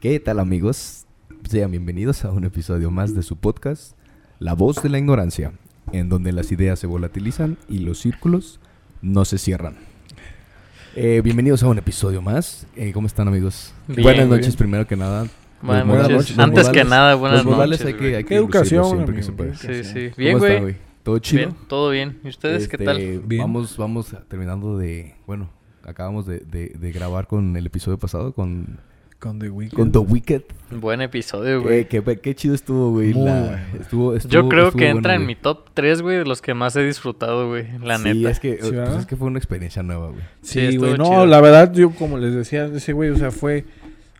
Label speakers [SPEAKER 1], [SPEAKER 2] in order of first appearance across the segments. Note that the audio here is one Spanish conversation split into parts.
[SPEAKER 1] ¿Qué tal amigos? Sean bienvenidos a un episodio más de su podcast, La voz de la ignorancia, en donde las ideas se volatilizan y los círculos no se cierran. Eh, bienvenidos a un episodio más. Eh, ¿Cómo están amigos?
[SPEAKER 2] Bien,
[SPEAKER 1] buenas
[SPEAKER 2] muy
[SPEAKER 1] noches
[SPEAKER 2] bien.
[SPEAKER 1] primero que nada.
[SPEAKER 2] Buenas
[SPEAKER 1] Los modales-
[SPEAKER 2] noches.
[SPEAKER 1] los
[SPEAKER 2] Antes que
[SPEAKER 1] modales-
[SPEAKER 2] nada, buenas
[SPEAKER 1] los modales
[SPEAKER 2] noches.
[SPEAKER 1] hay que,
[SPEAKER 2] güey.
[SPEAKER 1] hay que
[SPEAKER 3] Qué educación,
[SPEAKER 1] lucirlos siempre que
[SPEAKER 3] amigo,
[SPEAKER 1] se puede.
[SPEAKER 3] qué
[SPEAKER 1] ¿Cómo
[SPEAKER 2] Sí, sí.
[SPEAKER 3] ¿Cómo
[SPEAKER 2] Bien,
[SPEAKER 1] están,
[SPEAKER 2] güey.
[SPEAKER 1] ¿Todo chido?
[SPEAKER 2] Bien, todo bien. ¿Y ustedes qué
[SPEAKER 1] Este,
[SPEAKER 2] tal?
[SPEAKER 3] Bien.
[SPEAKER 1] Vamos, vamos terminando de. Bueno, acabamos de, de- de grabar con el episodio pasado con,
[SPEAKER 3] Con The Weeknd.
[SPEAKER 1] con The Wicked.
[SPEAKER 2] Buen episodio,
[SPEAKER 1] Qué,
[SPEAKER 2] güey.
[SPEAKER 1] qué- qué chido estuvo, güey.
[SPEAKER 3] Muy
[SPEAKER 1] la-
[SPEAKER 3] bueno.
[SPEAKER 1] estuvo, eh, estuvo-
[SPEAKER 2] Yo creo
[SPEAKER 1] estuvo
[SPEAKER 2] que
[SPEAKER 1] bueno,
[SPEAKER 2] entra en
[SPEAKER 1] güey.
[SPEAKER 2] mi top 3, güey, de los que más he disfrutado, güey. La
[SPEAKER 1] sí,
[SPEAKER 2] neta.
[SPEAKER 1] Es que,
[SPEAKER 3] ¿Sí,
[SPEAKER 1] pues,
[SPEAKER 3] verdad?
[SPEAKER 1] es que fue una experiencia nueva, güey.
[SPEAKER 3] Sí,
[SPEAKER 2] estuvo
[SPEAKER 3] güey. No,
[SPEAKER 2] chido.
[SPEAKER 3] la verdad, yo como les decía, ese güey, o sea, fue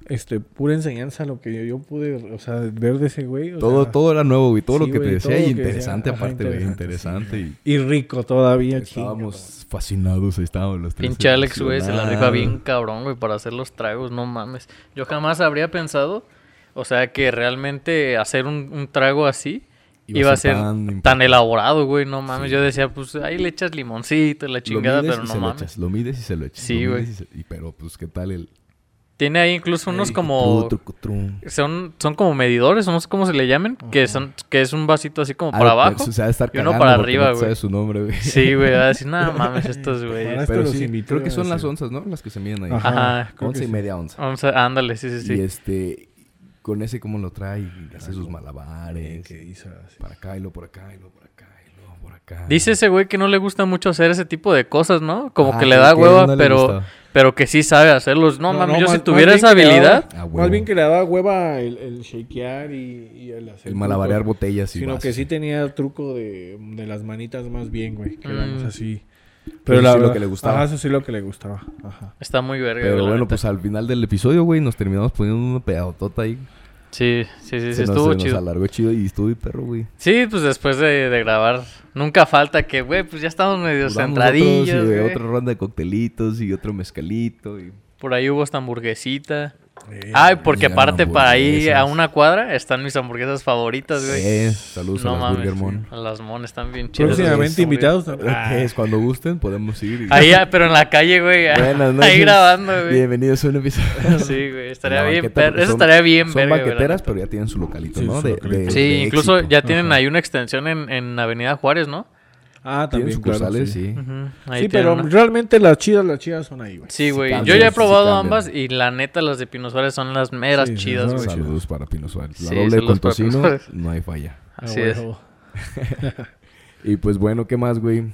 [SPEAKER 3] este, pura enseñanza lo que yo, yo pude, o sea, ver de ese güey. o
[SPEAKER 1] Todo,
[SPEAKER 3] sea,
[SPEAKER 1] todo era nuevo, güey. Todo lo
[SPEAKER 3] sí,
[SPEAKER 1] que te
[SPEAKER 3] güey,
[SPEAKER 1] decía
[SPEAKER 3] todo
[SPEAKER 1] y
[SPEAKER 3] lo que decía.
[SPEAKER 1] interesante,
[SPEAKER 3] Ajá,
[SPEAKER 1] aparte, güey. Interesante.
[SPEAKER 3] interesante, Y rico todavía,
[SPEAKER 1] y estábamos fascinados, ahí estábamos los tres.
[SPEAKER 2] Pinche Alex, güey, se la rifa
[SPEAKER 1] emocionados.
[SPEAKER 2] bien cabrón, güey, para hacer los tragos, no mames. Yo jamás habría pensado, o sea, que realmente hacer un, un trago así
[SPEAKER 1] Iba
[SPEAKER 2] iba,
[SPEAKER 1] a
[SPEAKER 2] a
[SPEAKER 1] ser
[SPEAKER 2] ser
[SPEAKER 1] tan
[SPEAKER 2] tan,
[SPEAKER 1] impactante.
[SPEAKER 2] elaborado, güey, no mames.
[SPEAKER 1] Sí.
[SPEAKER 2] Yo decía, pues ahí le echas limoncito, y la
[SPEAKER 1] Lo
[SPEAKER 2] chingada,
[SPEAKER 1] mides
[SPEAKER 2] pero
[SPEAKER 1] y
[SPEAKER 2] no
[SPEAKER 1] se lo
[SPEAKER 2] mames.
[SPEAKER 1] echas, Lo mides y se lo echas.
[SPEAKER 2] Sí,
[SPEAKER 1] lo
[SPEAKER 2] güey.
[SPEAKER 1] mides y se- y Pero, pues, ¿qué tal el...?
[SPEAKER 2] Tiene ahí incluso unos
[SPEAKER 1] Ey,
[SPEAKER 2] como...
[SPEAKER 1] tru, tru, tru.
[SPEAKER 2] Son, son como medidores, o no sé cómo se le llamen, que son que es un vasito así como
[SPEAKER 1] Ah,
[SPEAKER 2] para
[SPEAKER 1] lo-
[SPEAKER 2] abajo.
[SPEAKER 1] O sea, estar
[SPEAKER 2] y uno
[SPEAKER 1] cagando
[SPEAKER 2] para
[SPEAKER 1] porque
[SPEAKER 2] arriba,
[SPEAKER 1] no te
[SPEAKER 2] güey.
[SPEAKER 1] sabes su nombre, güey.
[SPEAKER 2] Sí, güey, va a decir, no mames, estos güeyes.
[SPEAKER 3] Ahora-
[SPEAKER 1] Pero
[SPEAKER 3] Hasta los
[SPEAKER 1] sí,
[SPEAKER 3] invité,
[SPEAKER 1] creo que son
[SPEAKER 3] sí.
[SPEAKER 1] las onzas, ¿no? Las que se miden ahí.
[SPEAKER 3] Ajá.
[SPEAKER 2] Ajá,
[SPEAKER 3] creo
[SPEAKER 1] Once
[SPEAKER 3] que
[SPEAKER 1] y
[SPEAKER 3] sí.
[SPEAKER 1] media onza.
[SPEAKER 2] Vamos a- ándale, sí, sí, sí.
[SPEAKER 1] Y este, con ese cómo lo trae, y hace sus malabares.
[SPEAKER 3] Que hizo así.
[SPEAKER 1] Para acá y lo por acá y lo por acá y lo por acá.
[SPEAKER 2] Dice ese güey que no le gusta mucho hacer ese tipo de cosas, ¿no? Como
[SPEAKER 1] Ah,
[SPEAKER 2] que le
[SPEAKER 1] como
[SPEAKER 2] da
[SPEAKER 1] que
[SPEAKER 2] hueva,
[SPEAKER 1] no le
[SPEAKER 2] pero,
[SPEAKER 1] gusta.
[SPEAKER 2] pero que sí sabe hacerlos. No, mami, yo si
[SPEAKER 3] más-
[SPEAKER 2] tuviera
[SPEAKER 3] más
[SPEAKER 2] esa
[SPEAKER 3] bien que le daba-
[SPEAKER 2] habilidad,
[SPEAKER 1] Ah, huevo.
[SPEAKER 3] más bien que le daba hueva el, el shakear y, y el hacer.
[SPEAKER 1] El malabarear
[SPEAKER 3] trucos.
[SPEAKER 1] botellas y
[SPEAKER 3] Sino
[SPEAKER 1] vasos.
[SPEAKER 3] que sí tenía truco de, de las manitas más bien, güey. Que éramos
[SPEAKER 2] Mm.
[SPEAKER 3] así.
[SPEAKER 1] Pero
[SPEAKER 3] Pero
[SPEAKER 1] eso
[SPEAKER 3] la
[SPEAKER 1] sí lo
[SPEAKER 3] verdad-
[SPEAKER 1] que le gustaba.
[SPEAKER 3] Ajá, eso sí lo que le gustaba. Ajá.
[SPEAKER 2] está muy verga. güey,
[SPEAKER 1] Pero
[SPEAKER 2] la
[SPEAKER 1] bueno,
[SPEAKER 2] neta.
[SPEAKER 1] pues al final del episodio, güey, nos terminamos poniendo una pedadotota ahí.
[SPEAKER 2] Sí, sí, sí, sí,
[SPEAKER 1] Se nos-
[SPEAKER 2] estuvo
[SPEAKER 1] se nos
[SPEAKER 2] chido.
[SPEAKER 1] alargó chido y estuvo y perro, güey.
[SPEAKER 2] Sí, pues después de, de grabar, nunca falta que, güey, pues ya estamos medio
[SPEAKER 1] Nos damos
[SPEAKER 2] centradillos,
[SPEAKER 1] otros, y
[SPEAKER 2] güey.
[SPEAKER 1] otra ronda de coctelitos y otro mezcalito. Y...
[SPEAKER 2] Por ahí hubo esta hamburguesita.
[SPEAKER 3] Eh,
[SPEAKER 2] Ay, porque
[SPEAKER 1] llegaron
[SPEAKER 2] aparte para ahí
[SPEAKER 1] hamburguesas.
[SPEAKER 2] a una cuadra están mis hamburguesas favoritas, Pues, güey.
[SPEAKER 1] Eh, saludos
[SPEAKER 2] no
[SPEAKER 1] a las
[SPEAKER 2] mames.
[SPEAKER 1] Burger Mon.
[SPEAKER 2] a Las Mon están bien chidas.
[SPEAKER 3] Próximamente
[SPEAKER 2] güey.
[SPEAKER 3] invitados. ¿no?
[SPEAKER 1] ¿Qué Ah, es? Cuando gusten podemos ir. y-
[SPEAKER 2] Ah. Ahí, ah, pero en la calle, güey.
[SPEAKER 1] Buenas
[SPEAKER 2] Ahí
[SPEAKER 1] noches.
[SPEAKER 2] grabando, güey.
[SPEAKER 1] Bienenidos a un episodio.
[SPEAKER 2] Sí, güey. Estaría
[SPEAKER 1] La
[SPEAKER 2] bien,
[SPEAKER 1] banqueta,
[SPEAKER 2] per-
[SPEAKER 1] porque
[SPEAKER 2] eso
[SPEAKER 1] son-
[SPEAKER 2] estaría bien,
[SPEAKER 1] Son
[SPEAKER 2] verga, güey, la
[SPEAKER 1] banqueteras,
[SPEAKER 2] neta.
[SPEAKER 1] pero ya tienen su localito,
[SPEAKER 3] Sí,
[SPEAKER 1] ¿no?
[SPEAKER 3] su
[SPEAKER 1] De,
[SPEAKER 3] localito.
[SPEAKER 1] de-
[SPEAKER 2] Sí,
[SPEAKER 1] de
[SPEAKER 2] incluso
[SPEAKER 1] éxito.
[SPEAKER 2] ya tienen
[SPEAKER 3] Ajá.
[SPEAKER 2] ahí una extensión en, en Avenida Juárez, ¿no?
[SPEAKER 3] Ah,
[SPEAKER 1] Tienen
[SPEAKER 3] también. claro,
[SPEAKER 1] sucursales, sí.
[SPEAKER 3] sí.
[SPEAKER 2] Ujú, ahí
[SPEAKER 3] Sí,
[SPEAKER 2] tienen
[SPEAKER 3] pero
[SPEAKER 2] una.
[SPEAKER 3] realmente las chidas, las chidas son ahí, güey.
[SPEAKER 2] Sí, güey. Yo
[SPEAKER 1] cambian,
[SPEAKER 2] ya he
[SPEAKER 1] sí
[SPEAKER 2] probado
[SPEAKER 1] cambian.
[SPEAKER 2] ambas y la neta las de Pino Suárez son las meras
[SPEAKER 3] Sí, sí,
[SPEAKER 2] chidas,
[SPEAKER 3] son
[SPEAKER 2] güey.
[SPEAKER 3] las-
[SPEAKER 1] Saludos para Pino Suárez. La
[SPEAKER 2] Sí,
[SPEAKER 1] doble
[SPEAKER 2] saludos
[SPEAKER 1] con
[SPEAKER 2] para Pino
[SPEAKER 1] tocino,
[SPEAKER 2] Suárez.
[SPEAKER 1] no hay falla.
[SPEAKER 2] Así
[SPEAKER 3] Ah,
[SPEAKER 2] es.
[SPEAKER 3] huevo.
[SPEAKER 1] Y pues bueno, ¿qué más, güey?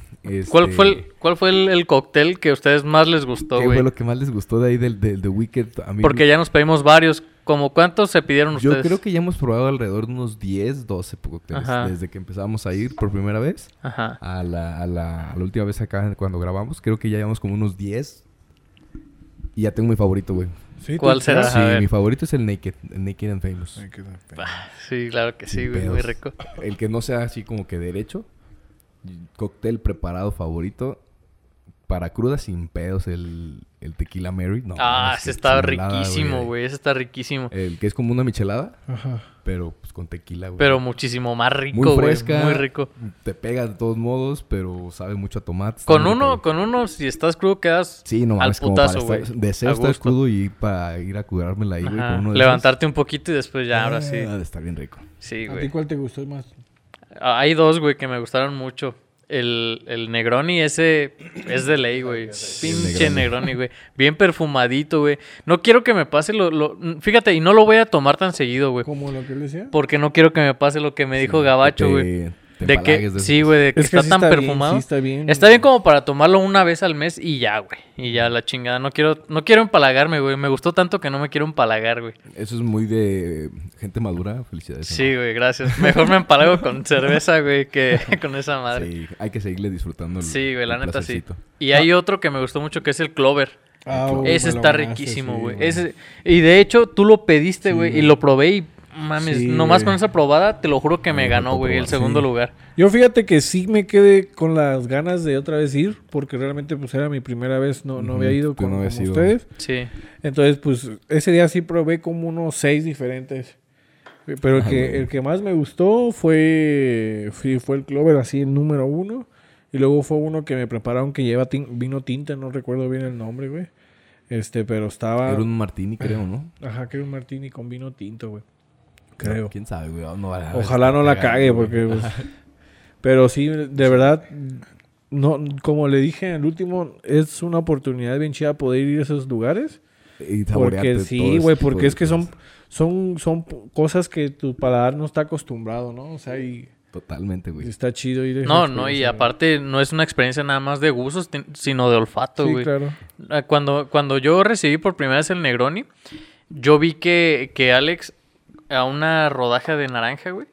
[SPEAKER 2] ¿Cuál
[SPEAKER 1] Este,
[SPEAKER 2] fue, el, cuál fue el, el cóctel que a ustedes más les gustó,
[SPEAKER 1] ¿Qué
[SPEAKER 2] güey?
[SPEAKER 1] fue lo que más les gustó de ahí del, del, The Wicked? A mí
[SPEAKER 2] Porque ya nos pedimos varios. ¿Cómo cuántos se pidieron
[SPEAKER 1] Yo
[SPEAKER 2] ustedes?
[SPEAKER 1] creo que ya hemos probado alrededor de unos 10, 12 cócteles
[SPEAKER 2] Ajá.
[SPEAKER 1] desde que empezamos a ir por primera vez.
[SPEAKER 2] Ajá.
[SPEAKER 1] A la, a la, a la última vez acá cuando grabamos, creo que ya llevamos como unos 10. Y ya tengo mi favorito, güey.
[SPEAKER 3] Sí,
[SPEAKER 2] ¿Cuál
[SPEAKER 3] tú-
[SPEAKER 2] será?
[SPEAKER 1] Sí,
[SPEAKER 2] a ver.
[SPEAKER 1] mi favorito es el Naked, el Naked and Famous.
[SPEAKER 3] Ay, qué da pena.
[SPEAKER 2] Sí, claro que sí,
[SPEAKER 1] Sin
[SPEAKER 2] güey. Muy
[SPEAKER 1] pedos.
[SPEAKER 2] rico.
[SPEAKER 1] El que no sea así como que derecho. Cóctel preparado favorito. Para cruda sin pedos, el, el tequila Mary. No,
[SPEAKER 2] ah,
[SPEAKER 1] mames,
[SPEAKER 2] ese
[SPEAKER 1] qué
[SPEAKER 2] está
[SPEAKER 1] chulada,
[SPEAKER 2] riquísimo, güey. Ese está riquísimo.
[SPEAKER 1] El que es como una michelada,
[SPEAKER 3] Ajá.
[SPEAKER 1] pero pues con tequila, Eh, güey.
[SPEAKER 2] Pero muchísimo más rico,
[SPEAKER 1] muy
[SPEAKER 2] güey.
[SPEAKER 1] fresca.
[SPEAKER 2] Muy rico.
[SPEAKER 1] Te pega de todos modos, pero sabe mucho a tomate. está
[SPEAKER 2] Con
[SPEAKER 1] muy rica,
[SPEAKER 2] uno,
[SPEAKER 1] güey.
[SPEAKER 2] con uno, si estás crudo, quedas
[SPEAKER 1] Sí, no
[SPEAKER 2] al
[SPEAKER 1] mames, como
[SPEAKER 2] putazo,
[SPEAKER 1] para
[SPEAKER 2] güey.
[SPEAKER 1] estar- Deseo
[SPEAKER 2] A
[SPEAKER 1] estar
[SPEAKER 2] gusto.
[SPEAKER 1] escudo y ir para ir a curármela ahí, güey.
[SPEAKER 2] Ajá,
[SPEAKER 1] con uno de
[SPEAKER 2] Levantarte un poquito y después
[SPEAKER 1] esos.
[SPEAKER 2] ya, ahora sí.
[SPEAKER 1] Ah, Está bien rico.
[SPEAKER 2] Sí,
[SPEAKER 3] ¿A ti
[SPEAKER 2] güey.
[SPEAKER 3] cuál te gustó más?
[SPEAKER 2] Ah, Hay dos, güey, que me gustaron mucho. El, el Negroni, ese es de ley, güey. Pinche
[SPEAKER 1] Negroni.
[SPEAKER 2] Negroni, güey. Bien perfumadito, güey. No quiero que me pase lo, lo- Fíjate, y no lo voy a tomar tan seguido, güey.
[SPEAKER 3] ¿Como lo que él decía?
[SPEAKER 2] Porque no quiero que me pase lo que me dijo Gabacho, güey. De que, sí, güey, de que está tan perfumado.
[SPEAKER 3] está bien.
[SPEAKER 2] Está bien como para tomarlo una vez al mes y ya, güey. Y ya la chingada. No quiero, no quiero empalagarme, güey. Me gustó tanto que no me quiero empalagar, güey.
[SPEAKER 1] Eso es muy de gente madura. Felicidades.
[SPEAKER 2] Sí, güey, gracias. Mejor me empalago con cerveza, güey, que con esa
[SPEAKER 1] ¿no?
[SPEAKER 2] madre.
[SPEAKER 1] Sí, hay que seguirle disfrutando. el-
[SPEAKER 2] Sí, güey, la
[SPEAKER 1] el
[SPEAKER 2] neta sí.
[SPEAKER 1] placercito.
[SPEAKER 2] Y hay otro que me gustó mucho que es el clover.
[SPEAKER 3] Ah, güey,
[SPEAKER 2] Ese
[SPEAKER 3] Ah. me lo
[SPEAKER 2] está
[SPEAKER 3] ganaste,
[SPEAKER 2] riquísimo,
[SPEAKER 3] sí,
[SPEAKER 2] güey. Ese- y de hecho, tú lo pediste,
[SPEAKER 3] Sí,
[SPEAKER 2] güey, y
[SPEAKER 3] güey.
[SPEAKER 2] lo probé y mames,
[SPEAKER 3] Sí,
[SPEAKER 2] nomás
[SPEAKER 3] güey.
[SPEAKER 2] con esa probada, te lo juro que
[SPEAKER 1] Ay,
[SPEAKER 2] me
[SPEAKER 1] me
[SPEAKER 2] ganó,
[SPEAKER 1] tocó
[SPEAKER 2] güey, el
[SPEAKER 1] probar,
[SPEAKER 2] segundo
[SPEAKER 3] sí.
[SPEAKER 2] lugar.
[SPEAKER 3] Yo fíjate que sí me quedé con las ganas de otra vez ir, porque realmente pues era mi primera vez, no, no
[SPEAKER 1] Ujú,
[SPEAKER 3] había ido
[SPEAKER 1] tú
[SPEAKER 3] con,
[SPEAKER 1] no habías
[SPEAKER 3] como
[SPEAKER 1] ido.
[SPEAKER 3] ustedes.
[SPEAKER 2] Sí.
[SPEAKER 3] Entonces pues ese día sí probé como unos seis diferentes. Pero el
[SPEAKER 1] Ah,
[SPEAKER 3] que,
[SPEAKER 1] güey.
[SPEAKER 3] el que más me gustó fue, fue, fue el Clover, así el número uno. Y luego fue uno que me prepararon que lleva tin- vino tinta, no recuerdo bien el nombre, güey. Este, pero estaba.
[SPEAKER 1] Era un martini,
[SPEAKER 3] Ah.
[SPEAKER 1] creo, ¿no?
[SPEAKER 3] Ajá, que era un martini con vino tinto, güey. Creo.
[SPEAKER 1] ¿Quién sabe, güey? No, a-
[SPEAKER 3] Ojalá no la
[SPEAKER 1] cagando,
[SPEAKER 3] cague,
[SPEAKER 1] güey.
[SPEAKER 3] porque. pues, pero sí, de verdad. No, como le dije en el último, es una oportunidad bien chida poder ir a esos lugares.
[SPEAKER 1] Y saborearte
[SPEAKER 3] Porque
[SPEAKER 1] todo
[SPEAKER 3] sí,
[SPEAKER 1] ese
[SPEAKER 3] güey,
[SPEAKER 1] tipo
[SPEAKER 3] porque
[SPEAKER 1] de
[SPEAKER 3] es que son,
[SPEAKER 1] cosas.
[SPEAKER 3] son, son cosas que tu paladar no está acostumbrado, ¿no? O sea, y
[SPEAKER 1] Totalmente, güey.
[SPEAKER 3] está chido ir a esa
[SPEAKER 2] No, no, y
[SPEAKER 3] experiencia, güey.
[SPEAKER 2] aparte no es una experiencia nada más de gustos, ti- sino de olfato,
[SPEAKER 3] Sí,
[SPEAKER 2] güey.
[SPEAKER 3] claro.
[SPEAKER 2] Ah, Cuando, cuando yo recibí por primera vez el Negroni, yo vi que, que Alex a una rodaja de naranja, güey,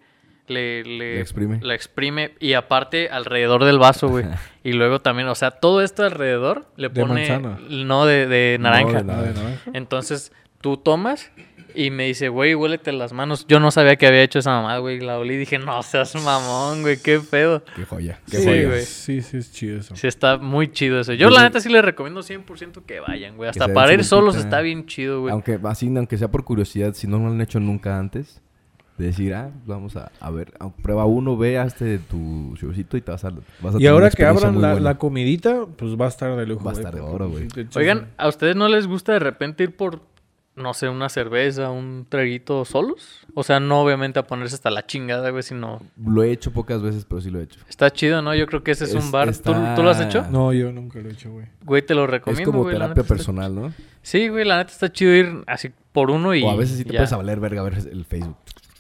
[SPEAKER 2] le, le-
[SPEAKER 1] La exprime.
[SPEAKER 2] la exprime y aparte alrededor del vaso, güey. y luego también, o sea, todo esto alrededor le
[SPEAKER 3] De
[SPEAKER 2] pone...
[SPEAKER 3] manzana.
[SPEAKER 2] No, de, de naranja.
[SPEAKER 1] de
[SPEAKER 3] Ah, de naranja.
[SPEAKER 2] Entonces tú tomas y me dice, güey, huélete las manos. Yo no sabía que había hecho esa mamá, güey. La olí y dije, no seas mamón, güey, qué pedo.
[SPEAKER 1] Qué joya. Qué
[SPEAKER 2] Sí,
[SPEAKER 1] joya.
[SPEAKER 2] güey.
[SPEAKER 3] Sí, sí, es chido eso.
[SPEAKER 2] Sí, está muy chido eso. Yo, la neta, sí les recomiendo 100% que vayan, güey.
[SPEAKER 1] se
[SPEAKER 2] Hasta
[SPEAKER 1] den
[SPEAKER 2] para
[SPEAKER 1] su
[SPEAKER 2] ir solos
[SPEAKER 1] vueltita.
[SPEAKER 2] está bien chido, güey.
[SPEAKER 1] Aunque, así, aunque sea por curiosidad, si no lo han hecho nunca antes, decir, ah, vamos a, a ver, a- prueba uno, ve, hazte tu showcito y te vas a, vas a
[SPEAKER 3] Y
[SPEAKER 1] tener una
[SPEAKER 3] ahora que
[SPEAKER 1] experiencia
[SPEAKER 3] abran
[SPEAKER 1] muy
[SPEAKER 3] la,
[SPEAKER 1] buena.
[SPEAKER 3] la comidita, pues va a estar de lujo.
[SPEAKER 1] Va a estar de
[SPEAKER 3] porque,
[SPEAKER 1] oro,
[SPEAKER 3] pues,
[SPEAKER 1] güey.
[SPEAKER 3] sí, te-
[SPEAKER 2] Oigan, ¿a ustedes no les gusta de repente ir por, no sé, una cerveza, un traguito solos? O sea, no obviamente a ponerse hasta la chingada, güey, sino...
[SPEAKER 1] Lo he hecho pocas veces, pero sí lo he hecho.
[SPEAKER 2] Está chido, ¿no? Yo creo que ese es,
[SPEAKER 1] Es-
[SPEAKER 2] un bar. ¿Tú-
[SPEAKER 1] está-
[SPEAKER 2] ¿Tú, lo has hecho?
[SPEAKER 3] No, yo nunca lo he hecho, güey.
[SPEAKER 2] Güey, te lo
[SPEAKER 1] Es
[SPEAKER 2] recomiendo,
[SPEAKER 1] como
[SPEAKER 2] güey, la
[SPEAKER 1] terapia
[SPEAKER 2] neta está-
[SPEAKER 1] personal, ¿no?
[SPEAKER 2] Sí, güey, la neta está chido ir así por uno y
[SPEAKER 1] O a veces sí te
[SPEAKER 2] ya.
[SPEAKER 1] puedes valer verga a ver el Facebook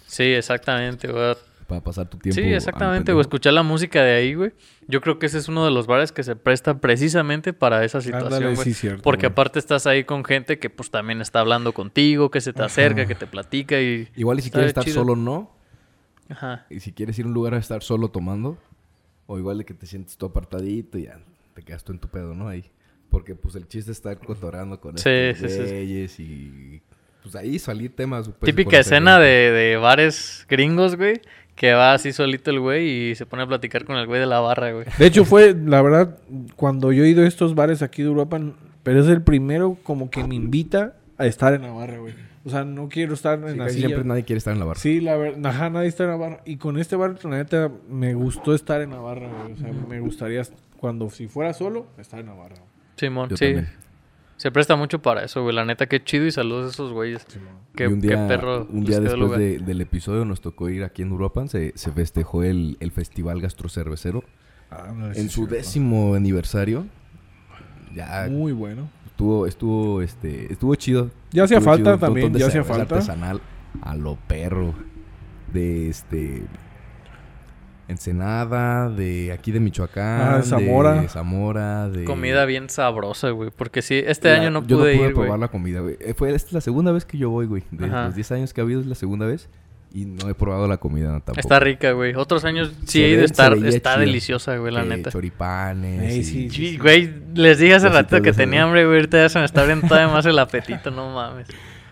[SPEAKER 2] Sí, exactamente, güey.
[SPEAKER 1] para pasar tu tiempo.
[SPEAKER 2] Sí,
[SPEAKER 1] a lo
[SPEAKER 2] exactamente,
[SPEAKER 1] pendejo.
[SPEAKER 2] güey. Escuchar la música de ahí, güey. Yo creo que ese es uno de los bares que se presta precisamente para esa
[SPEAKER 3] Ándale,
[SPEAKER 2] situación,
[SPEAKER 3] sí,
[SPEAKER 2] güey.
[SPEAKER 3] cierto,
[SPEAKER 2] Porque
[SPEAKER 3] güey.
[SPEAKER 2] aparte estás ahí con gente que pues también está hablando contigo, que se te acerca, que te platica y...
[SPEAKER 1] Igual y si
[SPEAKER 2] está
[SPEAKER 1] quieres estar
[SPEAKER 2] chido.
[SPEAKER 1] solo, no.
[SPEAKER 2] Ajá.
[SPEAKER 1] Y si quieres ir a un lugar a estar solo tomando, o igual de que te sientes tú apartadito y ya te quedas tú en tu pedo, ¿no? Ahí. Porque pues el chiste es estar cotorando con
[SPEAKER 2] Sí,
[SPEAKER 1] estos
[SPEAKER 2] sí, sí.
[SPEAKER 1] güeyes y pues ahí salir temas. pues,
[SPEAKER 2] Típica
[SPEAKER 1] por
[SPEAKER 2] escena
[SPEAKER 1] hacer-
[SPEAKER 2] de, de bares gringos, güey, que va así solito el güey y se pone a platicar con el güey de la barra, güey.
[SPEAKER 3] De hecho, fue, la verdad, cuando yo he ido a estos bares aquí de Europa, n- pero es el primero como que me invita a estar en la barra, güey. O sea, no quiero estar en
[SPEAKER 1] Sí,
[SPEAKER 3] la
[SPEAKER 1] casi
[SPEAKER 3] silla.
[SPEAKER 1] siempre nadie quiere estar en la barra.
[SPEAKER 3] Sí, la verdad, ajá, nadie está en la barra. Y con este bar, la neta, me gustó estar en la barra, güey. O sea, me gustaría, cuando si fuera solo, estar en la barra. güey.
[SPEAKER 2] Simón,
[SPEAKER 1] Yo
[SPEAKER 2] sí.
[SPEAKER 1] también.
[SPEAKER 2] Se presta mucho para eso, güey. La neta, qué chido y saludos a esos güeyes. Qué,
[SPEAKER 1] Y un día,
[SPEAKER 2] qué perro.
[SPEAKER 1] un
[SPEAKER 2] les
[SPEAKER 1] día
[SPEAKER 2] quedó el
[SPEAKER 1] después
[SPEAKER 2] lugar.
[SPEAKER 1] de- del episodio nos tocó ir aquí en Uruapan, se, se festejó el, el Festival Gastrocervecero
[SPEAKER 3] Ah,
[SPEAKER 1] en su décimo aniversario. Ya
[SPEAKER 3] Muy bueno.
[SPEAKER 1] Estuvo, estuvo, este, estuvo chido.
[SPEAKER 3] Ya hacía
[SPEAKER 1] Estuvo
[SPEAKER 3] falta
[SPEAKER 1] un montón
[SPEAKER 3] también,
[SPEAKER 1] de
[SPEAKER 3] ya hacía
[SPEAKER 1] cerveza
[SPEAKER 3] falta.
[SPEAKER 1] artesanal a lo perro. De este. Ensenada, de aquí de Michoacán.
[SPEAKER 3] Ah, de Zamora.
[SPEAKER 1] De Zamora, de.
[SPEAKER 2] Comida bien sabrosa, güey. Porque sí, este
[SPEAKER 1] La-
[SPEAKER 2] año no pude,
[SPEAKER 1] yo no pude
[SPEAKER 2] ir,
[SPEAKER 1] probar
[SPEAKER 2] güey.
[SPEAKER 1] la comida, güey. Eh, Fue esta es la segunda vez que yo voy, güey. De
[SPEAKER 2] Ajá.
[SPEAKER 1] los 10 años que ha habido es la segunda vez. Y no he probado la comida no, tampoco.
[SPEAKER 2] Está rica, güey. Otros años sí
[SPEAKER 1] Se
[SPEAKER 2] he ido
[SPEAKER 1] ve-
[SPEAKER 2] a
[SPEAKER 1] se
[SPEAKER 2] estar.
[SPEAKER 1] veía
[SPEAKER 2] Está
[SPEAKER 1] chida.
[SPEAKER 2] deliciosa, güey, la
[SPEAKER 1] Eh,
[SPEAKER 2] neta.
[SPEAKER 1] Choripanes.
[SPEAKER 3] Ey,
[SPEAKER 1] y-
[SPEAKER 3] sí, sí.
[SPEAKER 2] Sí, güey, les dije hace
[SPEAKER 1] Cositas
[SPEAKER 2] ratito
[SPEAKER 1] de
[SPEAKER 2] que
[SPEAKER 1] esas,
[SPEAKER 2] tenía
[SPEAKER 1] ¿no?
[SPEAKER 2] hambre, güey. Ahorita ya se me está abriendo todavía más el apetito, no mames.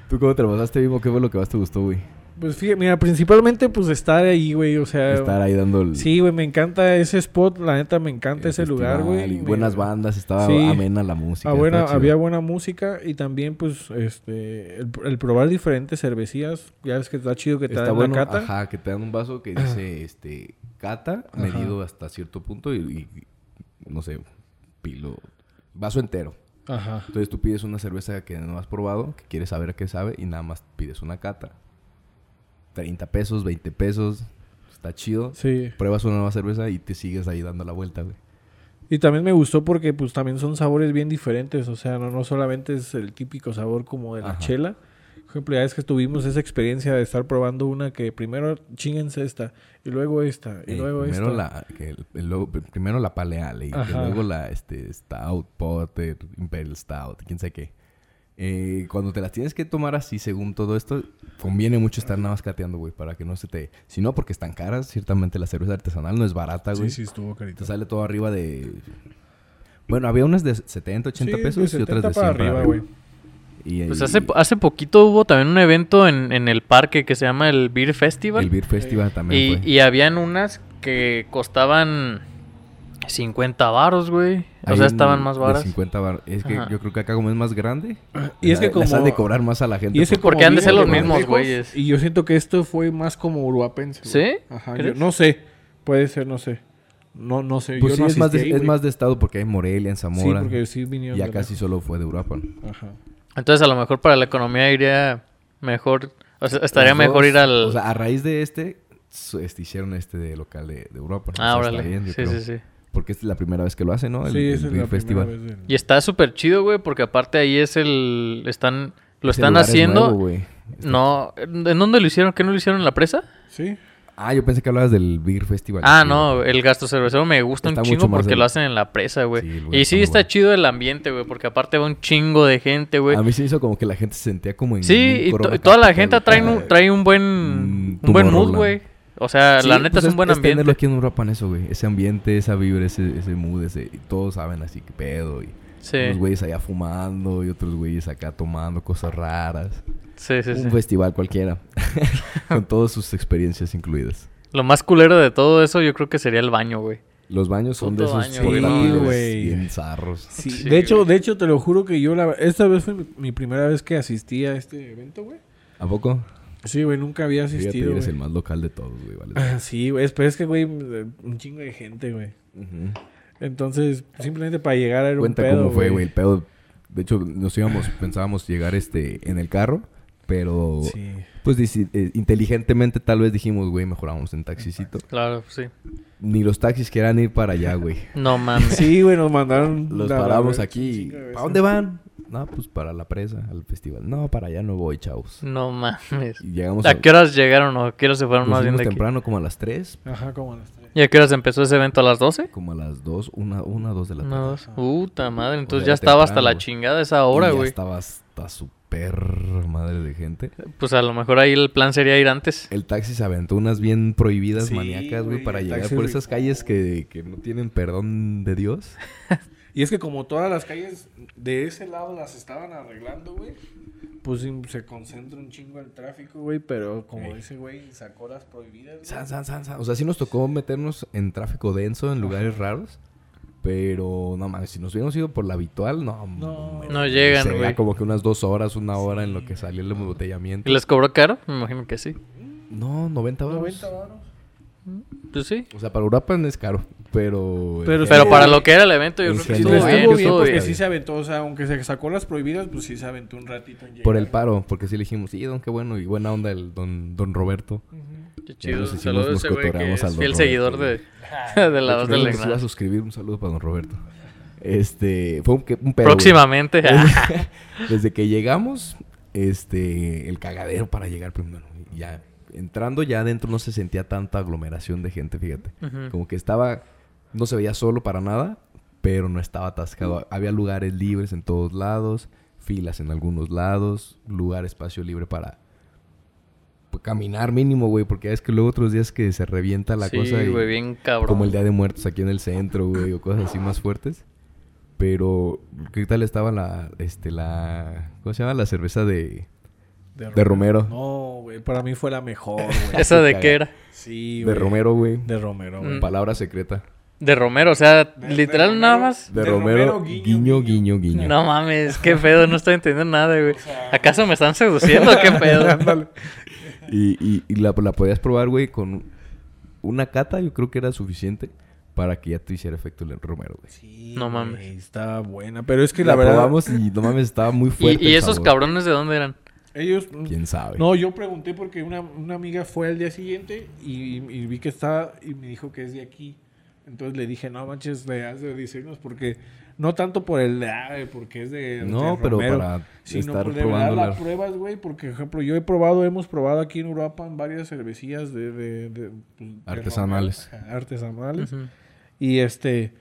[SPEAKER 1] ¿Tú cómo trabajaste, Vimo? ¿Qué fue lo que más te gustó, güey?
[SPEAKER 3] Pues fíjate, mira, principalmente pues estar ahí, güey, o sea...
[SPEAKER 1] Estar ahí dando el.
[SPEAKER 3] Sí, güey, me encanta ese spot, la neta me
[SPEAKER 1] el
[SPEAKER 3] encanta ese lugar,
[SPEAKER 1] festival
[SPEAKER 3] güey.
[SPEAKER 1] y buenas
[SPEAKER 3] Me-
[SPEAKER 1] bandas, estaba
[SPEAKER 3] Sí.
[SPEAKER 1] amena la música.
[SPEAKER 3] Ah, buena-
[SPEAKER 1] estaba chido.
[SPEAKER 3] había buena música y también pues este el, el probar diferentes cervecías, ya ves que está chido que te
[SPEAKER 1] Está
[SPEAKER 3] dan
[SPEAKER 1] bueno,
[SPEAKER 3] la cata.
[SPEAKER 1] ajá, que te dan un vaso que dice, este, cata,
[SPEAKER 3] Ajá.
[SPEAKER 1] medido hasta cierto punto y, y- no sé, pilo, vaso entero.
[SPEAKER 3] Ajá.
[SPEAKER 1] Entonces tú pides una cerveza que no has probado, que quieres saber a qué sabe y nada más pides una cata. 30 pesos, 20 pesos, está chido.
[SPEAKER 3] Sí.
[SPEAKER 1] Pruebas una nueva cerveza y te sigues ahí dando la vuelta, güey.
[SPEAKER 3] Y también me gustó porque pues también son sabores bien diferentes, o sea, no, no solamente es el típico sabor como de la
[SPEAKER 1] Ajá.
[SPEAKER 3] chela. Por ejemplo, ya es que tuvimos esa experiencia de estar probando una que primero chinguense esta y luego esta y
[SPEAKER 1] Eh,
[SPEAKER 3] luego
[SPEAKER 1] primero
[SPEAKER 3] esta.
[SPEAKER 1] la, que el- el- luego- primero la paleale, y que
[SPEAKER 3] Ajá.
[SPEAKER 1] luego la este, stout, porter, imperial stout, quién sabe qué. Eh, cuando te las tienes que tomar así, según todo esto, conviene mucho estar nada más cateando, güey, para que no se te... Si no, porque están caras, ciertamente la cerveza artesanal no es barata, güey.
[SPEAKER 3] estuvo carito.
[SPEAKER 1] Te sale todo arriba de... Bueno, había unas de 70, 80
[SPEAKER 3] pues,
[SPEAKER 1] pesos y otras de 100 para arriba. Y,
[SPEAKER 2] Pues
[SPEAKER 1] y-
[SPEAKER 2] hace, hace poquito hubo también un evento en, en el parque que se llama el Beer Festival.
[SPEAKER 1] el Beer Festival
[SPEAKER 2] Y,
[SPEAKER 1] también fue.
[SPEAKER 2] y habían unas que costaban 50 varos, güey. O
[SPEAKER 1] Hay
[SPEAKER 2] sea,
[SPEAKER 1] un
[SPEAKER 2] estaban más
[SPEAKER 1] de
[SPEAKER 2] varas.
[SPEAKER 1] 50 bar- Es que
[SPEAKER 2] Ajá.
[SPEAKER 1] yo creo que acá como es más grande...
[SPEAKER 3] Y es
[SPEAKER 1] la-
[SPEAKER 3] que como
[SPEAKER 1] las han de cobrar más a la gente.
[SPEAKER 3] y es que
[SPEAKER 2] Porque
[SPEAKER 3] como
[SPEAKER 2] han de ser
[SPEAKER 3] vivo
[SPEAKER 2] los
[SPEAKER 3] de
[SPEAKER 2] mismos
[SPEAKER 3] lejos,
[SPEAKER 2] güeyes.
[SPEAKER 3] Y yo siento que esto fue más como uruapense. güey.
[SPEAKER 2] ¿Sí?
[SPEAKER 3] Ajá. yo
[SPEAKER 2] ¿Crees?
[SPEAKER 3] no sé. Puede ser, no sé. No, no sé.
[SPEAKER 1] Pues
[SPEAKER 3] yo
[SPEAKER 1] sí,
[SPEAKER 3] no
[SPEAKER 1] es, más
[SPEAKER 3] asistí,
[SPEAKER 1] de, es
[SPEAKER 3] güey.
[SPEAKER 1] más de estado porque hay Morelia, en
[SPEAKER 3] Sí,
[SPEAKER 1] Zamora.
[SPEAKER 3] porque sí vinieron.
[SPEAKER 1] ya
[SPEAKER 3] de
[SPEAKER 1] casi solo fue de Europa. ¿no?
[SPEAKER 3] lejos. Ajá.
[SPEAKER 2] Entonces, a lo mejor para la economía iría mejor. O sea, estaría
[SPEAKER 1] Los
[SPEAKER 2] mejor
[SPEAKER 1] dos,
[SPEAKER 2] ir al.
[SPEAKER 1] O sea, a raíz de este, su- este, hicieron este de local de, de Europa. ¿no?
[SPEAKER 2] ah,
[SPEAKER 1] O sea, está
[SPEAKER 2] órale.
[SPEAKER 1] bien, yo
[SPEAKER 2] sí,
[SPEAKER 1] creo.
[SPEAKER 2] sí, sí.
[SPEAKER 1] Porque esta es la primera vez que lo hacen, ¿no? El,
[SPEAKER 3] sí,
[SPEAKER 1] el
[SPEAKER 3] esa es
[SPEAKER 1] Beer
[SPEAKER 3] la
[SPEAKER 1] Festival.
[SPEAKER 3] primera vez. del-
[SPEAKER 2] Y está súper chido, güey, porque aparte ahí es el. Están. Lo
[SPEAKER 1] Ese
[SPEAKER 2] están
[SPEAKER 1] lugar es
[SPEAKER 2] haciendo.
[SPEAKER 1] nuevo, güey. Este-
[SPEAKER 2] no. ¿En dónde lo hicieron? ¿Qué no lo hicieron en la presa?
[SPEAKER 3] Sí.
[SPEAKER 1] Ah, yo pensé que hablabas del Beer Festival.
[SPEAKER 2] Ah,
[SPEAKER 1] Sí,
[SPEAKER 2] no, el gasto cervecero me gusta
[SPEAKER 1] Está
[SPEAKER 2] un
[SPEAKER 1] mucho
[SPEAKER 2] chingo
[SPEAKER 1] más
[SPEAKER 2] porque
[SPEAKER 1] del-
[SPEAKER 2] lo hacen en la presa, güey.
[SPEAKER 1] Sí, el lugar
[SPEAKER 2] y
[SPEAKER 1] está
[SPEAKER 2] sí
[SPEAKER 1] muy
[SPEAKER 2] está
[SPEAKER 1] bueno.
[SPEAKER 2] chido el ambiente, güey, porque aparte va un chingo de gente, güey.
[SPEAKER 1] A mí se hizo como que la gente se sentía como en.
[SPEAKER 2] Sí,
[SPEAKER 1] un
[SPEAKER 2] y
[SPEAKER 1] corona
[SPEAKER 2] to- toda la
[SPEAKER 1] capital,
[SPEAKER 2] gente trae un,
[SPEAKER 1] güey.
[SPEAKER 2] trae un buen,
[SPEAKER 1] Mm,
[SPEAKER 2] un buen mood,
[SPEAKER 1] Tomorrowland.
[SPEAKER 2] güey. O sea, la
[SPEAKER 1] Sí,
[SPEAKER 2] neta
[SPEAKER 1] pues
[SPEAKER 2] es un buen
[SPEAKER 1] tenerlo
[SPEAKER 2] ambiente.
[SPEAKER 1] aquí en Europa en eso, güey. Ese ambiente, esa vibra, ese, ese mood, ese. Y todos saben así que pedo. Y unos
[SPEAKER 2] Sí,
[SPEAKER 1] güeyes allá fumando y otros güeyes acá tomando cosas raras.
[SPEAKER 2] sí, sí. sí.
[SPEAKER 1] Un festival cualquiera. Con todas sus experiencias incluidas.
[SPEAKER 2] Lo más culero de todo eso yo creo que sería el baño, güey.
[SPEAKER 1] Los baños son
[SPEAKER 2] Puto
[SPEAKER 1] de esos
[SPEAKER 2] baño, güey.
[SPEAKER 1] portátiles
[SPEAKER 3] Sí, güey.
[SPEAKER 1] bien zarros.
[SPEAKER 3] Sí,
[SPEAKER 2] Sí,
[SPEAKER 3] de hecho,
[SPEAKER 2] güey.
[SPEAKER 3] de hecho, te lo juro que yo la... Esta vez fue mi, mi primera vez que asistí a este evento, güey.
[SPEAKER 1] ¿A poco?
[SPEAKER 3] Sí, güey, nunca había
[SPEAKER 1] Fíjate,
[SPEAKER 3] asistido,
[SPEAKER 1] eres
[SPEAKER 3] güey.
[SPEAKER 1] el más local de todos, güey. Vale.
[SPEAKER 3] Ah, Sí, güey, es- pero es que, güey, un chingo de gente, güey.
[SPEAKER 1] Ujú.
[SPEAKER 3] Entonces, simplemente para llegar era
[SPEAKER 1] Cuenta
[SPEAKER 3] un pedo,
[SPEAKER 1] cómo fue, güey. El pedo. De hecho, nos íbamos, pensábamos llegar este en el carro, pero
[SPEAKER 3] Sí.
[SPEAKER 1] pues dici- eh, inteligentemente tal vez dijimos, güey, mejorábamos en taxicito.
[SPEAKER 2] Claro, sí.
[SPEAKER 1] Ni los taxis quieran ir para allá, güey.
[SPEAKER 2] No mames.
[SPEAKER 3] Sí, güey, nos mandaron...
[SPEAKER 1] Los
[SPEAKER 3] la- la-
[SPEAKER 1] paramos
[SPEAKER 3] la-
[SPEAKER 1] aquí.
[SPEAKER 3] chinga de
[SPEAKER 1] ¿Para
[SPEAKER 3] veces.
[SPEAKER 1] dónde van? No, pues para la presa, al festival. No, para allá no voy, chavos.
[SPEAKER 2] No mames.
[SPEAKER 1] Y llegamos
[SPEAKER 2] ¿A qué horas llegaron o a qué horas se fueron
[SPEAKER 1] nos
[SPEAKER 2] más bien
[SPEAKER 1] fuimos
[SPEAKER 2] de aquí?
[SPEAKER 1] temprano, como a las 3,
[SPEAKER 3] Ajá, como a las tres.
[SPEAKER 2] ¿Y a qué horas empezó ese evento? ¿A las 12?
[SPEAKER 1] como a las 2, 1, 2 de la tarde.
[SPEAKER 2] No, dos. Puta madre. Entonces
[SPEAKER 1] Pues era
[SPEAKER 2] ya estaba hasta
[SPEAKER 1] temprano,
[SPEAKER 2] la
[SPEAKER 1] güey.
[SPEAKER 2] chingada esa hora,
[SPEAKER 1] Y ya
[SPEAKER 2] güey.
[SPEAKER 1] Estaba hasta súper madre de gente.
[SPEAKER 2] Pues a lo mejor ahí el plan sería ir antes.
[SPEAKER 1] El taxi se aventó unas bien prohibidas,
[SPEAKER 3] Sí,
[SPEAKER 1] maníacas, güey,
[SPEAKER 3] güey,
[SPEAKER 1] para
[SPEAKER 3] el
[SPEAKER 1] llegar
[SPEAKER 3] taxi
[SPEAKER 1] por
[SPEAKER 3] es
[SPEAKER 1] esas
[SPEAKER 3] rico.
[SPEAKER 1] calles que, que no tienen perdón de Dios.
[SPEAKER 3] Y es que como todas las calles de ese lado las estaban arreglando, güey. Pues sí, se concentra un chingo el tráfico, güey. Pero como
[SPEAKER 1] Ey.
[SPEAKER 3] ese güey sacó las prohibidas. güey.
[SPEAKER 1] San, san, san, san. O sea, sí nos tocó meternos en tráfico denso, en lugares raros. Pero, no mames, si nos hubiéramos ido por la habitual, no.
[SPEAKER 3] No.
[SPEAKER 1] me-
[SPEAKER 2] No llegan,
[SPEAKER 1] sería
[SPEAKER 2] güey.
[SPEAKER 1] como que unas dos horas, una hora en lo que salió el embotellamiento.
[SPEAKER 2] ¿Y les cobró caro? Me imagino que sí.
[SPEAKER 1] No, 90 baros.
[SPEAKER 3] 90 baros.
[SPEAKER 2] Pues sí.
[SPEAKER 1] O sea, para Europa es caro, pero...
[SPEAKER 3] Pero
[SPEAKER 1] en
[SPEAKER 3] sí,
[SPEAKER 2] Pero
[SPEAKER 1] general-
[SPEAKER 2] para lo que era el evento, yo
[SPEAKER 1] En
[SPEAKER 2] creo que
[SPEAKER 1] general.
[SPEAKER 2] estuvo bien.
[SPEAKER 1] Estuvo bien, pues,
[SPEAKER 2] estuvo
[SPEAKER 3] porque
[SPEAKER 2] bien.
[SPEAKER 1] bien.
[SPEAKER 3] sí se aventó. O sea, aunque se sacó las prohibidas, pues sí se aventó un ratito en llegar.
[SPEAKER 1] Por el paro, porque sí le dijimos, sí, don, qué bueno, y buena onda el don, don Roberto.
[SPEAKER 2] Qué
[SPEAKER 1] Ya
[SPEAKER 2] chido.
[SPEAKER 1] nos hicimos,
[SPEAKER 2] Saludos a
[SPEAKER 1] nos
[SPEAKER 2] ese güey que
[SPEAKER 1] cotorreamos
[SPEAKER 2] es
[SPEAKER 1] al don
[SPEAKER 2] fiel
[SPEAKER 1] Roberto,
[SPEAKER 2] seguidor de,
[SPEAKER 1] güey.
[SPEAKER 2] de la voz
[SPEAKER 1] Espero
[SPEAKER 2] del
[SPEAKER 1] que se iba a
[SPEAKER 2] Legna.
[SPEAKER 1] suscribir, un saludo para don Roberto. Este, fue un, que- un pedo, güey.
[SPEAKER 2] Próximamente.
[SPEAKER 1] Desde que llegamos, este, el cagadero para llegar primero. Ya, entrando ya adentro no se sentía tanta aglomeración de gente, fíjate.
[SPEAKER 2] Ujú.
[SPEAKER 1] Como que estaba, no se veía solo para nada, pero no estaba atascado. Había lugares libres en todos lados, filas en algunos lados, lugar, espacio libre para pues, caminar mínimo, güey, porque es que luego otros días que se revienta la
[SPEAKER 2] sí,
[SPEAKER 1] cosa. y-
[SPEAKER 2] güey, bien cabrón.
[SPEAKER 1] como el Día de Muertos aquí en el centro, güey, o cosas así más fuertes. Pero, ¿qué tal estaba la, este, la, ¿cómo se llama? La cerveza de, de Romero.
[SPEAKER 3] No, güey. Para mí fue la mejor, güey.
[SPEAKER 2] ¿Esa de qué era?
[SPEAKER 3] Sí,
[SPEAKER 1] de
[SPEAKER 3] güey.
[SPEAKER 1] Romero, güey.
[SPEAKER 3] De Romero, güey.
[SPEAKER 2] Mm.
[SPEAKER 1] Palabra secreta.
[SPEAKER 2] De Romero, o sea,
[SPEAKER 3] De- de
[SPEAKER 2] literal
[SPEAKER 3] Romero.
[SPEAKER 2] nada más.
[SPEAKER 1] De,
[SPEAKER 3] De
[SPEAKER 1] Romero,
[SPEAKER 3] Romero,
[SPEAKER 1] guiño,
[SPEAKER 3] guiño,
[SPEAKER 1] guiño, guiño.
[SPEAKER 2] No mames, qué pedo, no estoy entendiendo nada, güey.
[SPEAKER 3] sea,
[SPEAKER 2] ¿Acaso me están seduciendo? ¿Qué pedo?
[SPEAKER 3] Ándale.
[SPEAKER 1] Y, y, y la, la podías probar, güey, con una cata, yo creo que era suficiente para que ya te hiciera efecto el Romero, güey.
[SPEAKER 3] Sí,
[SPEAKER 2] Mm. No mames.
[SPEAKER 3] güey, Estaba buena. Pero es que
[SPEAKER 1] la
[SPEAKER 3] la, verdad.
[SPEAKER 1] probamos y no mames, estaba muy fuerte.
[SPEAKER 2] ¿Y, y
[SPEAKER 1] el
[SPEAKER 2] esos
[SPEAKER 1] sabor.
[SPEAKER 2] cabrones de dónde eran?
[SPEAKER 3] Ellos.
[SPEAKER 1] ¿Quién sabe?
[SPEAKER 3] No, yo pregunté porque una, una amiga fue al día siguiente y, y vi que estaba y me dijo que es de aquí. Entonces le dije, no manches, le has de decirnos porque no tanto por el de, ah, porque es de.
[SPEAKER 1] No,
[SPEAKER 3] de
[SPEAKER 1] pero
[SPEAKER 3] Romero,
[SPEAKER 1] para
[SPEAKER 3] sino
[SPEAKER 1] estar
[SPEAKER 3] por de verdad
[SPEAKER 1] probando
[SPEAKER 3] las pruebas, güey, porque, por ejemplo, yo he probado, hemos probado aquí en Europa en varias cervecillas de. de- de- pues, de
[SPEAKER 1] Artesanales.
[SPEAKER 3] Romero, ajá, artesanales.
[SPEAKER 2] Ujú.
[SPEAKER 3] Y este.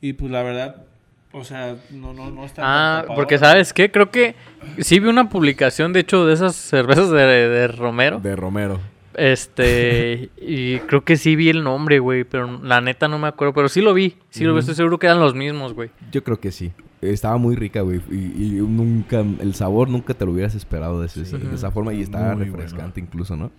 [SPEAKER 3] Y pues la verdad, o sea, no, no, no está.
[SPEAKER 2] Ah,
[SPEAKER 3] tan
[SPEAKER 2] porque
[SPEAKER 3] tapadora.
[SPEAKER 2] sabes qué, creo que sí vi una publicación, de hecho, de esas cervezas de, de Romero.
[SPEAKER 1] De Romero.
[SPEAKER 2] Este, y creo que sí vi el nombre, güey, pero la neta no me acuerdo, pero sí lo vi, sí lo vi, estoy seguro que eran los mismos, güey.
[SPEAKER 1] Yo creo que sí. Estaba muy rica, güey. Y, y nunca, el sabor nunca te lo hubieras esperado de, ese- de esa forma. Y estaba
[SPEAKER 3] Muy
[SPEAKER 1] refrescante incluso, ¿no?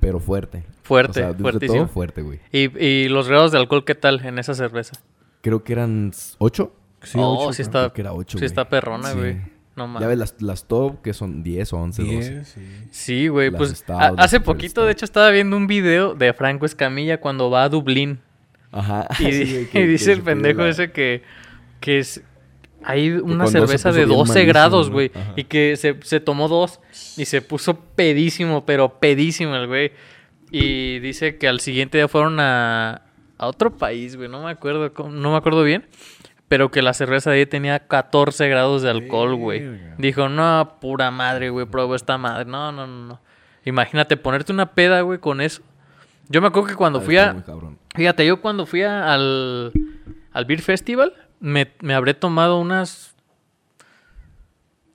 [SPEAKER 1] Pero fuerte.
[SPEAKER 2] Fuerte,
[SPEAKER 1] O sea, desde
[SPEAKER 2] fuertísimo.
[SPEAKER 1] todo fuerte, güey.
[SPEAKER 2] Y, y los grados de alcohol, ¿qué tal en esa cerveza?
[SPEAKER 1] Creo que eran ocho.
[SPEAKER 3] Sí,
[SPEAKER 2] oh,
[SPEAKER 3] ocho,
[SPEAKER 2] sí
[SPEAKER 3] creo.
[SPEAKER 2] está,
[SPEAKER 1] que era ocho,
[SPEAKER 2] sí
[SPEAKER 1] güey.
[SPEAKER 2] está perrona,
[SPEAKER 1] Sí.
[SPEAKER 2] güey. No
[SPEAKER 1] Ya
[SPEAKER 2] mames.
[SPEAKER 1] ves, las, las top que son 10 o 11, 12.
[SPEAKER 3] Diez, sí.
[SPEAKER 2] Sí, güey,
[SPEAKER 1] las
[SPEAKER 2] pues
[SPEAKER 1] Stout,
[SPEAKER 2] a-
[SPEAKER 1] las
[SPEAKER 2] hace
[SPEAKER 1] Super
[SPEAKER 2] poquito,
[SPEAKER 1] Stout.
[SPEAKER 2] de hecho, estaba viendo un video de Franco Escamilla cuando va a Dublín.
[SPEAKER 1] Ajá.
[SPEAKER 2] Y,
[SPEAKER 1] Sí,
[SPEAKER 2] di-
[SPEAKER 1] güey,
[SPEAKER 2] y
[SPEAKER 1] que-
[SPEAKER 2] dice
[SPEAKER 1] que
[SPEAKER 2] el
[SPEAKER 1] se
[SPEAKER 2] pendejo
[SPEAKER 1] pidió la-
[SPEAKER 2] ese que, que es, hay una
[SPEAKER 1] cuando se
[SPEAKER 2] cerveza
[SPEAKER 1] puso
[SPEAKER 2] de
[SPEAKER 1] bien
[SPEAKER 2] 12
[SPEAKER 1] malísimo,
[SPEAKER 2] grados,
[SPEAKER 1] ¿no?
[SPEAKER 2] güey.
[SPEAKER 1] Ajá.
[SPEAKER 2] Y que se, se tomó dos y se puso pedísimo, pero pedísimo el güey. Y dice que al siguiente día fueron a, a otro país, güey. No me acuerdo, cómo- no me acuerdo bien. Pero que la cerveza de ahí tenía 14 grados de alcohol, güey.
[SPEAKER 3] Verga.
[SPEAKER 2] Dijo, no, pura madre, güey, pruebo esta madre. No, no, no, no. Imagínate ponerte una peda, güey, con eso. Yo me acuerdo que cuando
[SPEAKER 1] Ah,
[SPEAKER 2] fui
[SPEAKER 1] está
[SPEAKER 2] a,
[SPEAKER 1] muy cabrón.
[SPEAKER 2] Fíjate, yo cuando fui a- al, al Beer Festival, me, me habré tomado unas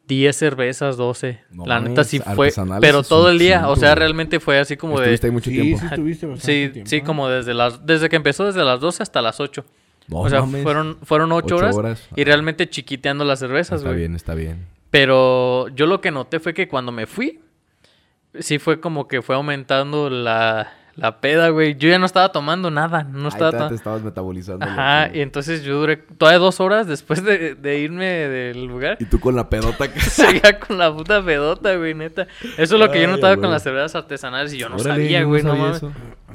[SPEAKER 2] 10 cervezas, 12.
[SPEAKER 1] No
[SPEAKER 2] la
[SPEAKER 1] mames,
[SPEAKER 2] neta sí fue,
[SPEAKER 1] artesanales
[SPEAKER 2] pero
[SPEAKER 1] es
[SPEAKER 2] todo
[SPEAKER 1] un
[SPEAKER 2] el día, o
[SPEAKER 1] chingo,
[SPEAKER 2] sea,
[SPEAKER 1] güey.
[SPEAKER 2] realmente fue así como de...
[SPEAKER 1] Estuviste ahí mucho
[SPEAKER 3] sí,
[SPEAKER 1] tiempo.
[SPEAKER 3] sí, estuviste bastante
[SPEAKER 2] Sí,
[SPEAKER 3] tiempo,
[SPEAKER 2] sí,
[SPEAKER 3] ¿no?
[SPEAKER 2] como desde las desde que empezó, desde las 12 hasta las 8.
[SPEAKER 1] No
[SPEAKER 2] o sea,
[SPEAKER 1] mames.
[SPEAKER 2] fueron, fueron 8,
[SPEAKER 1] Ocho
[SPEAKER 2] horas,
[SPEAKER 1] horas,
[SPEAKER 2] y
[SPEAKER 1] ajá.
[SPEAKER 2] realmente chiquiteando las cervezas,
[SPEAKER 1] Está
[SPEAKER 2] güey.
[SPEAKER 1] bien, está bien.
[SPEAKER 2] Pero yo lo que noté fue que cuando me fui, sí fue como que fue aumentando la, la peda, güey. Yo ya no estaba tomando nada, no
[SPEAKER 1] Ahí
[SPEAKER 2] estaba
[SPEAKER 1] está,
[SPEAKER 2] tomando...
[SPEAKER 1] te estabas metabolizando.
[SPEAKER 2] Ajá,
[SPEAKER 1] güey.
[SPEAKER 2] y entonces yo duré todavía dos horas después de, de irme del lugar.
[SPEAKER 1] Y tú con la pedota que...
[SPEAKER 2] Seguía con la puta pedota, güey, neta. Eso es lo que yo
[SPEAKER 1] Ay,
[SPEAKER 2] notaba
[SPEAKER 1] güey.
[SPEAKER 2] con las cervezas artesanales y yo no
[SPEAKER 1] Órale,
[SPEAKER 2] sabía,
[SPEAKER 1] yo
[SPEAKER 2] güey, no
[SPEAKER 1] sabía
[SPEAKER 2] mames.
[SPEAKER 1] eso.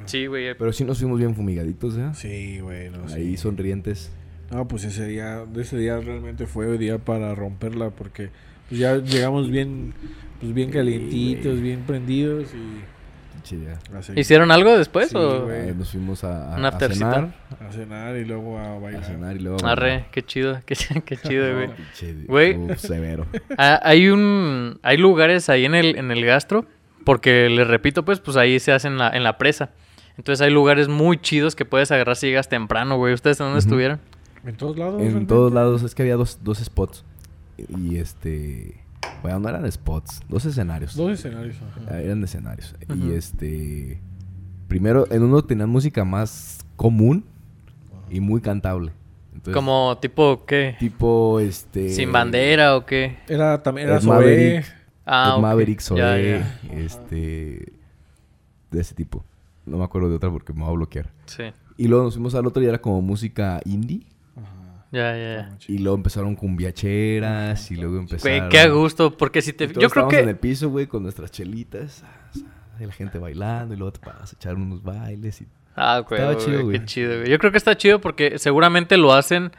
[SPEAKER 2] Sí, güey.
[SPEAKER 1] Pero sí nos fuimos bien fumigaditos, ¿eh?
[SPEAKER 3] Sí, güey. No,
[SPEAKER 1] Ahí
[SPEAKER 3] sí.
[SPEAKER 1] sonrientes.
[SPEAKER 3] No, pues ese día, ese día realmente fue el día para romperla porque pues ya llegamos bien, pues bien calientitos, bien prendidos y
[SPEAKER 1] Chida.
[SPEAKER 3] a seguir-
[SPEAKER 2] ¿Hicieron algo después
[SPEAKER 3] Sí,
[SPEAKER 2] o...?
[SPEAKER 3] güey.
[SPEAKER 1] Ahí Nos fuimos a, a-
[SPEAKER 2] Una
[SPEAKER 1] a cenar.
[SPEAKER 3] a cenar y luego a
[SPEAKER 1] A
[SPEAKER 3] bailar.
[SPEAKER 1] cenar y luego...
[SPEAKER 2] Arre, qué chido, qué, ch- qué chido, güey.
[SPEAKER 1] Pinche-
[SPEAKER 2] Güey.
[SPEAKER 1] Uf, severo.
[SPEAKER 2] Ah, hay un... Hay lugares ahí en el, en el gastro, porque les repito, pues, pues ahí se hace en la, en la presa. Entonces hay lugares muy chidos que puedes agarrar si llegas temprano, güey. ¿Ustedes en dónde estuvieron?
[SPEAKER 3] En todos lados.
[SPEAKER 1] En
[SPEAKER 3] realmente.
[SPEAKER 1] todos lados. Es que había dos, dos spots. Y este... Bueno, no eran spots. Dos escenarios.
[SPEAKER 3] Dos escenarios. ajá.
[SPEAKER 1] Ah, Eran escenarios.
[SPEAKER 2] Ujú.
[SPEAKER 1] Y este... Primero, en uno tenían música más común y muy cantable. Entonces,
[SPEAKER 2] Como tipo, ¿qué?
[SPEAKER 1] Tipo, este...
[SPEAKER 2] ¿Sin bandera o qué?
[SPEAKER 3] Era también era
[SPEAKER 1] Ed
[SPEAKER 3] sobre
[SPEAKER 1] Maverick.
[SPEAKER 2] Ah,
[SPEAKER 1] Ed
[SPEAKER 2] ok.
[SPEAKER 1] Maverick, Zoé,
[SPEAKER 2] Ya, ya.
[SPEAKER 1] este... De ese tipo. No me acuerdo de otra porque me va a bloquear.
[SPEAKER 2] Sí.
[SPEAKER 1] Y luego nos fuimos al otro y era como música indie.
[SPEAKER 2] Ya, ya, ya.
[SPEAKER 1] Eh. Y luego empezaron cumbiacheras y luego
[SPEAKER 2] Güey,
[SPEAKER 1] empezaron...
[SPEAKER 2] qué a gusto, porque si te...
[SPEAKER 1] Y todos
[SPEAKER 2] Yo creo
[SPEAKER 1] estábamos
[SPEAKER 2] que...
[SPEAKER 1] en el piso, güey, con nuestras chelitas. ah, ah, Y la gente bailando y luego te vas a echar unos bailes y...
[SPEAKER 2] Ah, güey,
[SPEAKER 1] Estaba
[SPEAKER 2] güey,
[SPEAKER 1] chido,
[SPEAKER 2] qué
[SPEAKER 1] güey.
[SPEAKER 2] chido, güey. Yo creo que está chido porque seguramente lo hacen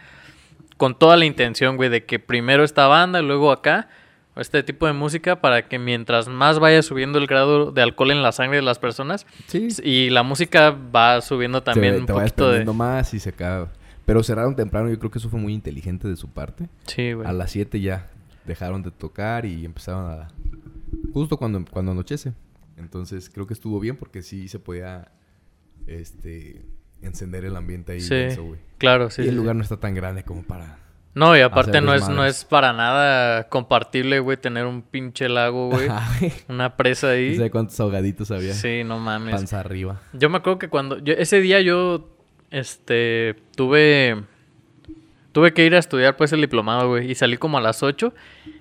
[SPEAKER 2] con toda la intención, güey, de que primero esta banda, luego acá, o este tipo de música, para que mientras más vaya subiendo el grado de alcohol en la sangre de las personas, pues,
[SPEAKER 1] Sí.
[SPEAKER 2] y la música va subiendo también
[SPEAKER 1] te,
[SPEAKER 2] un
[SPEAKER 1] te vayas
[SPEAKER 2] poquito de...
[SPEAKER 1] perdiendo más y se acaba. Pero cerraron temprano, yo creo que eso fue muy inteligente de su parte.
[SPEAKER 2] Sí, güey.
[SPEAKER 1] A las 7 ya dejaron de tocar y empezaron a... Justo cuando, cuando anochece. Entonces creo que estuvo bien porque sí se podía este, encender el ambiente ahí.
[SPEAKER 2] Sí,
[SPEAKER 1] denso, güey.
[SPEAKER 2] claro, sí.
[SPEAKER 1] y el
[SPEAKER 2] sí, sí.
[SPEAKER 1] lugar no está tan grande como para...
[SPEAKER 2] No, y aparte
[SPEAKER 1] hacer
[SPEAKER 2] no es, no
[SPEAKER 1] desmadres.
[SPEAKER 2] es para nada compartible, güey, tener un pinche lago, güey. una presa
[SPEAKER 1] No
[SPEAKER 2] ahí.
[SPEAKER 1] sé cuántos ahogaditos había.
[SPEAKER 2] Sí, no mames.
[SPEAKER 1] Panza arriba.
[SPEAKER 2] Yo me acuerdo que cuando. yo- ese día yo. Este. Tuve. Tuve que ir a estudiar, pues, el diplomado, güey. Y salí como a las 8.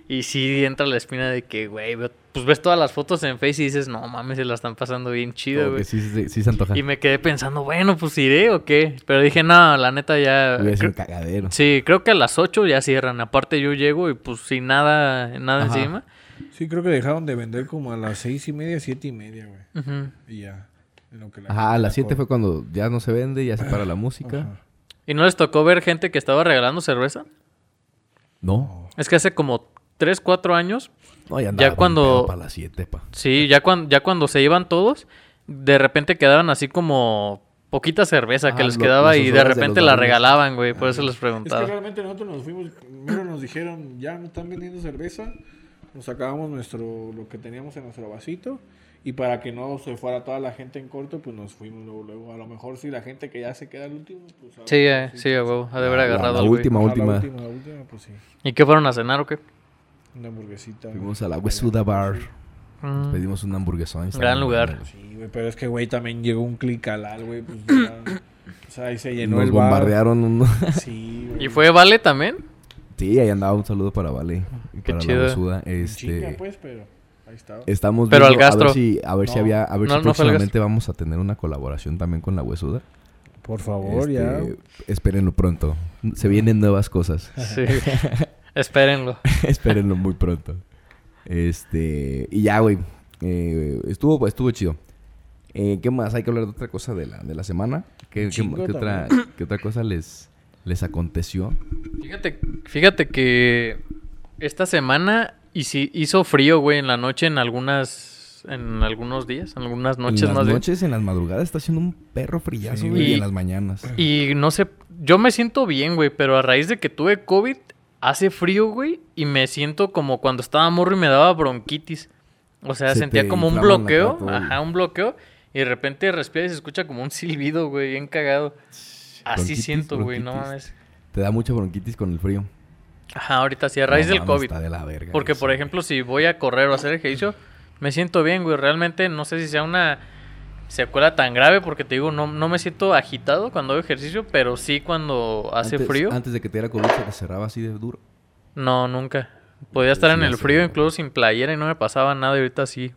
[SPEAKER 2] Y sí entra la espina de que, güey, veo- pues ves todas las fotos en Face y dices, no mames, se la están pasando bien chido,
[SPEAKER 1] Como que
[SPEAKER 2] güey.
[SPEAKER 1] sí, sí, sí se antoja.
[SPEAKER 2] Y me quedé pensando, bueno, pues iré o qué. Pero dije, no, la neta ya.
[SPEAKER 1] Hubiera sido
[SPEAKER 2] creo-
[SPEAKER 1] un cagadero.
[SPEAKER 2] sí, creo que a las 8 ya cierran. Aparte, yo llego y pues sin nada, nada
[SPEAKER 1] Ajá.
[SPEAKER 2] encima.
[SPEAKER 3] Sí, creo que dejaron de vender como a las seis y media, siete y media, güey.
[SPEAKER 2] Ujú.
[SPEAKER 3] Y ya. en lo que la
[SPEAKER 1] Ajá, a
[SPEAKER 3] gente
[SPEAKER 1] las 7
[SPEAKER 3] sacó.
[SPEAKER 1] fue cuando ya no se vende, ya se para la música.
[SPEAKER 3] Ajá.
[SPEAKER 2] ¿Y no les tocó ver gente que estaba regalando cerveza?
[SPEAKER 1] No.
[SPEAKER 2] Es que hace como 3, 4 años
[SPEAKER 1] No, ya andaba
[SPEAKER 2] Ya
[SPEAKER 1] bien
[SPEAKER 2] cuando-
[SPEAKER 1] pedo Para las 7, pa.
[SPEAKER 2] Sí, ya cuando, ya cuando se iban todos, de repente quedaban así como poquita cerveza que
[SPEAKER 1] Ah,
[SPEAKER 2] les
[SPEAKER 1] lo-
[SPEAKER 2] quedaba
[SPEAKER 1] las
[SPEAKER 2] y de
[SPEAKER 1] usureras de
[SPEAKER 2] repente
[SPEAKER 1] los Ah.
[SPEAKER 2] la
[SPEAKER 1] balones.
[SPEAKER 2] regalaban, güey. Por eso les
[SPEAKER 3] Es que
[SPEAKER 2] preguntaba.
[SPEAKER 3] realmente nosotros nos fuimos, primero nos dijeron, ya no están vendiendo cerveza, nos sacábamos nuestro, lo que teníamos en nuestro vasito, y para que no se fuera toda la gente en corto, pues nos fuimos luego, luego. A lo mejor si la gente que ya se queda al último, pues... a-
[SPEAKER 2] Sí, eh, sí, a huevo. Ha de haber
[SPEAKER 1] La- la-
[SPEAKER 2] agarrado
[SPEAKER 1] la
[SPEAKER 2] algo, güey.
[SPEAKER 1] última,
[SPEAKER 3] Ajá,
[SPEAKER 1] última.
[SPEAKER 3] La última, la última, pues sí.
[SPEAKER 2] ¿Y qué fueron a cenar o qué?
[SPEAKER 3] Una hamburguesita.
[SPEAKER 1] Fuimos a la Huesuda Bar.
[SPEAKER 2] Mm,
[SPEAKER 1] Nos pedimos un hamburguesón.
[SPEAKER 2] Gran lugar.
[SPEAKER 3] pues Sí, güey, pero es que, güey, también llegó un clic al al, güey, pues ya, O sea, ahí se llenó
[SPEAKER 1] Nos
[SPEAKER 3] el bar.
[SPEAKER 1] bombardearon. un-
[SPEAKER 3] Sí, güey.
[SPEAKER 2] ¿Y fue Vale también?
[SPEAKER 1] sí, ahí andaba un saludo para Vale. y
[SPEAKER 2] Qué
[SPEAKER 1] para
[SPEAKER 2] chido.
[SPEAKER 1] la Huesuda.
[SPEAKER 3] En
[SPEAKER 1] Este,
[SPEAKER 3] chinga, pues, pero ahí estaba.
[SPEAKER 1] Estamos
[SPEAKER 2] Pero al
[SPEAKER 1] viendo a
[SPEAKER 2] gastro.
[SPEAKER 1] ver si, a ver si
[SPEAKER 3] No.
[SPEAKER 1] había, a ver si
[SPEAKER 2] No, no fue al
[SPEAKER 1] próximamente vamos a tener una colaboración también con la Huesuda.
[SPEAKER 3] Por favor,
[SPEAKER 1] Este,
[SPEAKER 3] ya.
[SPEAKER 1] Espérenlo pronto. Se vienen nuevas cosas.
[SPEAKER 2] Sí. Espérenlo.
[SPEAKER 1] Espérenlo muy pronto. Este, y ya, güey. eh, pues, estuvo, estuvo chido. Eh, ¿Qué más? Hay que hablar de otra cosa de la, de la semana. ¿Qué, qué,
[SPEAKER 3] Chingo
[SPEAKER 1] qué otra, qué otra cosa les, les aconteció?
[SPEAKER 2] Fíjate, fíjate que esta semana y si hizo frío, güey, en la noche en algunas en algunos días, en algunas noches
[SPEAKER 1] en las
[SPEAKER 2] más bien.
[SPEAKER 1] noches, en las madrugadas, está haciendo un perro frillazo,
[SPEAKER 3] Sí,
[SPEAKER 1] güey, y
[SPEAKER 2] güey.
[SPEAKER 1] en las mañanas.
[SPEAKER 2] Y no sé, yo me siento bien, güey, pero a raíz de que tuve COVID hace frío, güey, y me siento como cuando estaba morro y me daba bronquitis. O sea,
[SPEAKER 1] Se
[SPEAKER 2] sentía
[SPEAKER 1] te
[SPEAKER 2] como un
[SPEAKER 1] inflama la
[SPEAKER 2] bloqueo,
[SPEAKER 1] cara todo,
[SPEAKER 2] ajá,
[SPEAKER 1] güey.
[SPEAKER 2] un bloqueo y de repente respira y se escucha como un silbido, güey, bien cagado. Así
[SPEAKER 1] Bronquitis,
[SPEAKER 2] siento, güey, no
[SPEAKER 1] bronquitis.
[SPEAKER 2] mames.
[SPEAKER 1] Te da mucha bronquitis con el frío.
[SPEAKER 2] Ajá, ahorita sí, a raíz
[SPEAKER 1] No
[SPEAKER 2] del
[SPEAKER 1] mames,
[SPEAKER 2] COVID.
[SPEAKER 1] Está de la verga.
[SPEAKER 2] Porque,
[SPEAKER 1] eso,
[SPEAKER 2] por
[SPEAKER 1] güey.
[SPEAKER 2] ejemplo, si voy a correr o a hacer ejercicio, me siento bien, güey. Realmente no sé si sea una secuela tan grave, porque te digo, no, no me siento agitado cuando hago ejercicio, pero sí cuando hace
[SPEAKER 1] Antes-
[SPEAKER 2] frío.
[SPEAKER 1] Antes de que te diera COVID, se te cerraba así de duro.
[SPEAKER 2] No, nunca. Podía estar
[SPEAKER 1] Sí
[SPEAKER 2] en
[SPEAKER 1] me
[SPEAKER 2] el
[SPEAKER 1] hace
[SPEAKER 2] frío,
[SPEAKER 1] bien.
[SPEAKER 2] incluso sin playera, y no me pasaba nada, y ahorita sí.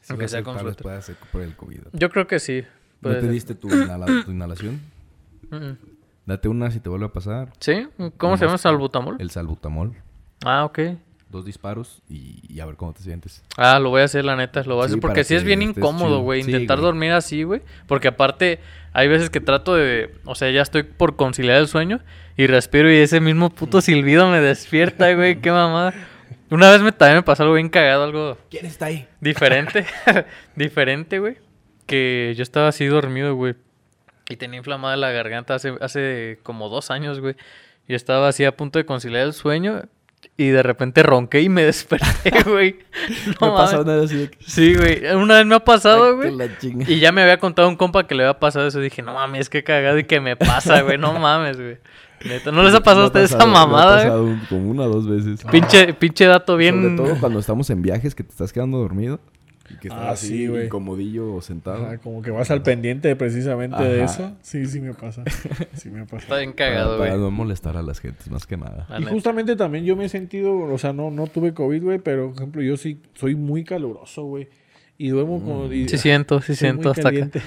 [SPEAKER 1] Sí,
[SPEAKER 2] Aunque
[SPEAKER 1] vas a
[SPEAKER 2] sea con
[SPEAKER 1] tal vez
[SPEAKER 2] suéter.
[SPEAKER 1] puedas ser por el COVID.
[SPEAKER 2] Yo creo que sí.
[SPEAKER 1] ¿No
[SPEAKER 2] puede
[SPEAKER 1] te
[SPEAKER 2] ser.
[SPEAKER 1] diste tu, inhala- tu inhalación?
[SPEAKER 2] Mm, mm.
[SPEAKER 1] Date una si te vuelve a pasar.
[SPEAKER 2] ¿Sí? ¿Cómo se llama? ¿Salbutamol?
[SPEAKER 1] El salbutamol.
[SPEAKER 2] Ah, ok.
[SPEAKER 1] Dos disparos y, y a ver cómo te sientes.
[SPEAKER 2] Ah, lo voy a hacer, la neta, lo voy a
[SPEAKER 1] Sí,
[SPEAKER 2] hacer.
[SPEAKER 1] para
[SPEAKER 2] Porque sí es
[SPEAKER 1] que
[SPEAKER 2] bien
[SPEAKER 1] estés
[SPEAKER 2] incómodo,
[SPEAKER 1] chido.
[SPEAKER 2] güey,
[SPEAKER 1] Sí,
[SPEAKER 2] intentar
[SPEAKER 1] güey.
[SPEAKER 2] dormir así, güey. Porque aparte, hay veces que trato de. O sea, ya estoy por conciliar el sueño y respiro y ese mismo
[SPEAKER 1] Mm.
[SPEAKER 2] puto silbido me despierta, güey, qué mamada. Una vez me, también me pasó algo bien cagado, algo
[SPEAKER 1] ¿Quién está ahí?
[SPEAKER 2] diferente. diferente, güey. Que yo estaba así dormido, güey. Y tenía inflamada la garganta hace, hace como dos años, güey. Yo estaba así a punto de conciliar el sueño y de repente ronqué y me desperté, güey.
[SPEAKER 1] No,
[SPEAKER 2] No
[SPEAKER 1] ha pasado
[SPEAKER 2] mames.
[SPEAKER 1] nada así de que-
[SPEAKER 2] Sí, güey. Una vez me ha pasado, güey.
[SPEAKER 1] Ay, que la chinga.
[SPEAKER 2] Y ya me había contado un compa que le había pasado eso. Y dije, no mames, qué cagado y que me pasa, güey. No mames, güey. Neta, ¿no les ha pasado a ustedes esa
[SPEAKER 1] pasado, me ha
[SPEAKER 2] mamada, güey?
[SPEAKER 1] pasado un- como una o dos veces.
[SPEAKER 2] Pinche, pinche dato bien.
[SPEAKER 1] Sobre todo cuando estamos en viajes que te estás quedando dormido. Y que estás
[SPEAKER 3] Ah,
[SPEAKER 1] así,
[SPEAKER 3] sí, güey.
[SPEAKER 1] incomodillo o sentado.
[SPEAKER 3] Ajá, como que vas al pendiente precisamente de
[SPEAKER 1] Ajá.
[SPEAKER 3] eso. Sí, sí me pasa. Sí me pasa.
[SPEAKER 2] Está bien
[SPEAKER 1] Para,
[SPEAKER 2] cagado,
[SPEAKER 1] para
[SPEAKER 2] güey. Ah.
[SPEAKER 1] no molestar a las gentes, más que nada.
[SPEAKER 2] La
[SPEAKER 3] Y
[SPEAKER 2] neta.
[SPEAKER 3] justamente también yo me he sentido, o sea, no, no tuve COVID, güey, pero por ejemplo, yo sí soy muy caluroso, güey. Y duermo
[SPEAKER 1] Mm.
[SPEAKER 3] como... y-
[SPEAKER 2] Sí siento, sí
[SPEAKER 3] soy
[SPEAKER 2] siento
[SPEAKER 3] muy
[SPEAKER 2] hasta acá.
[SPEAKER 3] caliente.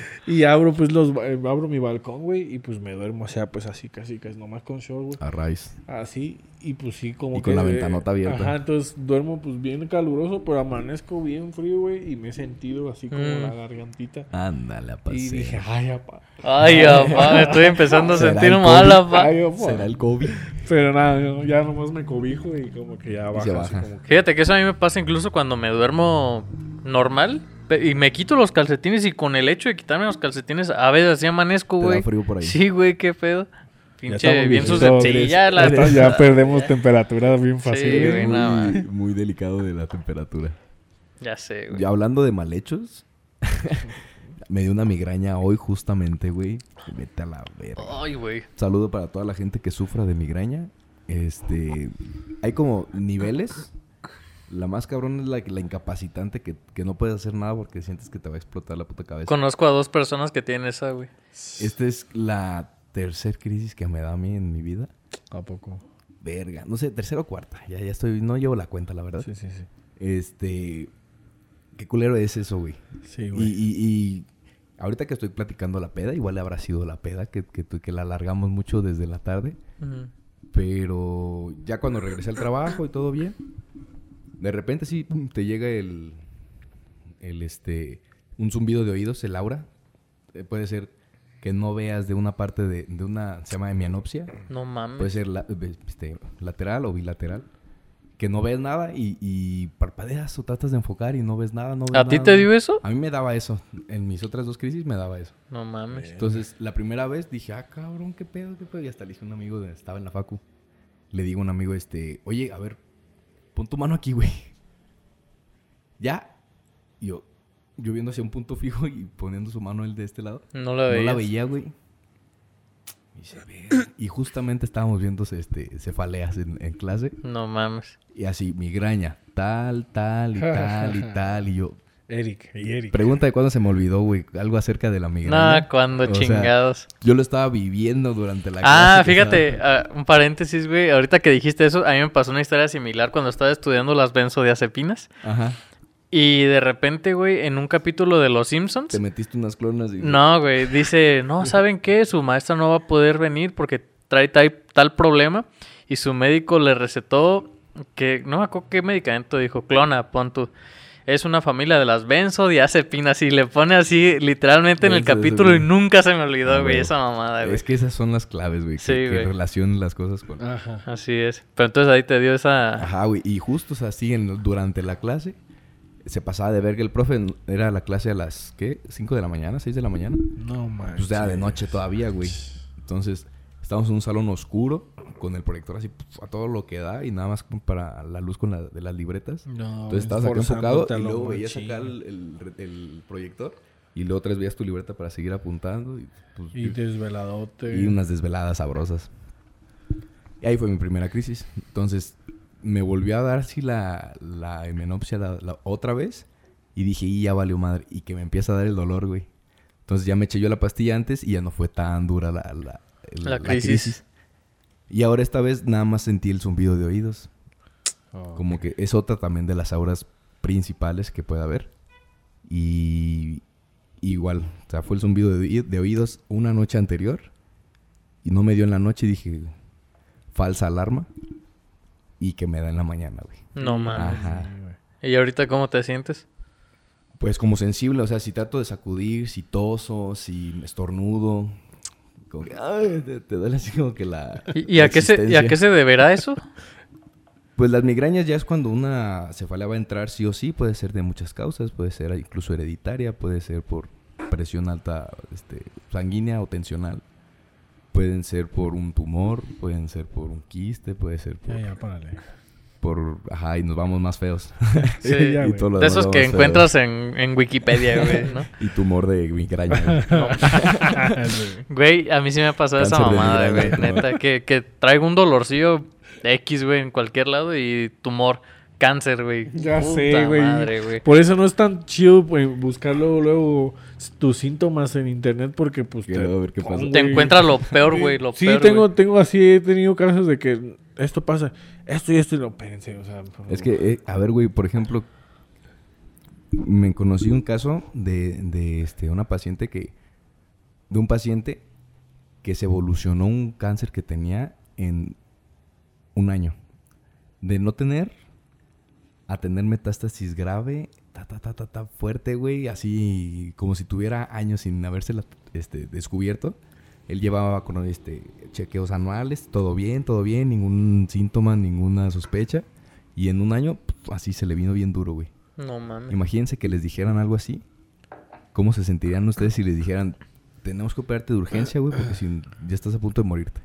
[SPEAKER 3] y abro pues los... ba- eh, Abro mi balcón, güey, y pues me duermo, o sea, pues así, casi, casi, nomás con short, güey.
[SPEAKER 1] A raíz.
[SPEAKER 3] Así, y pues sí, como
[SPEAKER 1] Y con
[SPEAKER 3] que,
[SPEAKER 1] la
[SPEAKER 3] eh,
[SPEAKER 1] ventanota abierta.
[SPEAKER 3] Ajá, entonces duermo pues bien caluroso, pero amanezco bien frío, güey, y me he sentido así como
[SPEAKER 2] Mm.
[SPEAKER 3] la gargantita.
[SPEAKER 1] Ándale, a
[SPEAKER 3] y dije,
[SPEAKER 2] "Ah,
[SPEAKER 3] ay, apa.
[SPEAKER 2] Ay, papá, me estoy empezando a
[SPEAKER 1] ¿Será
[SPEAKER 2] sentir
[SPEAKER 1] el
[SPEAKER 2] mal,
[SPEAKER 1] COVID?
[SPEAKER 2] papá.
[SPEAKER 3] Ay, apa.
[SPEAKER 1] Será el COVID.
[SPEAKER 3] Pero nada, yo- ya nomás me cobijo y como que ya baja.
[SPEAKER 1] se
[SPEAKER 3] así
[SPEAKER 1] baja.
[SPEAKER 3] como que-
[SPEAKER 2] Fíjate que eso a mí me pasa incluso cuando me duermo normal pe- y me quito los calcetines y con el hecho de quitarme los calcetines a veces así amanezco,
[SPEAKER 1] Te da
[SPEAKER 2] güey.
[SPEAKER 1] frío por ahí.
[SPEAKER 2] Sí, güey, qué pedo. Pinche
[SPEAKER 3] estamos
[SPEAKER 2] bien
[SPEAKER 3] viejitos,
[SPEAKER 2] susceptible. Sí,
[SPEAKER 3] eres-
[SPEAKER 2] ya la...
[SPEAKER 3] eres- ya perdemos temperatura bien fácil.
[SPEAKER 2] Sí,
[SPEAKER 3] güey.
[SPEAKER 2] güey,
[SPEAKER 1] muy,
[SPEAKER 2] nada más.
[SPEAKER 1] muy delicado de la temperatura.
[SPEAKER 2] Ya sé, güey.
[SPEAKER 1] Y hablando de mal hechos, me dio una migraña hoy justamente, güey. Vete a la verga.
[SPEAKER 2] Ay, güey.
[SPEAKER 1] Saludo para toda la gente que sufra de migraña. Este, hay como niveles. La más cabrón es la, la incapacitante que, que no puedes hacer nada porque sientes que te va a explotar la puta cabeza.
[SPEAKER 2] Conozco a dos personas que tienen esa, güey.
[SPEAKER 1] Esta es la tercera crisis que me da a mí en mi vida.
[SPEAKER 3] ¿A poco?
[SPEAKER 1] Verga, no sé, tercera o cuarta. Ya, ya estoy, no llevo la cuenta, la verdad.
[SPEAKER 3] Sí, sí, sí.
[SPEAKER 1] Este, qué culero es eso, güey.
[SPEAKER 3] Sí,
[SPEAKER 1] Y,
[SPEAKER 3] güey.
[SPEAKER 1] y- y ahorita que estoy platicando la peda, igual habrá sido la peda que, que, tu- que la alargamos mucho desde la tarde.
[SPEAKER 2] Ujú.
[SPEAKER 1] Pero ya cuando regresé al trabajo y todo bien, de repente sí pum, te llega el, el este, un zumbido de oídos, el aura. Eh, Puede ser que no veas de una parte de, de una, se llama hemianopsia.
[SPEAKER 2] No mames.
[SPEAKER 1] Puede ser la- este, lateral o bilateral. Que no ves nada y, y parpadeas o tratas de enfocar y no ves nada, no ves
[SPEAKER 2] ¿A ti
[SPEAKER 1] nada,
[SPEAKER 2] te
[SPEAKER 1] no-
[SPEAKER 2] dio eso?
[SPEAKER 1] A mí me daba eso. En mis otras dos crisis me daba eso.
[SPEAKER 2] No mames.
[SPEAKER 1] Entonces, la primera vez dije, ah, cabrón, qué pedo, qué pedo. Y hasta le dije a un amigo, de, estaba en la facu. Le digo a un amigo, este, oye, a ver, pon tu mano aquí, güey. Ya. Y yo, yo viendo hacia un punto fijo y poniendo su mano él de este lado.
[SPEAKER 2] No la
[SPEAKER 1] No
[SPEAKER 2] veía.
[SPEAKER 1] la veía, güey. Y se ve. Y justamente estábamos viendo este, cefaleas en, en clase.
[SPEAKER 2] No mames.
[SPEAKER 1] Y así, migraña. Tal, tal y tal y tal. Y yo,
[SPEAKER 3] Eric, y Eric.
[SPEAKER 1] pregunta de cuándo se me olvidó, güey. Algo acerca de la migraña.
[SPEAKER 2] Nah, cuando
[SPEAKER 1] O sea,
[SPEAKER 2] chingados.
[SPEAKER 1] yo lo estaba viviendo durante la
[SPEAKER 2] Ah,
[SPEAKER 1] clase que
[SPEAKER 2] fíjate,
[SPEAKER 1] estaba-
[SPEAKER 2] ah, un paréntesis, güey. Ahorita que dijiste eso, a mí me pasó una historia similar cuando estaba estudiando las benzodiazepinas.
[SPEAKER 1] Ajá.
[SPEAKER 2] Y de repente, güey, en un capítulo de Los Simpsons.
[SPEAKER 1] Te metiste unas clonas y...
[SPEAKER 2] No, güey, dice, no, ¿saben qué? Su maestra no va a poder venir porque trae tal, tal problema. Y su médico le recetó que, no me acuerdo qué medicamento dijo, clona, pon tú. es una familia de las benzodiazepinas y le pone así literalmente en el capítulo y nunca se me olvidó,
[SPEAKER 1] Ah,
[SPEAKER 2] güey,
[SPEAKER 1] huevo.
[SPEAKER 2] esa mamada, güey.
[SPEAKER 1] Es que esas son las claves, güey.
[SPEAKER 2] Sí,
[SPEAKER 1] que, que
[SPEAKER 2] güey.
[SPEAKER 1] relacionen las cosas con...
[SPEAKER 3] Ajá.
[SPEAKER 2] Así es. Pero entonces ahí te dio esa...
[SPEAKER 1] Ajá, güey. Y justo o sea, así en, durante la clase se pasaba de ver que el profe en- era la clase a las, ¿qué? ¿5 de la mañana? ¿6 de la mañana?
[SPEAKER 3] No manches.
[SPEAKER 1] Pues era de noche todavía, güey. Entonces, estábamos en un salón oscuro con el proyector así puf, a todo lo que da y nada más como para la luz con la, de las libretas.
[SPEAKER 3] No,
[SPEAKER 1] Entonces estabas acá enfocado
[SPEAKER 3] forzándote a
[SPEAKER 1] y
[SPEAKER 3] lo
[SPEAKER 1] luego veías
[SPEAKER 3] machín.
[SPEAKER 1] acá el, el- el proyector y luego tres veías tu libreta para seguir apuntando y, pues,
[SPEAKER 3] Y desveladote.
[SPEAKER 1] y unas desveladas sabrosas. Y ahí fue mi primera crisis. Entonces, me volvió a dar así la, la himenopsia la, la otra vez. Y dije, y ya valió madre. Y que me empieza a dar el dolor, güey. Entonces, ya me eché yo la pastilla antes y ya no fue tan dura la, la- el-
[SPEAKER 2] La
[SPEAKER 1] la
[SPEAKER 2] crisis.
[SPEAKER 1] Y ahora esta vez nada más sentí el zumbido de oídos.
[SPEAKER 3] Oh.
[SPEAKER 1] Como que es otra también de las auras principales que puede haber. Y igual, o sea, fue el zumbido de, oí- de oídos una noche anterior. Y no me dio en la noche y dije, falsa alarma. Y que me da en la mañana, güey.
[SPEAKER 2] No mames.
[SPEAKER 1] Ajá.
[SPEAKER 3] Sí, güey.
[SPEAKER 2] ¿Y ahorita cómo te sientes?
[SPEAKER 1] Pues como sensible, o sea, si trato de sacudir, si toso, si me estornudo. Como que, ay, te, te duele así como que la.
[SPEAKER 2] ¿Y, y a,
[SPEAKER 1] la
[SPEAKER 2] qué se, y a
[SPEAKER 1] existencia.
[SPEAKER 2] qué se deberá eso?
[SPEAKER 1] Pues las migrañas ya es cuando una cefalea va a entrar sí o sí, puede ser de muchas causas, puede ser incluso hereditaria, puede ser por presión alta este, sanguínea o tensional, pueden ser por un tumor, pueden ser por un quiste, puede ser por,
[SPEAKER 3] Ya, ya, párale.
[SPEAKER 1] por ajá, y nos vamos más feos.
[SPEAKER 2] Sí,
[SPEAKER 3] ya,
[SPEAKER 1] y
[SPEAKER 3] güey.
[SPEAKER 1] todo lo
[SPEAKER 2] De
[SPEAKER 1] demás
[SPEAKER 2] esos
[SPEAKER 1] vamos
[SPEAKER 2] que
[SPEAKER 1] feos.
[SPEAKER 2] encuentras en, en Wikipedia, güey, ¿no?
[SPEAKER 1] Y tumor de migraña. güey.
[SPEAKER 3] Sí.
[SPEAKER 2] Güey, a mí sí me ha pasado esa
[SPEAKER 1] Cáncer de
[SPEAKER 2] mamada, güey.
[SPEAKER 1] migraña, ¿no?
[SPEAKER 2] Neta, que, que traigo un dolorcillo X, güey, en cualquier lado y tumor, cáncer, güey.
[SPEAKER 3] Ya
[SPEAKER 2] Puta
[SPEAKER 3] sé,
[SPEAKER 2] madre,
[SPEAKER 3] güey. Por eso no es tan chido güey, buscar luego, luego s- tus síntomas en internet porque pues
[SPEAKER 1] Quiero ver qué pasa.
[SPEAKER 3] Pum,
[SPEAKER 2] Te
[SPEAKER 3] güey.
[SPEAKER 2] encuentras lo peor, güey, lo
[SPEAKER 3] Sí,
[SPEAKER 2] peor.
[SPEAKER 3] tengo,
[SPEAKER 2] güey.
[SPEAKER 3] tengo así, he tenido casos de que esto pasa, esto y esto y lo pensé, o sea. por-
[SPEAKER 1] Es que, eh, a ver, güey, por ejemplo, me conocí un caso de, de, este, una paciente que, de un paciente que se evolucionó un cáncer que tenía en un año. De no tener a tener metástasis grave, ta, ta, ta, ta, ta, fuerte, güey, así como si tuviera años sin habérsela este, descubierto. Él llevaba con este, chequeos anuales, todo bien, todo bien, ningún síntoma, ninguna sospecha. Y en un año, pf, así se le vino bien duro, güey.
[SPEAKER 2] No mames.
[SPEAKER 1] Imagínense que les dijeran algo así. ¿Cómo se sentirían ustedes si les dijeran, tenemos que operarte de urgencia, güey, porque si ya estás a punto de morirte?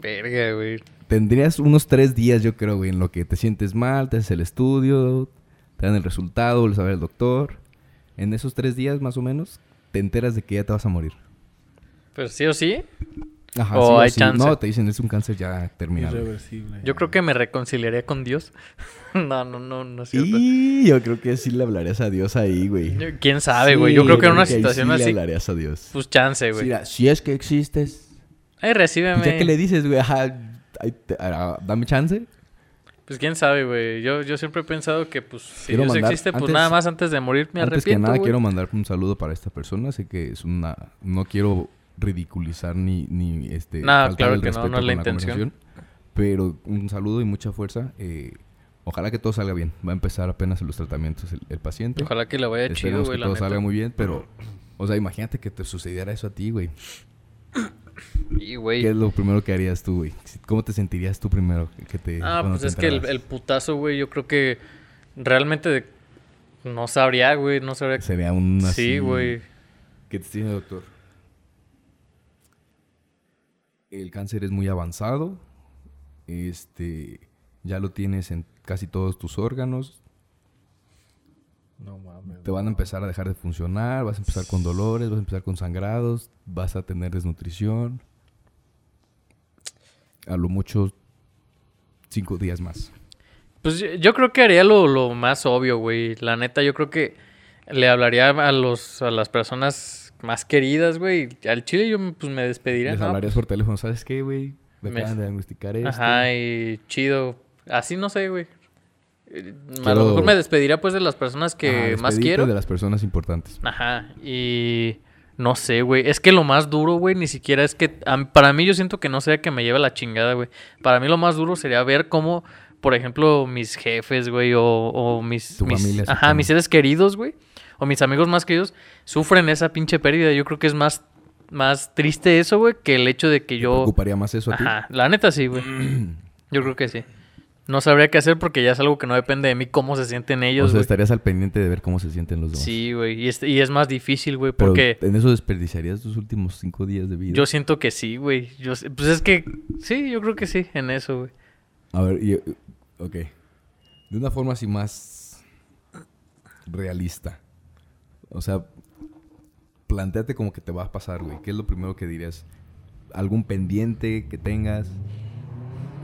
[SPEAKER 2] Verga, güey.
[SPEAKER 1] Tendrías unos tres días, yo creo, güey, en lo que te sientes mal, te haces el estudio, te dan el resultado, vuelves a ver al doctor. En esos tres días, más o menos, te enteras de que ya te vas a morir.
[SPEAKER 2] Pero sí o sí,
[SPEAKER 1] Ajá,
[SPEAKER 2] O
[SPEAKER 1] sí
[SPEAKER 2] hay
[SPEAKER 1] sí.
[SPEAKER 2] chance.
[SPEAKER 1] No, te dicen, es un cáncer ya terminal. güey".
[SPEAKER 3] Irreversible.
[SPEAKER 2] yo creo que me reconciliaría con Dios. no, no, no, no es cierto.
[SPEAKER 1] Y yo creo que sí le hablarías a Dios ahí, güey.
[SPEAKER 2] Yo- ¿Quién sabe, güey? yo creo que en una situación
[SPEAKER 1] así.
[SPEAKER 2] así,
[SPEAKER 1] le hablarías a Dios.
[SPEAKER 2] pues chance,
[SPEAKER 1] Sí,
[SPEAKER 2] güey.
[SPEAKER 1] mira, si es que existes.
[SPEAKER 2] Ay, recíbeme.
[SPEAKER 1] Ya que le dices, güey, ajá, ay, te- ah, dame chance.
[SPEAKER 2] Pues quién sabe, güey. Yo, yo siempre he pensado que, pues, si
[SPEAKER 1] Quiero
[SPEAKER 2] Dios
[SPEAKER 1] mandar-
[SPEAKER 2] existe, pues
[SPEAKER 1] antes-
[SPEAKER 2] nada más antes de morir me
[SPEAKER 1] Antes
[SPEAKER 2] arrepiento.
[SPEAKER 1] que nada,
[SPEAKER 2] güey.
[SPEAKER 1] quiero mandar un saludo para esta persona. Sé que es una. No quiero ridiculizar ni, ni este.
[SPEAKER 2] No,
[SPEAKER 1] faltar
[SPEAKER 2] claro
[SPEAKER 1] el
[SPEAKER 2] que no, no
[SPEAKER 1] respeto
[SPEAKER 2] es la
[SPEAKER 1] con
[SPEAKER 2] intención.
[SPEAKER 1] conversación, Pero un saludo y mucha fuerza. eh, ojalá que todo salga bien. Va a empezar apenas los tratamientos el, el paciente.
[SPEAKER 2] Ojalá que le vaya chido,
[SPEAKER 1] Esperemos
[SPEAKER 2] güey,
[SPEAKER 1] que
[SPEAKER 2] la
[SPEAKER 1] todo
[SPEAKER 2] neta.
[SPEAKER 1] salga muy bien, pero. O sea, imagínate que te sucediera eso a ti, güey.
[SPEAKER 2] Y,
[SPEAKER 1] ¿Qué es
[SPEAKER 2] güey.
[SPEAKER 1] lo primero que harías tú, güey? ¿Cómo te sentirías tú primero? Que te,
[SPEAKER 2] Ah,
[SPEAKER 1] cuando
[SPEAKER 2] pues
[SPEAKER 1] te
[SPEAKER 2] es que el,
[SPEAKER 1] enteraras?
[SPEAKER 2] el putazo, güey, yo creo que realmente de- no sabría, güey. No sabría.
[SPEAKER 1] Sería un.
[SPEAKER 2] Sí,
[SPEAKER 1] así-
[SPEAKER 2] güey.
[SPEAKER 1] ¿Qué te tiene, doctor? El cáncer es muy avanzado. Este. Ya lo tienes en casi todos tus órganos.
[SPEAKER 3] No mames.
[SPEAKER 1] Te van a empezar a dejar de funcionar. Vas a empezar con dolores, vas a empezar con sangrados. Vas a tener desnutrición. A lo mucho, cinco días más.
[SPEAKER 2] Pues yo, yo creo que haría lo, lo más obvio, güey. La neta, yo creo que le hablaría a los a las personas más queridas, güey. Al chile yo pues, me despediría.
[SPEAKER 1] Les
[SPEAKER 2] ¿no? pues
[SPEAKER 1] hablarías por teléfono. ¿Sabes qué, güey? Me
[SPEAKER 2] Me-
[SPEAKER 1] acaban de diagnosticar esto.
[SPEAKER 2] Ajá,
[SPEAKER 1] este.
[SPEAKER 2] y chido. Así no sé, güey. Eh, A
[SPEAKER 1] Quiero-
[SPEAKER 2] lo mejor me despedirá pues de las personas
[SPEAKER 1] Ajá,
[SPEAKER 2] que más
[SPEAKER 1] despedirte
[SPEAKER 2] quiero.
[SPEAKER 1] Ah, De las personas importantes.
[SPEAKER 2] Ajá, y no sé, güey. Es que lo más duro, güey, ni siquiera es que... a mí- para mí yo siento que no sea que me lleve la chingada, güey. Para mí lo más duro sería ver cómo por ejemplo, mis jefes, güey, o, o mis,
[SPEAKER 1] Tu
[SPEAKER 2] mis-
[SPEAKER 1] familia,
[SPEAKER 2] ajá, mis
[SPEAKER 1] supongo.
[SPEAKER 2] seres queridos, güey, o mis amigos más queridos, sufren esa pinche pérdida. Yo creo que es más, más triste eso, güey, que el hecho de que
[SPEAKER 1] ¿Te
[SPEAKER 2] yo...
[SPEAKER 1] ocuparía más eso a ti?
[SPEAKER 2] Ajá, la neta sí, güey. Yo creo que sí. No sabría qué hacer porque ya es algo que no depende de mí cómo se sienten
[SPEAKER 1] o
[SPEAKER 2] ellos,
[SPEAKER 1] sea,
[SPEAKER 2] güey.
[SPEAKER 1] estarías al pendiente de ver cómo se sienten los demás.
[SPEAKER 2] Sí, güey. Y es, y es más difícil, güey,
[SPEAKER 1] Pero
[SPEAKER 2] porque
[SPEAKER 1] en eso desperdiciarías tus últimos cinco días de vida.
[SPEAKER 2] yo siento que sí, güey. Yo, sé- pues es que sí, yo creo que sí, en eso, güey.
[SPEAKER 1] A ver, y, ok. De una forma así más realista. O sea, planteate como que te va a pasar, güey. ¿Qué es lo primero que dirías? ¿Algún pendiente que tengas?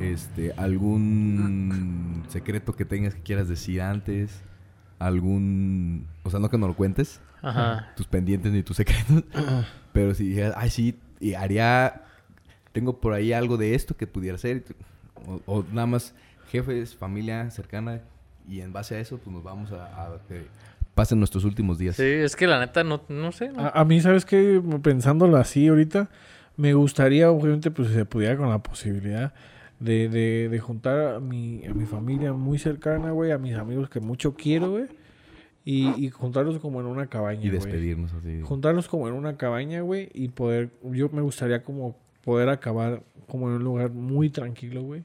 [SPEAKER 1] Este, algún secreto que tengas que quieras decir antes, algún, o sea, no que no lo cuentes,
[SPEAKER 2] Ajá.
[SPEAKER 1] tus pendientes ni tus secretos.
[SPEAKER 2] Ah.
[SPEAKER 1] Pero si dijeras, ay, sí, y haría. Tengo por ahí algo de esto que pudiera hacer. y tú- O, o nada más jefes, familia cercana. Y en base a eso, pues nos vamos a. a que pasen nuestros últimos días.
[SPEAKER 2] Sí, es que la neta no, no sé. no-
[SPEAKER 3] A, a mí, ¿sabes qué? Pensándolo así ahorita, me gustaría, obviamente, pues si se pudiera con la posibilidad de, de- de juntar a mi, a mi familia muy cercana, güey, a mis amigos que mucho quiero, güey, y, y juntarlos como en una cabaña,
[SPEAKER 1] Y
[SPEAKER 3] güey.
[SPEAKER 1] despedirnos así.
[SPEAKER 3] Juntarlos como en una cabaña, güey, y poder, yo me gustaría como poder acabar como en un lugar muy tranquilo, güey,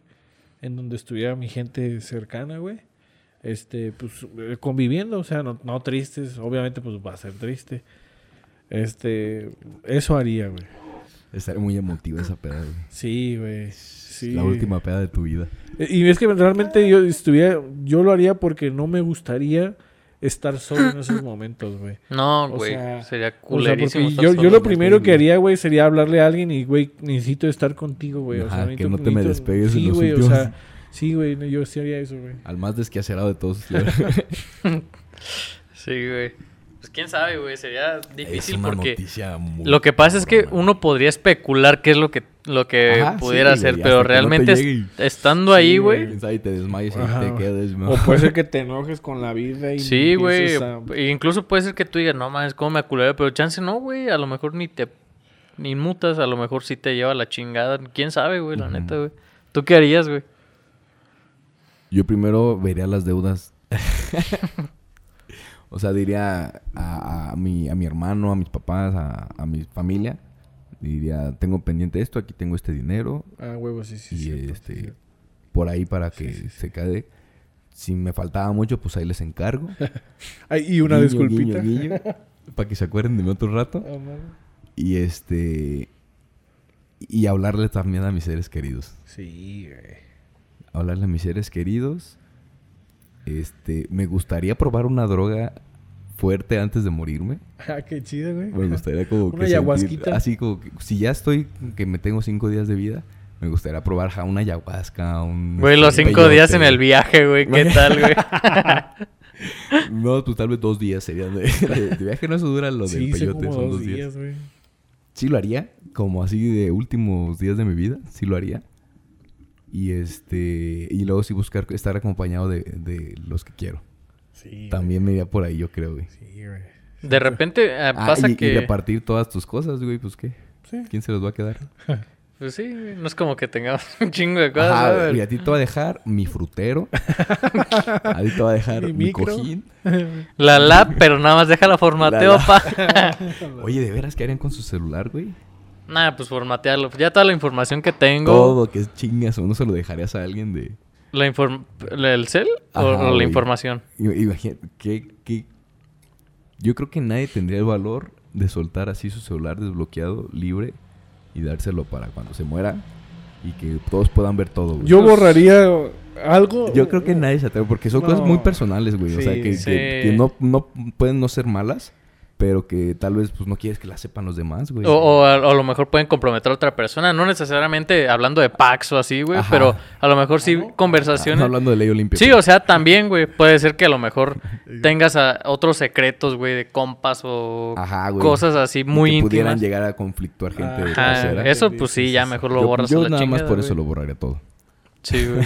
[SPEAKER 3] en donde estuviera mi gente cercana, güey. Este, pues eh, conviviendo, o sea, no, no tristes, obviamente pues va a ser triste. Este, eso haría, güey.
[SPEAKER 1] Estaría muy emotiva esa peda, güey.
[SPEAKER 3] Sí, güey. Sí.
[SPEAKER 1] La última peda de tu vida.
[SPEAKER 3] Eh, Y es que realmente yo estuviera, yo lo haría porque no me gustaría estar solo en esos momentos, güey.
[SPEAKER 2] No,
[SPEAKER 3] O
[SPEAKER 2] güey.
[SPEAKER 3] sea,
[SPEAKER 2] sería
[SPEAKER 3] O sea, porque
[SPEAKER 2] culerísimo. estar
[SPEAKER 3] yo, yo
[SPEAKER 2] solo,
[SPEAKER 3] lo
[SPEAKER 2] güey.
[SPEAKER 3] primero que
[SPEAKER 1] güey.
[SPEAKER 3] haría, güey, sería hablarle a alguien y, güey, necesito estar contigo, güey. O
[SPEAKER 1] Ajá,
[SPEAKER 3] sea,
[SPEAKER 1] que
[SPEAKER 3] necesito-
[SPEAKER 1] no te me
[SPEAKER 3] necesito-
[SPEAKER 1] despegues en
[SPEAKER 3] Sí,
[SPEAKER 1] los
[SPEAKER 3] güey, o
[SPEAKER 1] últimos-
[SPEAKER 3] sea, sí, güey, no, yo sí haría eso, güey.
[SPEAKER 1] Al más desquacerado de todos.
[SPEAKER 2] Sí, güey. Pues quién sabe, güey. Sería
[SPEAKER 1] es
[SPEAKER 2] difícil
[SPEAKER 1] una
[SPEAKER 2] porque
[SPEAKER 1] noticia muy
[SPEAKER 2] lo que pasa es que
[SPEAKER 1] cabrona.
[SPEAKER 2] uno podría especular qué es lo que, lo que
[SPEAKER 1] Ajá, sí,
[SPEAKER 2] pudiera
[SPEAKER 1] güey,
[SPEAKER 2] hacer,
[SPEAKER 1] hasta
[SPEAKER 2] pero
[SPEAKER 1] que no te
[SPEAKER 2] realmente es-
[SPEAKER 1] llegue
[SPEAKER 2] estando ahí, güey.
[SPEAKER 1] Quién sabe, te desmayes
[SPEAKER 3] Ajá,
[SPEAKER 1] y te
[SPEAKER 3] güey.
[SPEAKER 1] quedes. ¿no?
[SPEAKER 3] O puede ser que te enojes con la vida y
[SPEAKER 2] Sí, güey.
[SPEAKER 3] empieces a-
[SPEAKER 2] e Incluso puede ser que tú digas, no mames, cómo me aculé, pero chance no, güey. A lo mejor ni te ni mutas, a lo mejor sí te lleva la chingada. Quién sabe, güey, la
[SPEAKER 1] Ujú.
[SPEAKER 2] neta, güey. ¿Tú qué harías, güey?
[SPEAKER 1] Yo primero vería las deudas. o sea, diría a, a mi, a mi hermano, a mis papás, a, a mi familia. Diría, tengo pendiente esto, aquí tengo este dinero.
[SPEAKER 3] Ah, huevo, sí, sí.
[SPEAKER 1] y
[SPEAKER 3] cierto, sí,
[SPEAKER 1] este,
[SPEAKER 3] cierto.
[SPEAKER 1] por ahí para que se quede. Si me faltaba mucho, pues ahí les encargo.
[SPEAKER 3] Ay, y una
[SPEAKER 1] Guiño,
[SPEAKER 3] disculpita.
[SPEAKER 1] guiño, guiño, para que se acuerden de mí otro rato.
[SPEAKER 3] Ah, man.
[SPEAKER 1] Y este... Y hablarle también a mis seres queridos.
[SPEAKER 3] Sí, güey.
[SPEAKER 1] hablarle a mis seres queridos. Este, me gustaría probar una droga fuerte antes de morirme.
[SPEAKER 3] Ah, qué chido, güey.
[SPEAKER 1] Me gustaría como
[SPEAKER 3] Una
[SPEAKER 1] que sentir-
[SPEAKER 3] ayahuasquita.
[SPEAKER 1] así como que si ya estoy que me tengo cinco días de vida, me gustaría probar ja, una ayahuasca, un
[SPEAKER 2] Güey,
[SPEAKER 1] este,
[SPEAKER 2] los
[SPEAKER 1] un
[SPEAKER 2] cinco días en
[SPEAKER 1] peyote.
[SPEAKER 2] el viaje, güey. ¿Qué tal, güey?
[SPEAKER 1] No, pues tal vez dos días serían de, de- de viaje, no eso dura lo del
[SPEAKER 3] Sí, hice
[SPEAKER 1] peyote,
[SPEAKER 3] como
[SPEAKER 1] son
[SPEAKER 3] dos días, güey.
[SPEAKER 1] Sí lo haría, como así de últimos días de mi vida, sí lo haría. Y este, y luego sí buscar estar acompañado de, de los que quiero.
[SPEAKER 3] Sí, güey.
[SPEAKER 1] También me iría por ahí, yo creo, güey.
[SPEAKER 3] Sí, güey.
[SPEAKER 2] De repente eh,
[SPEAKER 1] Ah,
[SPEAKER 2] pasa
[SPEAKER 1] y,
[SPEAKER 2] que.
[SPEAKER 1] y repartir todas tus cosas, güey, pues qué.
[SPEAKER 3] Sí.
[SPEAKER 1] ¿Quién se los va a quedar?
[SPEAKER 2] Pues sí, güey, no es como que tengamos un chingo de cosas,
[SPEAKER 1] Ajá,
[SPEAKER 2] ¿sabes?
[SPEAKER 1] mira, a ti te va a dejar mi frutero. a ti te va a dejar
[SPEAKER 3] Mi
[SPEAKER 1] mi,
[SPEAKER 3] micro.
[SPEAKER 1] cojín.
[SPEAKER 2] La lab, pero nada más déjala
[SPEAKER 1] La
[SPEAKER 2] formateo,
[SPEAKER 1] lab.
[SPEAKER 2] pa.
[SPEAKER 1] Oye, ¿de veras qué harían con su celular, güey?
[SPEAKER 2] Nada, pues formatearlo. Ya toda la información que tengo.
[SPEAKER 1] Todo, que es chingas. ¿O no se lo dejarías a alguien de...?
[SPEAKER 2] La inform- ¿El cel o-
[SPEAKER 1] Ajá,
[SPEAKER 2] o la
[SPEAKER 1] güey.
[SPEAKER 2] información?
[SPEAKER 1] I- Imagínate, que, que... Yo creo que nadie tendría el valor de soltar así su celular desbloqueado, libre, y dárselo para cuando se muera y que todos puedan ver todo, güey.
[SPEAKER 3] Yo borraría algo.
[SPEAKER 1] Yo creo que nadie se atreve porque son cosas
[SPEAKER 3] No.
[SPEAKER 1] muy personales, güey. o sea,
[SPEAKER 3] Sí,
[SPEAKER 1] que,
[SPEAKER 2] sí.
[SPEAKER 1] que- que no, no pueden no ser malas, pero que tal vez pues no quieres que las sepan los demás, güey.
[SPEAKER 2] O, o a, o a lo mejor pueden comprometer a otra persona. No necesariamente hablando de packs o así, güey.
[SPEAKER 1] Ajá.
[SPEAKER 2] Pero a lo mejor sí
[SPEAKER 1] Ah,
[SPEAKER 2] conversaciones.
[SPEAKER 1] hablando de ley olimpia.
[SPEAKER 2] sí, o sea, también, güey. Puede ser que a lo mejor tengas a- otros secretos, güey, de compas o
[SPEAKER 1] Ajá, güey.
[SPEAKER 2] cosas así
[SPEAKER 1] Y
[SPEAKER 2] muy
[SPEAKER 1] que pudieran
[SPEAKER 2] íntimas.
[SPEAKER 1] llegar a conflictuar gente de
[SPEAKER 3] Ajá,
[SPEAKER 2] Ajá,
[SPEAKER 1] tercera.
[SPEAKER 2] eso, pues sí, ya mejor lo
[SPEAKER 1] Yo-
[SPEAKER 2] borras
[SPEAKER 1] Yo,
[SPEAKER 2] a la
[SPEAKER 1] nada más
[SPEAKER 2] chingada,
[SPEAKER 1] por eso
[SPEAKER 2] güey.
[SPEAKER 1] lo borraría todo.
[SPEAKER 2] Sí, güey.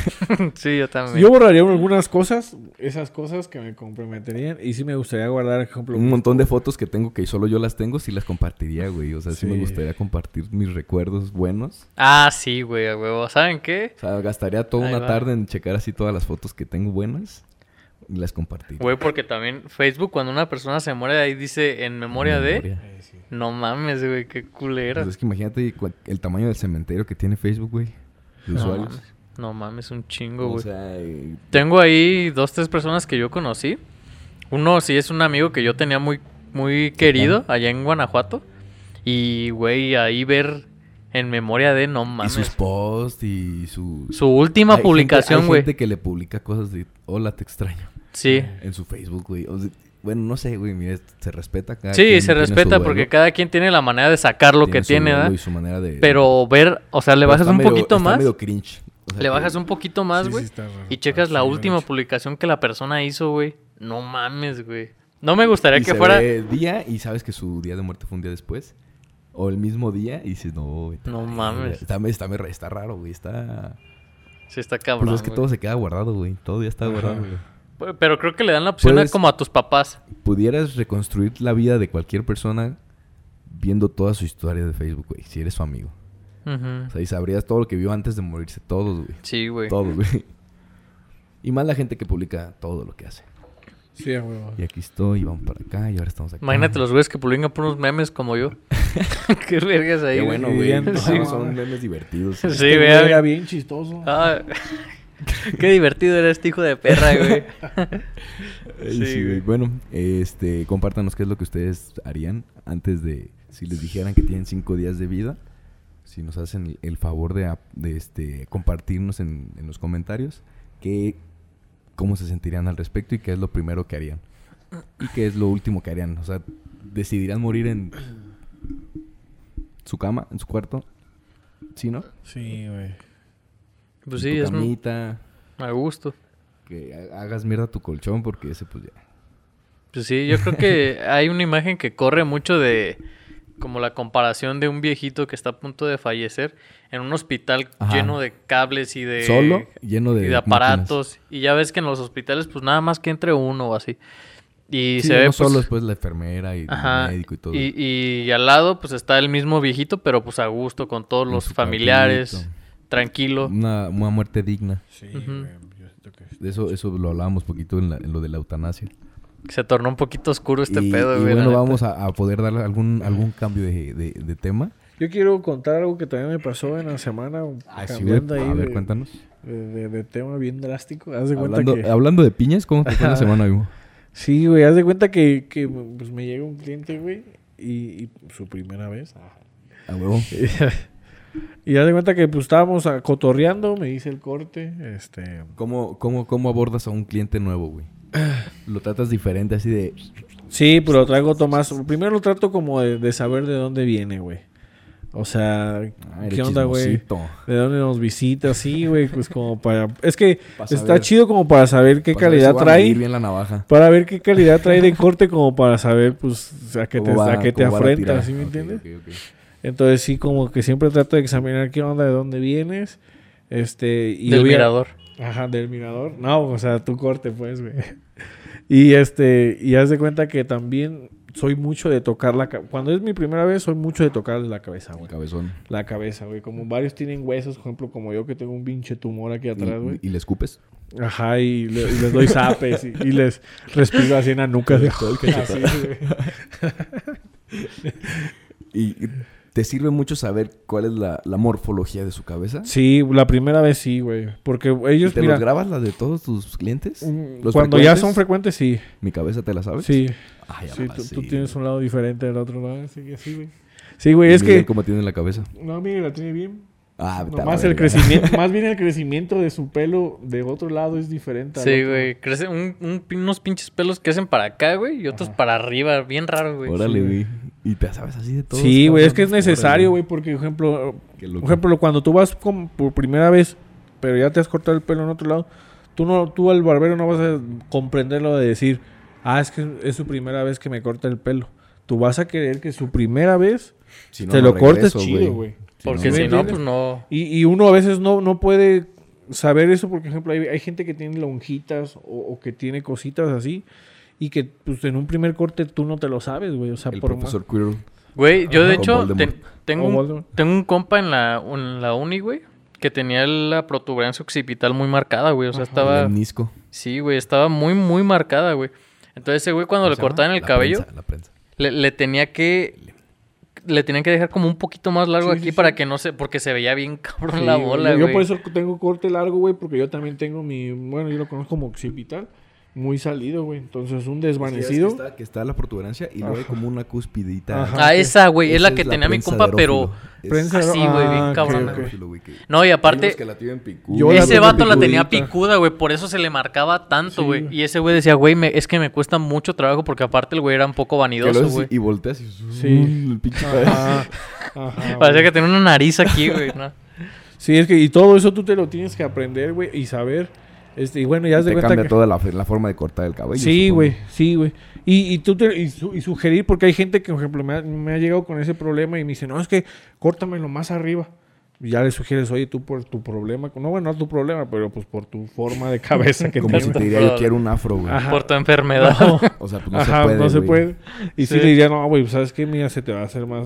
[SPEAKER 2] sí, yo también.
[SPEAKER 3] Yo borraría algunas cosas, esas cosas que me comprometerían. Y sí me gustaría guardar, por ejemplo,
[SPEAKER 1] Un montón de fotos que tengo que solo yo las tengo, sí las compartiría, güey. O sea, sí, me
[SPEAKER 3] Sí.
[SPEAKER 1] gustaría compartir mis recuerdos buenos.
[SPEAKER 2] Ah, sí, güey, a huevo. ¿Saben qué?
[SPEAKER 1] O sea, gastaría toda
[SPEAKER 2] Ahí
[SPEAKER 1] una
[SPEAKER 2] va.
[SPEAKER 1] tarde en checar así todas las fotos que tengo buenas y las compartiría.
[SPEAKER 2] Güey, porque también Facebook, cuando una persona se muere, ahí dice en memoria, de.
[SPEAKER 1] Memoria.
[SPEAKER 3] Eh, sí.
[SPEAKER 2] No mames, güey, qué culera.
[SPEAKER 1] Pues es que imagínate cu- el tamaño del cementerio que tiene Facebook, güey. De
[SPEAKER 2] no,
[SPEAKER 1] usuarios.
[SPEAKER 2] mames. no mames, un chingo,
[SPEAKER 1] o
[SPEAKER 2] güey.
[SPEAKER 1] sea, eh,
[SPEAKER 2] Tengo ahí dos, tres personas que yo conocí. Uno sí es un amigo que yo tenía muy, muy querido allá en Guanajuato. Y, güey, ahí ver en memoria de no
[SPEAKER 1] y
[SPEAKER 2] mames.
[SPEAKER 1] sus posts y su...
[SPEAKER 2] Su última
[SPEAKER 1] Hay gente-
[SPEAKER 2] publicación, güey.
[SPEAKER 1] Hay gente que le publica cosas de hola, te extraño.
[SPEAKER 2] Sí.
[SPEAKER 1] En su Facebook, güey. O sea, bueno, no sé, güey. Mira, se respeta. cada
[SPEAKER 2] Sí,
[SPEAKER 1] quien
[SPEAKER 2] se
[SPEAKER 1] tiene su
[SPEAKER 2] respeta
[SPEAKER 1] duelo,
[SPEAKER 2] porque cada quien tiene la manera de sacar lo que
[SPEAKER 1] su
[SPEAKER 2] tiene,
[SPEAKER 1] duelo
[SPEAKER 2] ¿verdad?
[SPEAKER 1] y su manera de-
[SPEAKER 2] Pero ver, o sea, le
[SPEAKER 1] pero
[SPEAKER 2] bajas
[SPEAKER 1] está
[SPEAKER 2] un
[SPEAKER 1] medio-
[SPEAKER 2] poquito
[SPEAKER 1] está
[SPEAKER 2] más.
[SPEAKER 1] medio cringe. O sea,
[SPEAKER 2] Le bajas
[SPEAKER 1] que-
[SPEAKER 2] un poquito más,
[SPEAKER 3] Sí,
[SPEAKER 2] güey.
[SPEAKER 3] sí está raro,
[SPEAKER 2] y
[SPEAKER 3] está
[SPEAKER 2] checas la
[SPEAKER 3] chido,
[SPEAKER 2] última
[SPEAKER 3] macho.
[SPEAKER 2] publicación que la persona hizo, güey. No mames, güey. No me gustaría
[SPEAKER 1] y
[SPEAKER 2] que
[SPEAKER 1] se
[SPEAKER 2] fuera.
[SPEAKER 1] ve el día y sabes que su día de muerte fue un día después. O el mismo día y dices, no, vete a
[SPEAKER 2] No
[SPEAKER 1] la
[SPEAKER 2] mames.
[SPEAKER 1] verga". Está, está, está, está raro, güey. Está...
[SPEAKER 2] Sí, está
[SPEAKER 1] Pues
[SPEAKER 2] cabrón.
[SPEAKER 1] es que
[SPEAKER 2] güey.
[SPEAKER 1] todo se queda guardado, güey. Todo ya está
[SPEAKER 3] Ajá.
[SPEAKER 1] guardado, güey.
[SPEAKER 2] Pe- Pero creo que le dan la opción a
[SPEAKER 1] Puedes-
[SPEAKER 2] como a tus papás.
[SPEAKER 1] Pudieras reconstruir la vida de cualquier persona viendo toda su historia de Facebook, güey. Si eres su amigo.
[SPEAKER 2] Ujú.
[SPEAKER 1] O sea, y sabrías todo lo que vio antes de morirse. Todos, güey.
[SPEAKER 2] Sí, güey.
[SPEAKER 1] Todos, güey. Y más la gente que publica todo lo que hace.
[SPEAKER 3] Sí, a huevo.
[SPEAKER 1] Y aquí estoy, y vamos para acá, y ahora estamos acá.
[SPEAKER 2] Imagínate los güeyes que publican por unos memes como yo. Qué vergas ahí.
[SPEAKER 1] Qué
[SPEAKER 2] güey.
[SPEAKER 1] bueno, güey.
[SPEAKER 3] Sí,
[SPEAKER 1] Sí,
[SPEAKER 3] güey.
[SPEAKER 1] son memes divertidos.
[SPEAKER 2] Sí,
[SPEAKER 3] Este güey
[SPEAKER 2] vea.
[SPEAKER 3] Era bien chistoso.
[SPEAKER 2] Ah, qué divertido era este hijo de perra, güey.
[SPEAKER 1] Ay,
[SPEAKER 2] Sí,
[SPEAKER 1] Eh, sí, güey.
[SPEAKER 2] güey.
[SPEAKER 1] Bueno, este, compártanos qué es lo que ustedes harían antes de, si les dijeran que tienen cinco días de vida, si nos hacen el, el favor de, ap- de, este, compartirnos en, en los comentarios, qué, cómo se sentirían al respecto y qué es lo primero que harían. Y qué es lo último que harían. O sea, decidirán morir en su cama, en su cuarto. ¿Sí, no?
[SPEAKER 3] Sí, güey.
[SPEAKER 2] Pues
[SPEAKER 1] En
[SPEAKER 2] sí,
[SPEAKER 1] tu
[SPEAKER 2] es muy-
[SPEAKER 1] camita,
[SPEAKER 2] a gusto.
[SPEAKER 1] que ha- hagas mierda tu colchón porque ese pues ya.
[SPEAKER 2] Pues sí, yo creo que hay una imagen que corre mucho de como la comparación de un viejito que está a punto de fallecer en un hospital
[SPEAKER 1] Ajá.
[SPEAKER 2] lleno de cables y de
[SPEAKER 1] Solo, lleno
[SPEAKER 2] y
[SPEAKER 1] de,
[SPEAKER 2] de
[SPEAKER 1] máquinas.
[SPEAKER 2] aparatos y ya ves que en los hospitales pues nada más que entre uno o así. Y
[SPEAKER 1] Sí,
[SPEAKER 2] se ve
[SPEAKER 1] no
[SPEAKER 2] pues,
[SPEAKER 1] solo después la enfermera y
[SPEAKER 2] Ajá.
[SPEAKER 1] el médico y todo.
[SPEAKER 2] Y, y al lado, pues está el mismo viejito, pero pues a gusto, con todos
[SPEAKER 1] Con
[SPEAKER 2] los
[SPEAKER 1] su Mm.
[SPEAKER 2] familiares,
[SPEAKER 1] cuartito.
[SPEAKER 2] tranquilo.
[SPEAKER 1] Una, una muerte digna.
[SPEAKER 3] Sí,
[SPEAKER 2] Ujú.
[SPEAKER 3] güey. Yo siento que.
[SPEAKER 1] De eso, eso lo hablábamos poquito en, la- en lo de la eutanasia.
[SPEAKER 2] Se tornó un poquito oscuro este
[SPEAKER 1] y,
[SPEAKER 2] pedo,
[SPEAKER 1] y
[SPEAKER 2] güey. la
[SPEAKER 1] bueno,
[SPEAKER 2] neta.
[SPEAKER 1] vamos a, a poder darle algún, algún cambio de, de- de tema.
[SPEAKER 3] Yo quiero contar algo que también me pasó en la semana.
[SPEAKER 1] Así, Ah, güey.
[SPEAKER 3] Ah, cambiando ahí
[SPEAKER 1] a ver,
[SPEAKER 3] de,
[SPEAKER 1] cuéntanos.
[SPEAKER 3] de- de- de tema bien drástico. Haz de cuenta
[SPEAKER 1] Hablando,
[SPEAKER 3] que.
[SPEAKER 1] hablando de piñas, ¿cómo te fue la semana, Vivo?
[SPEAKER 3] Sí, güey, haz de cuenta que, que, pues, me llega un cliente, güey, y, y su primera vez.
[SPEAKER 1] A huevo.
[SPEAKER 3] y haz de cuenta que pues estábamos ah, cotorreando, me hice el corte, este...
[SPEAKER 1] ¿Cómo, cómo, ¿Cómo abordas a un cliente nuevo, güey? Lo tratas diferente, así de...
[SPEAKER 3] Sí, pero lo traigo Tomás. Primero lo trato como de, de saber de dónde viene, güey. O sea,
[SPEAKER 1] "Ah, eres
[SPEAKER 3] ¿qué onda, güey?
[SPEAKER 1] chismosito".
[SPEAKER 3] ¿De dónde nos visita? Sí, güey, pues como para... Es que
[SPEAKER 1] Pa'
[SPEAKER 3] está
[SPEAKER 1] saber-
[SPEAKER 3] chido como para saber qué
[SPEAKER 1] Para saber si
[SPEAKER 3] calidad
[SPEAKER 1] va a
[SPEAKER 3] trae.
[SPEAKER 1] medir bien la navaja.
[SPEAKER 3] Para ver qué calidad trae de corte, como para saber, pues, a qué te,
[SPEAKER 1] ¿Cómo va-
[SPEAKER 3] a qué te
[SPEAKER 1] cómo va la tirada?
[SPEAKER 3] afrentas, ¿sí me
[SPEAKER 1] Ok,
[SPEAKER 3] entiendes?
[SPEAKER 1] ok, ok.
[SPEAKER 3] Entonces sí, como que siempre trato de examinar qué onda, de dónde vienes. Este, y
[SPEAKER 2] Del
[SPEAKER 3] obvia-
[SPEAKER 2] mirador.
[SPEAKER 3] Ajá, del mirador. No, o sea, tu corte, pues, güey. Y este, y haz de cuenta que también soy mucho de tocar la cabeza. Cuando es mi primera vez, soy mucho de tocar la cabeza, güey.
[SPEAKER 1] Cabezón.
[SPEAKER 3] La cabeza, güey. Como varios tienen huesos, por ejemplo, como yo que tengo un pinche tumor aquí atrás, güey.
[SPEAKER 1] ¿Y, y le escupes?
[SPEAKER 3] Ajá, y, le- y les doy zapes y, y les respiro así en la nuca. así, así, güey.
[SPEAKER 1] Y te sirve mucho saber cuál es la, la morfología de su cabeza.
[SPEAKER 3] Sí, la primera vez sí, güey. Porque
[SPEAKER 1] ¿Y
[SPEAKER 3] ellos,
[SPEAKER 1] ¿Te
[SPEAKER 3] mira,
[SPEAKER 1] los grabas la de todos tus clientes?
[SPEAKER 3] Mm,
[SPEAKER 1] ¿Los
[SPEAKER 3] Cuando ya
[SPEAKER 1] frecuentes?
[SPEAKER 3] son frecuentes, sí.
[SPEAKER 1] Mi cabeza te la sabes.
[SPEAKER 3] Sí,
[SPEAKER 1] Ay,
[SPEAKER 3] sí,
[SPEAKER 1] ahora
[SPEAKER 3] tú,
[SPEAKER 1] sí,
[SPEAKER 3] tú
[SPEAKER 1] güey.
[SPEAKER 3] tienes un lado diferente del otro lado. Así que sí, güey. Sí, güey,
[SPEAKER 1] Y
[SPEAKER 3] es
[SPEAKER 1] miren
[SPEAKER 3] que.
[SPEAKER 1] cómo tiene la cabeza?
[SPEAKER 3] No, mire, la tiene bien.
[SPEAKER 1] Ah, vete a la
[SPEAKER 3] Nomás el
[SPEAKER 1] verga.
[SPEAKER 3] crecimiento, más bien el crecimiento de su pelo de otro lado es diferente. al
[SPEAKER 2] Sí,
[SPEAKER 3] otro.
[SPEAKER 2] güey. Crece un- un pin- unos pinches pelos que hacen para acá, güey, y otros para arriba. Bien raro, güey.
[SPEAKER 1] Órale, güey. Y te sabes así de todo.
[SPEAKER 3] Sí, güey, es que es necesario, güey, porque, por ejemplo,
[SPEAKER 1] Qué
[SPEAKER 3] por
[SPEAKER 1] loco.
[SPEAKER 3] ejemplo, cuando tú vas con- por primera vez, pero ya te has cortado el pelo en otro lado, tú no, tú al barbero no vas a comprender lo de decir, ah, es que es su primera vez que me corta el pelo. Tú vas a querer que su primera vez
[SPEAKER 1] Si
[SPEAKER 3] te lo cortes
[SPEAKER 1] regreso,
[SPEAKER 3] chido, güey.
[SPEAKER 2] Porque
[SPEAKER 3] no,
[SPEAKER 2] si pues
[SPEAKER 3] güey.
[SPEAKER 2] no, pues no.
[SPEAKER 3] Y, y uno a veces no, no puede saber eso, porque, por ejemplo, hay, hay gente que tiene lonjitas o, o que tiene cositas así y que pues en un primer corte tú no te lo sabes, güey. O sea,
[SPEAKER 1] El
[SPEAKER 3] por
[SPEAKER 1] profesor Quirrell.
[SPEAKER 2] Güey, yo de
[SPEAKER 1] O
[SPEAKER 2] hecho
[SPEAKER 1] Voldemort.
[SPEAKER 2] ten- tengo,
[SPEAKER 3] O
[SPEAKER 2] un,
[SPEAKER 3] Voldemort.
[SPEAKER 2] tengo un compa en la, en la uni, güey, que tenía la protuberancia occipital muy marcada, güey. O sea, estaba...
[SPEAKER 1] Menisco.
[SPEAKER 2] Sí, güey, estaba muy, muy marcada, güey. Entonces ese güey cuando le cortaban el
[SPEAKER 1] La
[SPEAKER 2] cabello,
[SPEAKER 1] prensa, la prensa.
[SPEAKER 2] le, le tenía que... Le tenían que dejar como un poquito más largo
[SPEAKER 3] Sí,
[SPEAKER 2] aquí
[SPEAKER 3] sí,
[SPEAKER 2] para
[SPEAKER 3] sí.
[SPEAKER 2] que no se... Porque se veía bien cabrón
[SPEAKER 3] Sí,
[SPEAKER 2] la
[SPEAKER 3] güey.
[SPEAKER 2] bola,
[SPEAKER 3] Yo-
[SPEAKER 2] güey.
[SPEAKER 3] Yo por eso tengo corte largo, güey, porque yo también tengo mi, bueno, yo lo conozco como occipital, muy salido, güey. Entonces, un desvanecido.
[SPEAKER 1] Sí, es Pues, que, está, que está la protuberancia y luego hay
[SPEAKER 3] Ajá.
[SPEAKER 1] como una cuspidita.
[SPEAKER 3] Ajá.
[SPEAKER 2] Ah, esa, güey, es
[SPEAKER 1] Esa
[SPEAKER 2] la que tenía mi
[SPEAKER 1] prensa
[SPEAKER 2] compa,
[SPEAKER 1] de
[SPEAKER 2] pero...
[SPEAKER 1] Orófilo. Es-
[SPEAKER 3] Prensa-
[SPEAKER 2] así, güey, bien
[SPEAKER 3] Ah, ok,
[SPEAKER 2] cabrón,
[SPEAKER 3] ok.
[SPEAKER 2] güey.
[SPEAKER 1] Orófilo, güey, que-
[SPEAKER 2] No, y aparte...
[SPEAKER 1] Hay unos que la tienen picuda.
[SPEAKER 3] Yo la
[SPEAKER 2] ese
[SPEAKER 3] tengo
[SPEAKER 2] vato la tenía
[SPEAKER 3] picudita.
[SPEAKER 2] picuda, güey. Por eso se le marcaba tanto,
[SPEAKER 3] Sí,
[SPEAKER 2] güey.
[SPEAKER 3] güey.
[SPEAKER 2] y ese güey decía, güey, me- es que me cuesta mucho trabajo porque aparte el güey era un poco
[SPEAKER 1] Que lo
[SPEAKER 2] vanidoso,
[SPEAKER 1] haces
[SPEAKER 2] güey.
[SPEAKER 1] y volteas y
[SPEAKER 3] Sí.
[SPEAKER 1] el pinche
[SPEAKER 3] Ajá, ajá,
[SPEAKER 2] Parecía
[SPEAKER 3] güey.
[SPEAKER 2] que tenía una nariz aquí, güey. ¿no?
[SPEAKER 3] Sí, es que y todo eso tú te lo tienes que aprender, güey, y saber. Este, y bueno, ya has
[SPEAKER 1] te
[SPEAKER 3] de cuenta
[SPEAKER 1] cambia
[SPEAKER 3] que
[SPEAKER 1] toda la, la forma de cortar el cabello.
[SPEAKER 3] Sí,
[SPEAKER 1] supongo.
[SPEAKER 3] güey, sí, güey. Y, y tú te, y, su- y sugerir, porque hay gente que, por ejemplo, me ha, me ha llegado con ese problema y me dice, no, es que córtamelo más arriba. Y ya le sugieres, oye, tú por tu problema, no, bueno, no tu problema, pero pues por tu forma de cabeza que
[SPEAKER 1] Como si
[SPEAKER 3] tienes.
[SPEAKER 1] te diría yo quiero un afro, güey.
[SPEAKER 3] Ajá.
[SPEAKER 2] Por tu enfermedad.
[SPEAKER 1] O sea, pues no
[SPEAKER 3] Ajá,
[SPEAKER 1] se puede.
[SPEAKER 3] no se
[SPEAKER 1] güey.
[SPEAKER 3] puede. Y sí.
[SPEAKER 2] Sí.
[SPEAKER 3] le diría, no, güey, pues, ¿sabes qué? Mira, se te va a hacer más.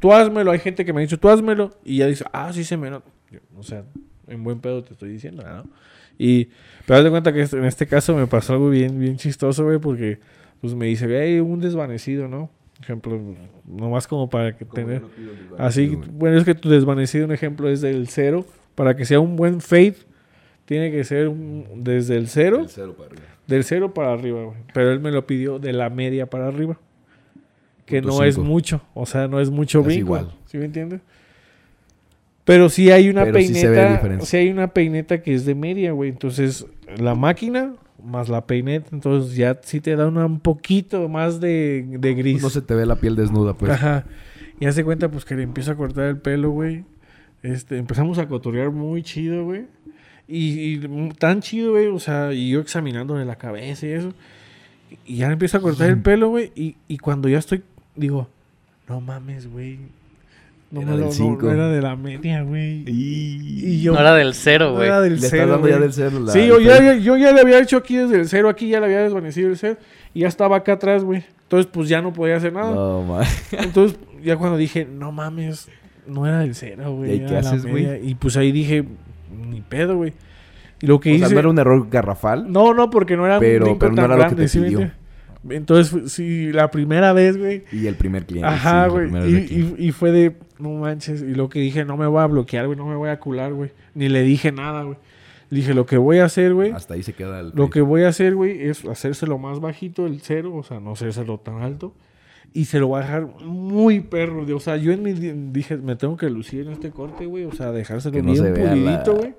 [SPEAKER 3] Tú házmelo. Hay gente que me ha dicho, tú házmelo. Y ya dice, ah, sí se me nota. Yo, O sea, en buen pedo te estoy diciendo, ¿no? Y, pero haz de cuenta que este- en este caso me pasó algo bien, bien chistoso, güey, porque pues me dice, güey, un desvanecido, ¿no? Por ejemplo, nomás como para que tener. Así,
[SPEAKER 1] güey.
[SPEAKER 3] bueno, es que tu desvanecido, un ejemplo, es del cero. Para que sea un buen fade, tiene que ser un- desde el cero.
[SPEAKER 1] El cero para arriba.
[SPEAKER 3] Del cero para arriba, güey. Pero él me lo pidió de la media para arriba. Que
[SPEAKER 1] Punto
[SPEAKER 3] no es
[SPEAKER 1] cinco.
[SPEAKER 3] mucho. O sea, no es mucho
[SPEAKER 1] Es
[SPEAKER 3] brinco.
[SPEAKER 1] igual.
[SPEAKER 3] ¿Sí me entiendes? Pero sí hay una
[SPEAKER 1] Pero sí se ve la
[SPEAKER 3] peineta. Sí,
[SPEAKER 1] diferencia.
[SPEAKER 3] hay una peineta que es de media, güey. Entonces, la máquina más la peineta. Entonces, ya sí te da una, un poquito más de, de gris.
[SPEAKER 1] No se te ve la piel desnuda, pues.
[SPEAKER 3] Ajá. Y hace cuenta, pues, que le empiezo a cortar el pelo, güey. Este, empezamos a cotorear muy chido, güey. Y, y m- tan chido, güey. O sea, y yo examinándole la cabeza y eso. Y ya le empiezo a cortar el pelo, güey. Y, y cuando ya estoy, digo, no mames, güey. No
[SPEAKER 1] Era
[SPEAKER 3] me
[SPEAKER 1] del
[SPEAKER 3] lo no-
[SPEAKER 1] cinco.
[SPEAKER 3] no era de la media, güey.
[SPEAKER 1] Y
[SPEAKER 3] Y yo.
[SPEAKER 2] No era del cero,
[SPEAKER 3] no
[SPEAKER 2] güey.
[SPEAKER 3] era del
[SPEAKER 1] le estás
[SPEAKER 3] cero,
[SPEAKER 1] dando ya
[SPEAKER 3] güey.
[SPEAKER 1] del cero. la-
[SPEAKER 3] Sí, yo ya,
[SPEAKER 1] el-
[SPEAKER 3] había- yo ya le había hecho aquí desde el cero, aquí ya le había desvanecido el cero y ya estaba acá atrás, güey. Entonces, pues ya no podía hacer nada.
[SPEAKER 1] No, man.
[SPEAKER 3] Entonces, ya cuando dije, no mames, no era del cero,
[SPEAKER 1] ¿Y ahí
[SPEAKER 3] güey.
[SPEAKER 1] qué
[SPEAKER 3] era la
[SPEAKER 1] haces, güey?
[SPEAKER 3] media". Y pues ahí dije, ni pedo, güey. Y lo que
[SPEAKER 1] O
[SPEAKER 3] hice.
[SPEAKER 1] sea, no era un error garrafal.
[SPEAKER 3] No, no, porque no era
[SPEAKER 1] Pero-
[SPEAKER 3] brinco
[SPEAKER 1] pero no
[SPEAKER 3] tan
[SPEAKER 1] era lo que te
[SPEAKER 3] ¿sí me
[SPEAKER 1] pidió.
[SPEAKER 3] entiendes? Entonces, fue- sí, la primera vez, güey.
[SPEAKER 1] Y el primer cliente.
[SPEAKER 3] Ajá,
[SPEAKER 1] sí, la
[SPEAKER 3] güey.
[SPEAKER 1] primera
[SPEAKER 3] Y,
[SPEAKER 1] vez aquí.
[SPEAKER 3] y- y fue de, no manches. Y lo que dije, no me voy a bloquear, güey, no me voy a cular, güey. Ni le dije nada, güey. Le dije, lo que voy a hacer, güey.
[SPEAKER 1] Hasta ahí se queda el.
[SPEAKER 3] Lo que voy a hacer, güey, es hacérselo más bajito el cero, o sea, no hacérselo tan alto. Y se lo voy a dejar muy perro. de- O sea, yo en mi di- dije, me tengo que lucir en este corte, güey. O sea, dejárselo
[SPEAKER 1] Que no se
[SPEAKER 3] bien
[SPEAKER 1] vea
[SPEAKER 3] pulidito,
[SPEAKER 1] la-
[SPEAKER 3] güey.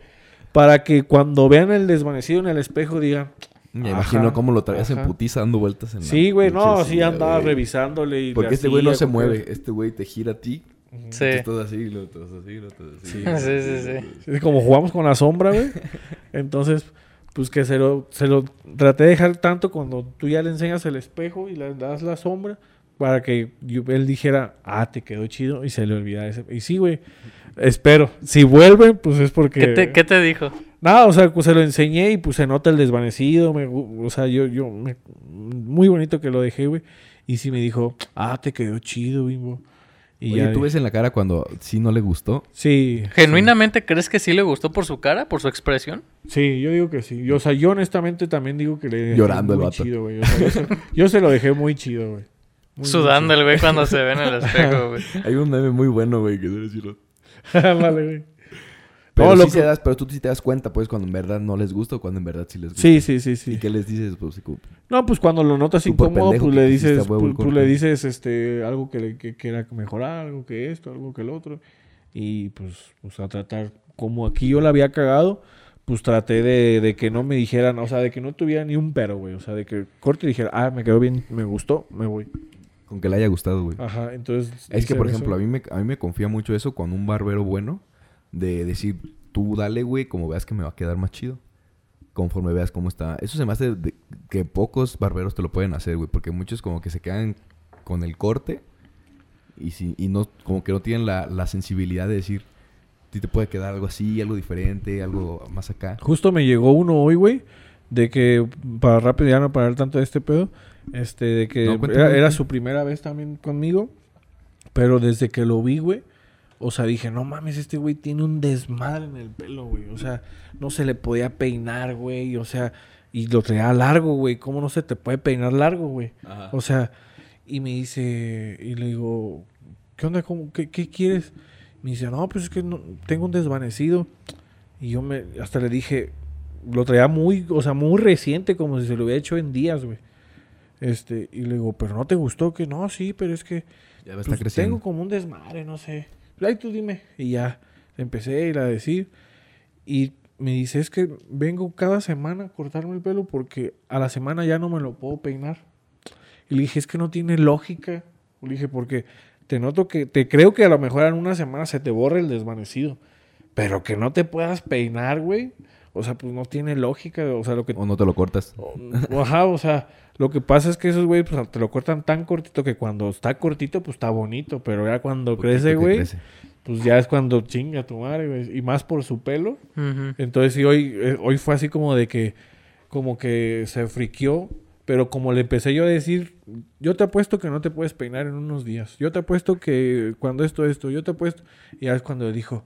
[SPEAKER 3] Para que cuando vean el desvanecido en el espejo digan,
[SPEAKER 1] Me
[SPEAKER 3] Ajá,
[SPEAKER 1] imagino cómo lo traías en
[SPEAKER 3] ajá.
[SPEAKER 1] putiza dando vueltas en la.
[SPEAKER 3] sí, güey, no,
[SPEAKER 1] pinche
[SPEAKER 3] sí
[SPEAKER 1] silla,
[SPEAKER 3] andaba
[SPEAKER 1] güey.
[SPEAKER 3] revisándole. Y le
[SPEAKER 1] Porque este güey no
[SPEAKER 3] hacía
[SPEAKER 1] se
[SPEAKER 3] con-
[SPEAKER 1] mueve. Este güey te gira a ti. Tú
[SPEAKER 2] Sí.
[SPEAKER 1] estás así, lo estás así, lo estás así.
[SPEAKER 2] Sí, sí, sí.
[SPEAKER 3] Sí, Como jugamos con la sombra, güey. Entonces, pues que se lo, se lo traté de dejar tanto cuando tú ya le enseñas el espejo y le das la sombra para que yo- él dijera, ah, te quedó chido y se le olvidara ese. Y sí, güey, espero. Si vuelven, pues es porque...
[SPEAKER 2] ¿Qué te, qué te dijo?
[SPEAKER 3] Nada, o sea, pues se lo enseñé y pues se nota el desvanecido. me gu- o sea, yo, yo, me- muy bonito que lo dejé, güey. Y sí me dijo, ah, te quedó chido, bimbo. Y
[SPEAKER 1] Oye,
[SPEAKER 3] ya
[SPEAKER 1] tú
[SPEAKER 3] dije,
[SPEAKER 1] ves en la cara cuando sí no le gustó.
[SPEAKER 3] Sí,
[SPEAKER 2] ¿Genuinamente crees que sí le gustó por su cara, por su expresión?
[SPEAKER 3] Sí, yo digo que sí. Yo, o sea, yo honestamente también digo que le dejé
[SPEAKER 1] Llorando el
[SPEAKER 3] muy
[SPEAKER 1] vato.
[SPEAKER 3] chido, güey. O sea, yo, se, yo se lo dejé muy chido, güey. Muy,
[SPEAKER 2] Sudando el güey cuando se ve en el espejo, güey.
[SPEAKER 1] Hay un meme muy bueno, güey, que debe decirlo.
[SPEAKER 3] muy chido. vale, güey.
[SPEAKER 1] Pero,
[SPEAKER 3] No,
[SPEAKER 1] sí
[SPEAKER 3] loco.
[SPEAKER 1] se das, pero tú sí te das cuenta, pues, cuando en verdad no les gusta o cuando en verdad sí les gusta.
[SPEAKER 3] Sí, sí, sí,
[SPEAKER 1] ¿Y
[SPEAKER 3] sí.
[SPEAKER 1] qué les dices? Pues, como,
[SPEAKER 3] No, pues cuando lo notas
[SPEAKER 1] Tú por
[SPEAKER 3] incómodo,
[SPEAKER 1] pendejo
[SPEAKER 3] pues
[SPEAKER 1] que
[SPEAKER 3] le
[SPEAKER 1] te hiciste
[SPEAKER 3] dices,
[SPEAKER 1] a huevo el
[SPEAKER 3] tú, tú le
[SPEAKER 1] corte.
[SPEAKER 3] dices este algo que, le- que quiera mejorar, algo que esto, algo que el otro. Y pues, o sea, tratar, como aquí yo la había cagado, pues traté de, de que no me dijeran, o sea, de que no tuviera ni un pero, güey. O sea, de que corte y dijera, ah, me quedó bien, me gustó, me voy.
[SPEAKER 1] con que le haya gustado, güey.
[SPEAKER 3] Ajá, entonces.
[SPEAKER 1] Es que,
[SPEAKER 3] dicen
[SPEAKER 1] por
[SPEAKER 3] eso.
[SPEAKER 1] ejemplo, a mí, me, a mí me confía mucho eso con un barbero bueno. De decir, tú dale, güey, como veas que me va a quedar más chido. Conforme veas cómo está. Eso se me hace de- que pocos barberos te lo pueden hacer, güey. Porque muchos como que se quedan con el corte. Y, si, y no, como que no tienen la, la sensibilidad de decir, ti te puede quedar algo así, algo diferente, algo más acá.
[SPEAKER 3] Justo me llegó uno hoy, güey, de que para rápido ya no parar tanto de este pedo, este, de que
[SPEAKER 1] No, cuéntame,
[SPEAKER 3] era, era
[SPEAKER 1] cuéntame.
[SPEAKER 3] su primera vez también conmigo, pero desde que lo vi, güey, o sea, dije, no mames, este güey tiene un desmadre en el pelo, güey, o sea, no se le podía peinar, güey, o sea, y lo traía largo, güey, ¿cómo no se te puede peinar largo, güey? O sea, y me dice, y le digo, ¿qué onda? ¿Cómo, qué, qué quieres? Me dice, no, pues es que no- tengo un desvanecido. Y yo me, hasta le dije, lo traía muy, o sea, muy reciente, como si se lo hubiera hecho en días, güey. Este, y le digo, pero no te gustó, que no, sí, pero es que
[SPEAKER 1] ya está
[SPEAKER 3] pues,
[SPEAKER 1] creciendo.
[SPEAKER 3] Tengo como un desmadre, no sé. Ay, tú dime. Y ya le empecé a ir a decir. Y me dice, es que vengo cada semana a cortarme el pelo porque a la semana ya no me lo puedo peinar. Y le dije, es que no tiene lógica. Le dije, porque te noto que, te creo que a lo mejor en una semana se te borra el desvanecido. Pero que no te puedas peinar, güey. O sea, pues no tiene lógica. O sea, lo que
[SPEAKER 1] O no te lo cortas.
[SPEAKER 3] o- Ajá, o sea, lo que pasa es que esos güeyes pues, te lo cortan tan cortito que cuando está cortito, pues está bonito, pero ya cuando
[SPEAKER 1] Poquito
[SPEAKER 3] crece,
[SPEAKER 1] que
[SPEAKER 3] güey,
[SPEAKER 1] crece.
[SPEAKER 3] pues ya es cuando chinga tu madre, güey. Y más por su pelo.
[SPEAKER 2] Ujú.
[SPEAKER 3] Entonces, sí, hoy, eh, hoy fue así como de que, como que se friqueó, pero como le empecé yo a decir, yo te apuesto que no te puedes peinar en unos días, yo te apuesto que cuando esto, esto, yo te apuesto, y ya es cuando dijo,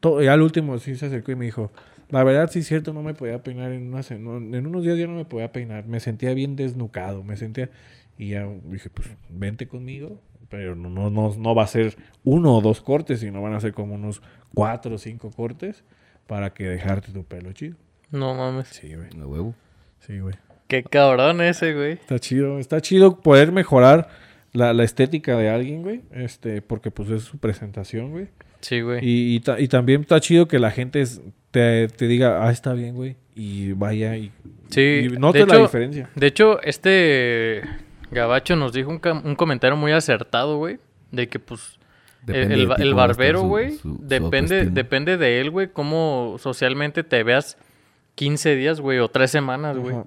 [SPEAKER 3] to- ya al último sí se acercó y me dijo, la verdad sí es cierto, no me podía peinar en, unas, en un- en unos días, yo no me podía peinar, me sentía bien desnucado, me sentía, y ya dije, pues vente conmigo. Pero no, no, no, no va a ser uno o dos cortes, sino van a ser como unos cuatro o cinco cortes para que dejarte tu pelo chido.
[SPEAKER 2] No mames.
[SPEAKER 3] Sí, güey.
[SPEAKER 1] A huevo.
[SPEAKER 3] Sí, güey.
[SPEAKER 2] Qué cabrón ese, güey.
[SPEAKER 3] Está chido. Está chido poder mejorar la, la estética de alguien, güey. Este, porque pues es su presentación, güey.
[SPEAKER 2] Sí, güey.
[SPEAKER 3] Y, y ta- y también está chido que la gente es- te, te diga, ah, está bien, güey. Y vaya y,
[SPEAKER 2] Sí,
[SPEAKER 3] y note
[SPEAKER 2] de
[SPEAKER 3] la
[SPEAKER 2] hecho-
[SPEAKER 3] diferencia.
[SPEAKER 2] De hecho, este Gabacho nos dijo un, cam- un comentario muy acertado, güey. De que, pues, el-
[SPEAKER 1] Depende de
[SPEAKER 2] el,
[SPEAKER 1] ti
[SPEAKER 2] ba- el
[SPEAKER 1] cómo va a estar
[SPEAKER 2] barbero,
[SPEAKER 1] su-
[SPEAKER 2] güey,
[SPEAKER 1] su- su
[SPEAKER 2] depende,
[SPEAKER 1] autoestima.
[SPEAKER 2] depende de él, güey, cómo socialmente te veas 15 días, güey, o 3 semanas, güey.
[SPEAKER 3] Ajá.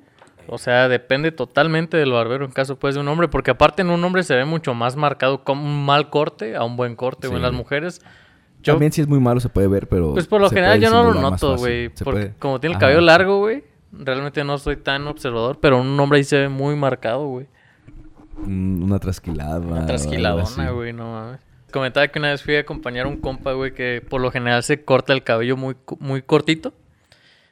[SPEAKER 2] O sea, depende totalmente del barbero en caso, pues, de un hombre. Porque aparte en un hombre se ve mucho más marcado como un mal corte a un buen corte, güey.
[SPEAKER 1] Sí,
[SPEAKER 2] En las
[SPEAKER 1] güey.
[SPEAKER 2] mujeres, yo,
[SPEAKER 1] También si es muy malo se puede ver, pero...
[SPEAKER 2] pues, por lo
[SPEAKER 1] se
[SPEAKER 2] general
[SPEAKER 1] puede
[SPEAKER 2] yo no lo
[SPEAKER 1] disimular más
[SPEAKER 2] noto,
[SPEAKER 1] fácil.
[SPEAKER 2] güey.
[SPEAKER 1] Se
[SPEAKER 2] Porque
[SPEAKER 1] puede-
[SPEAKER 2] como tiene el
[SPEAKER 1] Ajá.
[SPEAKER 2] cabello largo, güey, realmente no soy tan observador. Pero un hombre ahí se ve muy marcado, güey.
[SPEAKER 1] Mm, Una trasquilada. o algo así.
[SPEAKER 2] Trasquiladona, güey, no mames. Comentaba que una vez fui a acompañar a un compa, güey, que por lo general se corta el cabello muy, cu- muy cortito.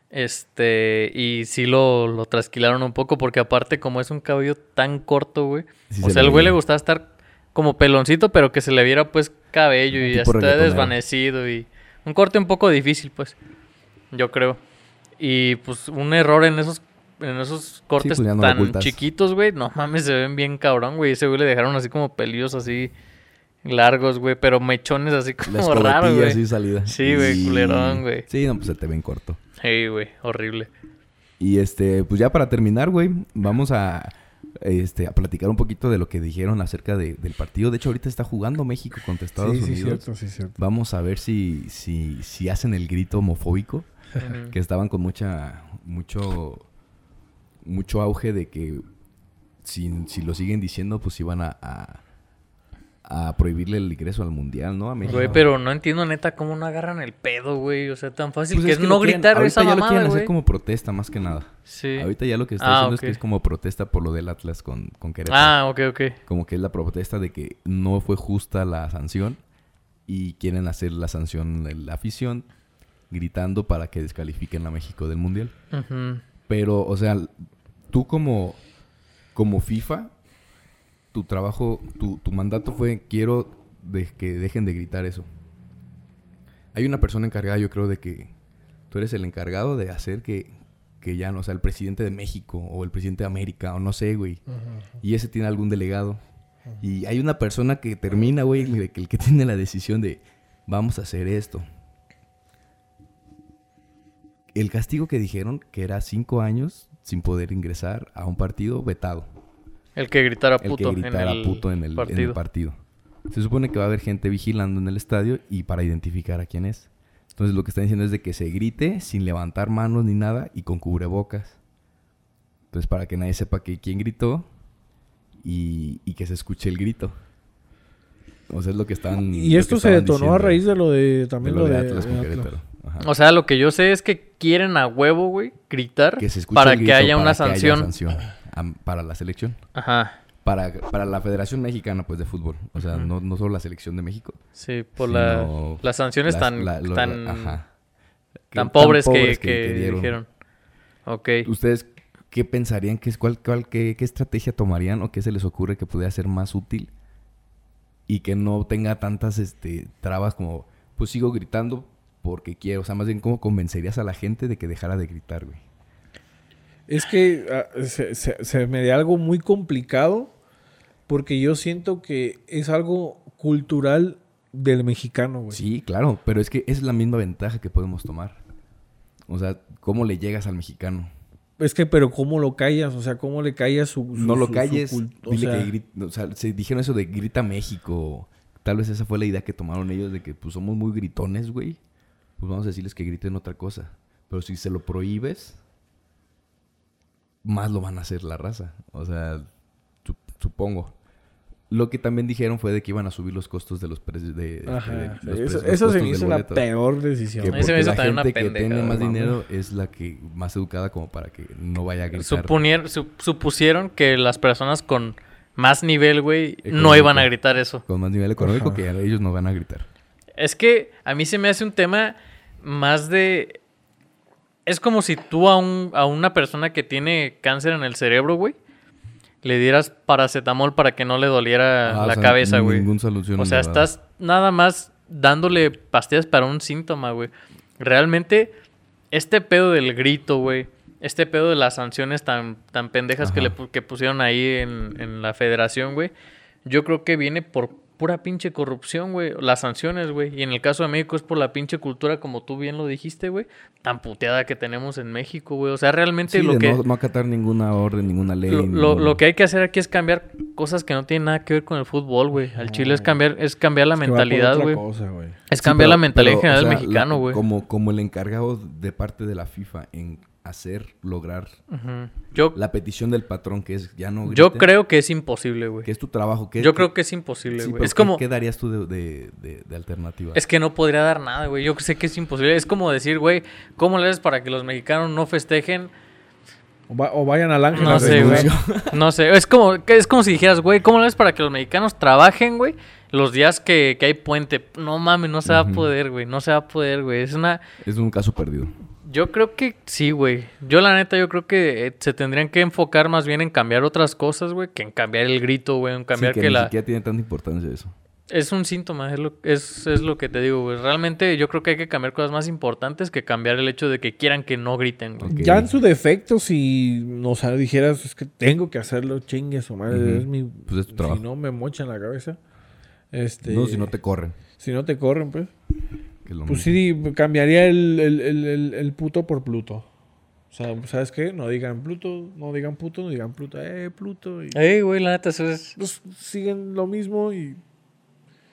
[SPEAKER 2] Este, y sí lo, lo trasquilaron un poco, porque aparte, como es un cabello tan corto, güey.
[SPEAKER 1] Sí
[SPEAKER 2] o
[SPEAKER 1] se
[SPEAKER 2] sea,
[SPEAKER 1] le
[SPEAKER 2] al güey
[SPEAKER 1] ve.
[SPEAKER 2] le gustaba estar como peloncito, pero que se le viera, pues, cabello y ya
[SPEAKER 1] Tipo
[SPEAKER 2] está
[SPEAKER 1] reggaetonero.
[SPEAKER 2] desvanecido. Y un corte un poco difícil, pues, yo creo. Y pues, un error en esos. En esos cortes
[SPEAKER 1] pues, ya no lo
[SPEAKER 2] tan
[SPEAKER 1] ocultas.
[SPEAKER 2] chiquitos chiquitos, güey. No mames, se ven bien cabrón, güey. Ese güey le dejaron así como pelillos así largos, güey. Pero mechones así
[SPEAKER 1] La
[SPEAKER 2] como raros,
[SPEAKER 1] escobetilla
[SPEAKER 2] güey.
[SPEAKER 1] así salida.
[SPEAKER 2] Sí, güey,
[SPEAKER 1] Y-
[SPEAKER 2] culerón, güey.
[SPEAKER 1] Sí, no, pues se te ven corto.
[SPEAKER 2] Sí, güey, horrible.
[SPEAKER 1] Y este, pues ya para terminar, güey, vamos a, este, a platicar un poquito de lo que dijeron acerca de- del partido. De hecho, ahorita está jugando México contra Estados
[SPEAKER 3] sí, sí,
[SPEAKER 1] Unidos.
[SPEAKER 3] cierto, sí, cierto.
[SPEAKER 1] Vamos a ver si, si, si hacen el grito homofóbico.
[SPEAKER 2] Ujú.
[SPEAKER 1] Que estaban con mucha, mucho, mucho auge de que si, si lo siguen diciendo, pues iban a, a, a prohibirle el ingreso al mundial, ¿no? A México.
[SPEAKER 2] Güey, pero no entiendo neta cómo no agarran el pedo, güey. O sea, tan fácil
[SPEAKER 1] Pues
[SPEAKER 2] que es,
[SPEAKER 1] lo
[SPEAKER 2] no
[SPEAKER 1] quieren-
[SPEAKER 2] gritar
[SPEAKER 1] ahorita
[SPEAKER 2] esa
[SPEAKER 1] ya lo
[SPEAKER 2] mamada,
[SPEAKER 1] quieren hacer
[SPEAKER 2] güey.
[SPEAKER 1] como protesta, más que nada.
[SPEAKER 2] Sí.
[SPEAKER 1] Ahorita ya lo que está
[SPEAKER 2] Ah,
[SPEAKER 1] diciendo es
[SPEAKER 2] ok.
[SPEAKER 1] que es como protesta por lo de las Atlas con, con Querétaro.
[SPEAKER 2] Ah, ok, ok.
[SPEAKER 1] Como que es la protesta de que no fue justa la sanción y quieren hacer la sanción de la afición gritando para que descalifiquen a México del Mundial.
[SPEAKER 2] Ujú.
[SPEAKER 1] Pero, o sea, tú como, como FIFA, tu trabajo, tu, tu mandato fue quiero de- que dejen de gritar eso. Hay una persona encargada, yo creo, de que tú eres el encargado de hacer que, que ya no, o sea, el presidente de México o el presidente de América o no sé, güey. Y ese tiene algún delegado. Y hay una persona que termina, güey, el que- el que tiene la decisión de vamos a hacer esto. El castigo que dijeron que era cinco años sin poder ingresar a un partido vetado.
[SPEAKER 2] El que gritara
[SPEAKER 1] El
[SPEAKER 2] puto,
[SPEAKER 1] que gritara
[SPEAKER 2] en, el
[SPEAKER 1] puto en el, en el
[SPEAKER 2] partido.
[SPEAKER 1] partido. Se supone que va a haber gente vigilando en el estadio y para identificar a quién es. Entonces lo que están diciendo es de que se grite sin levantar manos ni nada y con cubrebocas. Entonces para que nadie sepa que, quién gritó y, y que se escuche el grito. O sea, es lo que están.
[SPEAKER 3] Y
[SPEAKER 1] lo
[SPEAKER 3] esto
[SPEAKER 1] que
[SPEAKER 3] se
[SPEAKER 1] estaban
[SPEAKER 3] detonó
[SPEAKER 1] diciendo
[SPEAKER 3] a raíz de lo de
[SPEAKER 1] de
[SPEAKER 3] también
[SPEAKER 1] lo de
[SPEAKER 3] de
[SPEAKER 1] Atlas con
[SPEAKER 3] de Atlas.
[SPEAKER 1] Querétaro. Ajá.
[SPEAKER 2] O sea, lo que yo sé es que quieren a huevo, güey, gritar
[SPEAKER 1] Que se escuche
[SPEAKER 2] para
[SPEAKER 1] el
[SPEAKER 2] que
[SPEAKER 1] grito,
[SPEAKER 2] haya una
[SPEAKER 1] para que
[SPEAKER 2] sanción.
[SPEAKER 1] sanción, am- para la selección.
[SPEAKER 2] Ajá.
[SPEAKER 1] Para, para la Federación Mexicana, pues, de fútbol. O sea, no, no solo la selección de México.
[SPEAKER 2] Sí, por
[SPEAKER 1] Sí,
[SPEAKER 2] la-
[SPEAKER 1] no,
[SPEAKER 2] las sanciones
[SPEAKER 1] Las-
[SPEAKER 2] tan,
[SPEAKER 1] la- lo-
[SPEAKER 2] tan,
[SPEAKER 1] ajá. Que-
[SPEAKER 2] tan pobres,
[SPEAKER 1] pobres
[SPEAKER 2] que, que dijeron. Ok.
[SPEAKER 1] ¿Ustedes qué pensarían? ¿Qué, es- cuál, cuál- qué, qué estrategia tomarían o qué se les ocurre que pudiera ser más útil y que no tenga tantas este, trabas como, pues sigo gritando porque quiero? O sea, más bien, ¿cómo convencerías a la gente de que dejara de gritar, güey?
[SPEAKER 3] Es que ah, se, se- se me da algo muy complicado porque yo siento que es algo cultural del mexicano, güey.
[SPEAKER 1] Sí, claro, pero es que es la misma ventaja que podemos tomar. O sea, ¿cómo le llegas al mexicano?
[SPEAKER 3] Es que, pero ¿cómo lo callas? O sea, ¿cómo le callas su... su-
[SPEAKER 1] No lo
[SPEAKER 3] su- su
[SPEAKER 1] calles.
[SPEAKER 3] cult- o
[SPEAKER 1] dile
[SPEAKER 3] sea,
[SPEAKER 1] que grit- o sea, se dijeron eso de grita México. Tal vez esa fue la idea que tomaron ellos de que pues somos muy gritones, güey. Pues vamos a decirles que griten otra cosa. Pero si se lo prohíbes, más lo van a hacer la raza. O sea, sup- supongo. Lo que también dijeron fue de que iban a subir los costos de los precios de, de-
[SPEAKER 3] ajá.
[SPEAKER 1] de- los
[SPEAKER 3] eso
[SPEAKER 1] precios- los
[SPEAKER 3] eso se
[SPEAKER 1] costos
[SPEAKER 3] me
[SPEAKER 1] del
[SPEAKER 3] hizo la
[SPEAKER 1] boleto.
[SPEAKER 3] peor
[SPEAKER 1] Que
[SPEAKER 3] decisión.
[SPEAKER 2] A mí se
[SPEAKER 1] porque
[SPEAKER 2] me hizo
[SPEAKER 1] la
[SPEAKER 2] también una
[SPEAKER 1] gente que
[SPEAKER 2] pendejada,
[SPEAKER 1] tiene más
[SPEAKER 2] mamá.
[SPEAKER 1] dinero es la que más educada como para que no vaya a gritar.
[SPEAKER 2] Suponir- su- supusieron que las personas con más nivel, güey, no iban a
[SPEAKER 1] Económico.
[SPEAKER 2] gritar eso.
[SPEAKER 1] con más nivel económico
[SPEAKER 3] Ajá.
[SPEAKER 1] que ellos no van a gritar.
[SPEAKER 2] Es que a mí se me hace un tema más de... Es como si tú a, un, a una persona que tiene cáncer en el cerebro, güey, le dieras paracetamol para que no le doliera
[SPEAKER 1] Ah, o
[SPEAKER 2] la
[SPEAKER 1] sea,
[SPEAKER 2] cabeza, güey.
[SPEAKER 1] Ningún solución.
[SPEAKER 2] O sea,
[SPEAKER 1] le va a dar.
[SPEAKER 2] estás nada más dándole pastillas para un síntoma, güey. Realmente, este pedo del grito, güey. Este pedo de las sanciones tan, tan pendejas que,
[SPEAKER 1] Ajá.
[SPEAKER 2] le, pu- que pusieron ahí en, en la federación, güey. Yo creo que viene por pura pinche corrupción, güey. Las sanciones, güey. Y en el caso de México es por la pinche cultura, como tú bien lo dijiste, güey. Tan puteada que tenemos en México, güey. O sea, realmente
[SPEAKER 1] Sí,
[SPEAKER 2] lo
[SPEAKER 1] de
[SPEAKER 2] que...
[SPEAKER 1] no, no acatar ninguna orden, ninguna ley.
[SPEAKER 2] Lo, lo-
[SPEAKER 1] ningún-
[SPEAKER 2] lo que hay que hacer aquí es cambiar cosas que no tienen nada que ver con el fútbol, güey. Al Chile es cambiar, es cambiar la
[SPEAKER 3] Es que va por
[SPEAKER 2] mentalidad,
[SPEAKER 3] otra
[SPEAKER 2] güey.
[SPEAKER 3] cosa, güey.
[SPEAKER 2] Es
[SPEAKER 1] Sí,
[SPEAKER 2] cambiar
[SPEAKER 1] pero-
[SPEAKER 2] la mentalidad
[SPEAKER 1] pero, o
[SPEAKER 2] en general
[SPEAKER 1] sea,
[SPEAKER 2] del
[SPEAKER 1] la-
[SPEAKER 2] mexicano, güey.
[SPEAKER 1] Como, como el encargado de parte de la FIFA en hacer, lograr
[SPEAKER 2] Ujú. Yo,
[SPEAKER 1] la petición del patrón que es ya no.
[SPEAKER 2] yo
[SPEAKER 1] griten,
[SPEAKER 2] creo que es imposible, güey.
[SPEAKER 1] Que es tu trabajo. Que,
[SPEAKER 2] Yo creo que es imposible,
[SPEAKER 1] sí,
[SPEAKER 2] güey.
[SPEAKER 1] pero
[SPEAKER 2] es
[SPEAKER 1] ¿qué-
[SPEAKER 2] como,
[SPEAKER 1] ¿Qué darías tú de, de, de- de alternativa?
[SPEAKER 2] es que no podría dar nada, güey. Yo sé que es imposible. Es como decir, güey, ¿cómo le haces para que los mexicanos no festejen?
[SPEAKER 3] O, va- o vayan al ángel.
[SPEAKER 2] No
[SPEAKER 3] a
[SPEAKER 2] sé, güey.
[SPEAKER 3] renunciar.
[SPEAKER 2] No sé. Es como, que- es como si dijeras, güey, ¿cómo le haces para que los mexicanos trabajen, güey? Los días que, que hay puente. No mames, no se va a
[SPEAKER 1] Ujú.
[SPEAKER 2] poder, güey. No se va a poder, güey. Es una...
[SPEAKER 1] Es un caso perdido.
[SPEAKER 2] Yo creo que sí, güey. Yo la neta, yo creo que eh, se tendrían que enfocar más bien en cambiar otras cosas, güey, que en cambiar el grito, güey, en
[SPEAKER 1] Sí,
[SPEAKER 2] cambiar
[SPEAKER 1] que,
[SPEAKER 2] que
[SPEAKER 1] ni
[SPEAKER 2] la...
[SPEAKER 1] siquiera tiene tanta importancia eso.
[SPEAKER 2] Es un síntoma, es lo, es, es lo que te digo, güey. Realmente yo creo que hay que cambiar cosas más importantes que cambiar el hecho de que quieran que no griten, güey.
[SPEAKER 1] Ok.
[SPEAKER 3] Ya en su defecto, si nos dijeras, es que tengo que hacerlo, chingues o madre,
[SPEAKER 1] Ujú.
[SPEAKER 3] es mi...
[SPEAKER 1] Pues es tu trabajo.
[SPEAKER 3] Si no me mochan la cabeza. Este,
[SPEAKER 1] No, si no te corren.
[SPEAKER 3] Si no te corren, pues.
[SPEAKER 1] que es lo
[SPEAKER 3] Pues
[SPEAKER 1] mismo.
[SPEAKER 3] sí, cambiaría el, el- el- el- el puto por Pluto. O sea, ¿sabes qué? No digan Pluto, no digan puto, no digan Pluto, eh, Pluto. Y,
[SPEAKER 2] Ey, güey, la neta, eso es...
[SPEAKER 3] pues, siguen lo mismo y...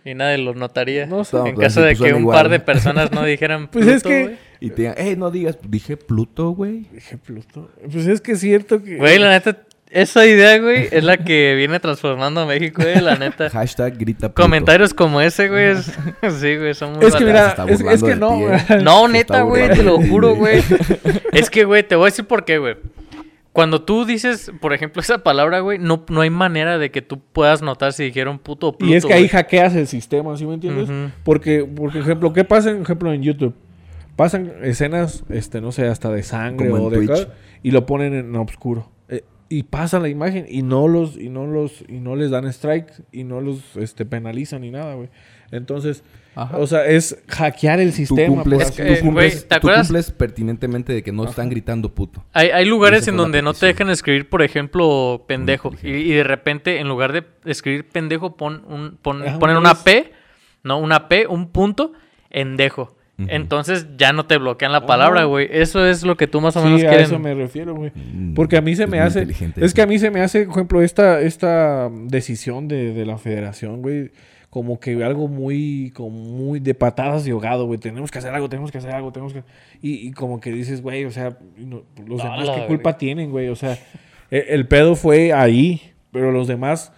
[SPEAKER 2] Y nadie lo notaría.
[SPEAKER 3] No sé.
[SPEAKER 2] en
[SPEAKER 1] pues, sí,
[SPEAKER 2] caso de
[SPEAKER 1] pues,
[SPEAKER 2] que
[SPEAKER 1] suena
[SPEAKER 2] un
[SPEAKER 1] igual.
[SPEAKER 2] par de personas no dijeran...
[SPEAKER 3] Pues es que-
[SPEAKER 2] güey.
[SPEAKER 1] Y te digan, eh, no digas, dije Pluto, güey.
[SPEAKER 3] Dije Pluto. Pues es que es cierto que...
[SPEAKER 2] Güey, la neta, esa idea, güey, es la que viene transformando a México, güey, la neta.
[SPEAKER 1] Hashtag grita Pluto.
[SPEAKER 2] Comentarios como ese, güey. es- sí, güey, son muy
[SPEAKER 3] es
[SPEAKER 2] baratos.
[SPEAKER 3] que mira,
[SPEAKER 1] está
[SPEAKER 3] es, es
[SPEAKER 1] burlando
[SPEAKER 3] que
[SPEAKER 1] de
[SPEAKER 3] no.
[SPEAKER 1] ti, eh.
[SPEAKER 3] güey.
[SPEAKER 2] No,
[SPEAKER 1] Se está
[SPEAKER 2] neta, güey,
[SPEAKER 1] burlando
[SPEAKER 2] te lo
[SPEAKER 1] de ti,
[SPEAKER 2] juro,
[SPEAKER 1] güey.
[SPEAKER 2] güey. Es que, güey, te voy a decir por qué, güey. Cuando tú dices, por ejemplo, esa palabra, güey, no, no hay manera de que tú puedas notar si dijeron puto o pluto.
[SPEAKER 3] y es que ahí
[SPEAKER 2] güey.
[SPEAKER 3] hackeas el sistema, ¿sí me entiendes?
[SPEAKER 2] Ujú.
[SPEAKER 3] Porque, por ejemplo, ¿qué pasa, por ejemplo, en YouTube? Pasan escenas, este, no sé, hasta de sangre
[SPEAKER 1] Como
[SPEAKER 3] o
[SPEAKER 1] en
[SPEAKER 3] de
[SPEAKER 1] Twitch.
[SPEAKER 3] acá, y lo ponen en oscuro. Eh, y pasan la imagen y no los, y no los, y no les dan strike, y no los este, penalizan ni nada, güey. Entonces,
[SPEAKER 1] Ajá.
[SPEAKER 3] o sea, es hackear el
[SPEAKER 1] Tú
[SPEAKER 3] sistema. pues, por
[SPEAKER 1] cumples,
[SPEAKER 2] Es
[SPEAKER 3] así
[SPEAKER 2] que,
[SPEAKER 1] tú,
[SPEAKER 2] güey,
[SPEAKER 1] cumples,
[SPEAKER 2] ¿te
[SPEAKER 1] tú
[SPEAKER 2] acuerdas?
[SPEAKER 1] cumples pertinentemente de que no están gritando puto.
[SPEAKER 2] Hay, hay lugares
[SPEAKER 1] Esa
[SPEAKER 2] en
[SPEAKER 1] fue la
[SPEAKER 2] donde no te
[SPEAKER 1] petición.
[SPEAKER 2] dejan escribir, por ejemplo, pendejo. Y,
[SPEAKER 1] inteligente.
[SPEAKER 2] y de repente, en lugar de escribir pendejo, pon un, pon-
[SPEAKER 3] Ah,
[SPEAKER 2] ponen
[SPEAKER 3] pues.
[SPEAKER 2] una P, no, una P, un punto, endejo.
[SPEAKER 1] Ujú.
[SPEAKER 2] Entonces ya no te bloquean la palabra,
[SPEAKER 3] Ajá.
[SPEAKER 2] güey. Eso es lo que tú más o menos
[SPEAKER 3] Sí, a
[SPEAKER 2] quieren.
[SPEAKER 3] eso me refiero, güey.
[SPEAKER 1] Mm,
[SPEAKER 3] Porque a mí se
[SPEAKER 1] es
[SPEAKER 3] me
[SPEAKER 1] muy
[SPEAKER 3] hace.
[SPEAKER 1] inteligente
[SPEAKER 3] Es que a
[SPEAKER 1] eso.
[SPEAKER 3] mí se me hace, por ejemplo, esta, esta decisión de, de la federación, güey. Como que algo muy, como muy de patadas de ahogado, güey. Tenemos que hacer algo, tenemos que hacer algo, tenemos que. Y, y como que dices, güey, o sea, no- los
[SPEAKER 2] A
[SPEAKER 3] demás,
[SPEAKER 2] la
[SPEAKER 3] ¿qué culpa tienen, güey? O sea, e- el, pedo fue ahí, pero los demás,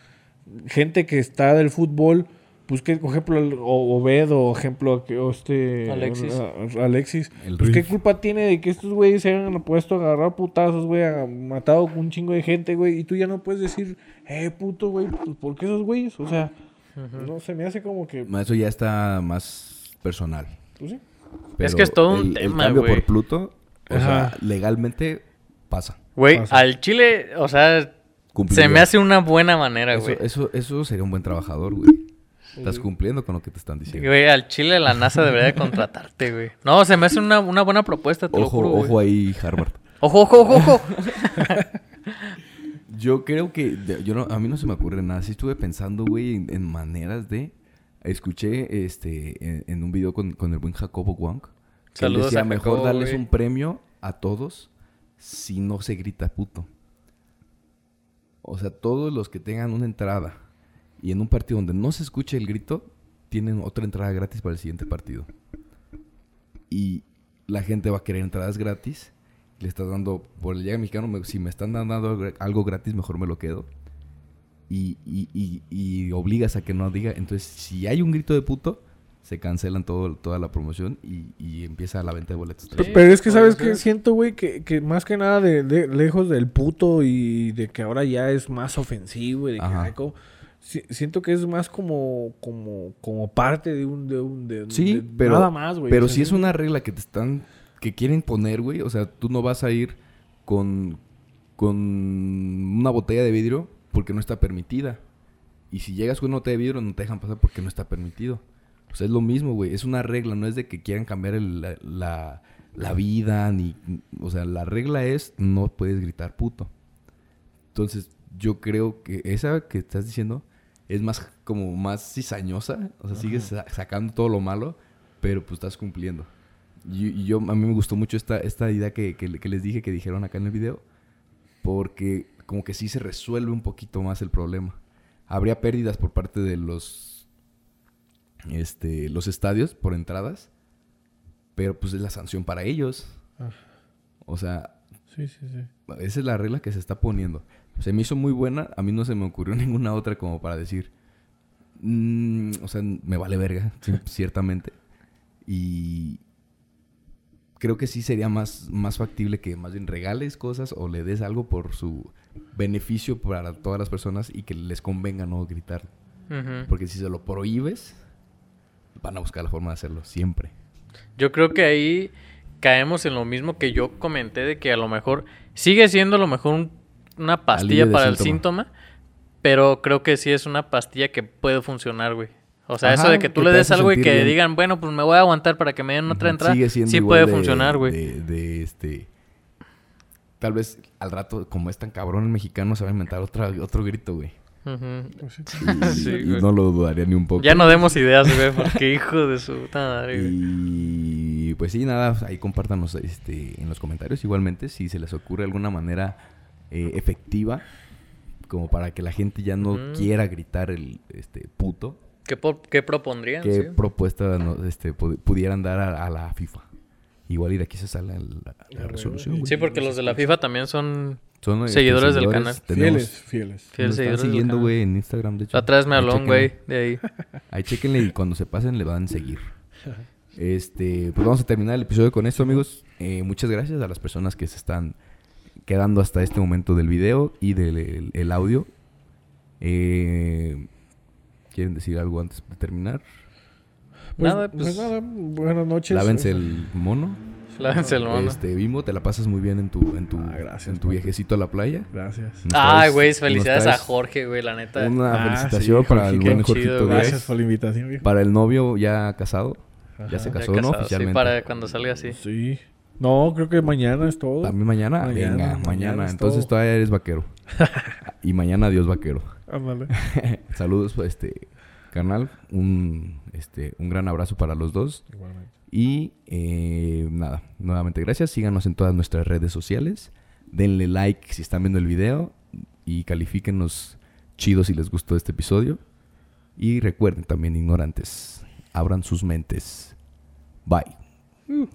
[SPEAKER 3] gente que está del fútbol, pues que, por ejemplo, el- o Obed o ejemplo, que- o este
[SPEAKER 2] Alexis.
[SPEAKER 3] a- a- Alexis,
[SPEAKER 1] El
[SPEAKER 3] pues qué
[SPEAKER 1] Riff.
[SPEAKER 3] culpa tiene de que estos güeyes se hayan puesto a agarrar putazos, güey, a matado un chingo de gente, güey, y tú ya no puedes decir, eh, puto, güey, pues ¿por qué esos güeyes? O sea, no se me hace como que,
[SPEAKER 1] Eso ya está más personal.
[SPEAKER 3] pues sí.
[SPEAKER 2] Es que es todo un
[SPEAKER 1] el- el
[SPEAKER 2] tema,
[SPEAKER 1] cambio
[SPEAKER 2] güey.
[SPEAKER 1] por Pluto, o sea,
[SPEAKER 3] Ajá.
[SPEAKER 1] legalmente pasa.
[SPEAKER 2] Güey,
[SPEAKER 3] Pasa.
[SPEAKER 2] al chile, o sea,
[SPEAKER 1] Cumplido.
[SPEAKER 2] se me hace una buena manera,
[SPEAKER 1] Eso,
[SPEAKER 2] güey.
[SPEAKER 1] eso, eso sería un buen trabajador, güey. Estás cumpliendo con lo que te están diciendo.
[SPEAKER 2] Güey, al chile la NASA debería de contratarte, güey. No, se me hace una, una buena propuesta, te lo
[SPEAKER 1] Ojo,
[SPEAKER 2] juro, güey.
[SPEAKER 1] ojo ahí, Harvard.
[SPEAKER 2] Ojo, ojo, ojo, ojo.
[SPEAKER 1] Yo creo que de- yo no- a mí no se me ocurre nada. Sí estuve pensando, güey, en, en maneras de. Escuché este en, en un video con, con el buen Jacobo Wang. Que él
[SPEAKER 2] Saludos
[SPEAKER 1] decía,
[SPEAKER 2] a
[SPEAKER 1] mejor
[SPEAKER 2] Jacobo,
[SPEAKER 1] darles
[SPEAKER 2] güey".
[SPEAKER 1] un premio a todos si no se grita puto. O sea, todos los que tengan una entrada y en un partido donde no se escuche el grito, tienen otra entrada gratis para el siguiente partido. Y la gente va a querer entradas gratis. Le estás dando, por el Liga Mexicano, me- si me están dando algo- algo gratis, mejor me lo quedo. Y, y- y- y obligas a que no diga. Entonces, si hay un grito de puto, se cancelan todo, toda la promoción y, y empieza la venta de boletos.
[SPEAKER 3] Pe-
[SPEAKER 2] Sí,
[SPEAKER 3] Pero es que,
[SPEAKER 2] puede
[SPEAKER 3] ¿sabes
[SPEAKER 2] ser.
[SPEAKER 3] qué? Siento, güey, que, que más que nada, de, de- lejos del puto y de que ahora ya es más ofensivo y de que,
[SPEAKER 1] Ajá.
[SPEAKER 3] ay, como- si- siento que es más como, como, como parte de un... De un de,
[SPEAKER 1] Sí,
[SPEAKER 3] de-
[SPEAKER 1] pero,
[SPEAKER 3] Nada más, güey.
[SPEAKER 1] pero
[SPEAKER 3] o sea,
[SPEAKER 1] si es
[SPEAKER 3] sí.
[SPEAKER 1] una regla que te están, que quieren poner, güey, o sea, tú no vas a ir con, con una botella de vidrio porque no está permitida. Y si llegas con una botella de vidrio no te dejan pasar porque no está permitido. O sea, es lo mismo, güey, es una regla, no es de que quieran cambiar el- la, la- la vida, ni, o sea, la regla es no puedes gritar puto. Entonces, yo creo que esa que estás diciendo es más como más cizañosa, o sea, sigues sa- sacando todo lo malo, pero pues estás cumpliendo. Y, y yo a mí me gustó mucho esta, esta idea que, que- que les dije que dijeron acá en el video, porque como que sí se resuelve un poquito más el problema. Habría pérdidas por parte de los este los estadios por entradas, pero pues es la sanción para ellos.
[SPEAKER 3] Ajá.
[SPEAKER 1] O sea,
[SPEAKER 3] Sí, sí, sí.
[SPEAKER 1] esa es la regla que se está poniendo. Se me hizo muy buena, a mí no se me ocurrió ninguna otra como para decir, "Mm, o sea, me vale verga, sí, ciertamente. Y creo que sí sería más, más factible que más bien regales cosas o le des algo por su beneficio para todas las personas y que les convenga no gritar.
[SPEAKER 2] Ujú.
[SPEAKER 1] Porque si se lo prohíbes, van a buscar la forma de hacerlo, siempre.
[SPEAKER 2] Yo creo que ahí caemos en lo mismo que yo comenté de que a lo mejor sigue siendo a lo mejor un- una pastilla
[SPEAKER 1] Alivio de
[SPEAKER 2] para el
[SPEAKER 1] síntoma.
[SPEAKER 2] síntoma, pero creo que sí es una pastilla que puede funcionar, güey. O sea, eso
[SPEAKER 1] Ajá,
[SPEAKER 2] de que tú
[SPEAKER 1] que
[SPEAKER 2] le
[SPEAKER 1] te
[SPEAKER 2] des
[SPEAKER 1] hace
[SPEAKER 2] algo y
[SPEAKER 1] sentir
[SPEAKER 2] que
[SPEAKER 1] bien.
[SPEAKER 2] digan, bueno, pues me voy a aguantar para que me den otra
[SPEAKER 1] Ujú.
[SPEAKER 2] entrada,
[SPEAKER 1] Sigue siendo
[SPEAKER 2] sí
[SPEAKER 1] igual
[SPEAKER 2] puede
[SPEAKER 1] de-
[SPEAKER 2] funcionar, güey.
[SPEAKER 1] De, de, este. Tal vez al rato, como es tan cabrón el mexicano, se va a inventar otra, otro grito, güey.
[SPEAKER 2] Ujú.
[SPEAKER 3] Pues sí.
[SPEAKER 1] Y,
[SPEAKER 2] Sí,
[SPEAKER 1] y
[SPEAKER 2] güey.
[SPEAKER 1] no lo dudaría ni un poco.
[SPEAKER 2] Ya no demos ideas, güey, porque hijo de su puta madre, güey.
[SPEAKER 1] Y pues sí, nada, ahí compártanos este, en los comentarios igualmente si se les ocurre alguna manera eh, efectiva como para que la gente ya no
[SPEAKER 2] Ujú.
[SPEAKER 1] quiera gritar el este puto.
[SPEAKER 2] ¿Qué, po- qué propondrían?
[SPEAKER 1] ¿Qué
[SPEAKER 2] sí?
[SPEAKER 1] propuesta no- este, pu- pudieran dar a, a la FIFA? Igual y de aquí se sale la, la
[SPEAKER 3] huevo.
[SPEAKER 1] resolución. güey.
[SPEAKER 2] Sí, porque los de la
[SPEAKER 1] Pues,
[SPEAKER 2] FIFA también son...
[SPEAKER 1] Son este,
[SPEAKER 2] Seguidores del canal.
[SPEAKER 1] tenemos-
[SPEAKER 3] Fieles, fieles.
[SPEAKER 2] Fiel
[SPEAKER 1] Nos están
[SPEAKER 2] seguidores del
[SPEAKER 1] siguiendo,
[SPEAKER 2] canal.
[SPEAKER 1] güey, en Instagram, de hecho.
[SPEAKER 2] La otra vez me
[SPEAKER 1] Ahí
[SPEAKER 2] habló un
[SPEAKER 1] chéquenle.
[SPEAKER 2] güey de ahí.
[SPEAKER 1] Ahí chequenle y cuando se pasen le van a seguir. Este, pues vamos a terminar el episodio con esto, amigos. Eh, muchas gracias a las personas que se están quedando hasta este momento del video y del el- el audio. Eh, ¿Quieren decir algo antes de terminar?
[SPEAKER 3] Pues,
[SPEAKER 2] Nada,
[SPEAKER 3] pues
[SPEAKER 2] pues-
[SPEAKER 3] nada, buenas noches.
[SPEAKER 1] Lávense
[SPEAKER 3] O sea,
[SPEAKER 1] el mono.
[SPEAKER 2] Lávense el mono.
[SPEAKER 1] Este, Bimbo, te la pasas muy bien en tu, en tu,
[SPEAKER 3] Ah, gracias,
[SPEAKER 1] en tu
[SPEAKER 3] Paco.
[SPEAKER 1] viajecito a la playa.
[SPEAKER 3] Gracias.
[SPEAKER 1] Nos
[SPEAKER 2] Ay,
[SPEAKER 1] traes-
[SPEAKER 2] Ah, güey,
[SPEAKER 1] nos
[SPEAKER 2] felicidades a
[SPEAKER 1] traes
[SPEAKER 2] Jorge, güey, la neta.
[SPEAKER 1] Una
[SPEAKER 3] Ah,
[SPEAKER 1] felicitación
[SPEAKER 3] sí,
[SPEAKER 1] para el
[SPEAKER 3] Jorge,
[SPEAKER 1] buen
[SPEAKER 2] qué
[SPEAKER 1] Jorgito
[SPEAKER 2] chido, güey.
[SPEAKER 1] Díaz.
[SPEAKER 3] Gracias por la invitación, viejo.
[SPEAKER 1] Para el novio ya casado. Ya
[SPEAKER 3] Ajá.
[SPEAKER 1] se
[SPEAKER 2] Ya
[SPEAKER 1] casó, ¿no?
[SPEAKER 2] casado,
[SPEAKER 1] Oficialmente.
[SPEAKER 2] Sí, para cuando salga así.
[SPEAKER 3] Sí. No, creo que mañana es todo.
[SPEAKER 1] ¿También mañana?
[SPEAKER 3] Uh, Mañana,
[SPEAKER 1] Venga, mañana.
[SPEAKER 3] mañana es
[SPEAKER 1] Entonces
[SPEAKER 3] todo.
[SPEAKER 1] todavía eres vaquero. y mañana Dios vaquero.
[SPEAKER 3] Ándale.
[SPEAKER 1] Saludos, pues, este, canal. Un, este, un gran abrazo para los dos.
[SPEAKER 3] Igualmente.
[SPEAKER 1] Y eh, nada, nuevamente gracias. Síganos en todas nuestras redes sociales. Denle like si están viendo el video. Y califíquenos chido si les gustó este episodio. Y recuerden también, ignorantes, abran sus mentes. Bye.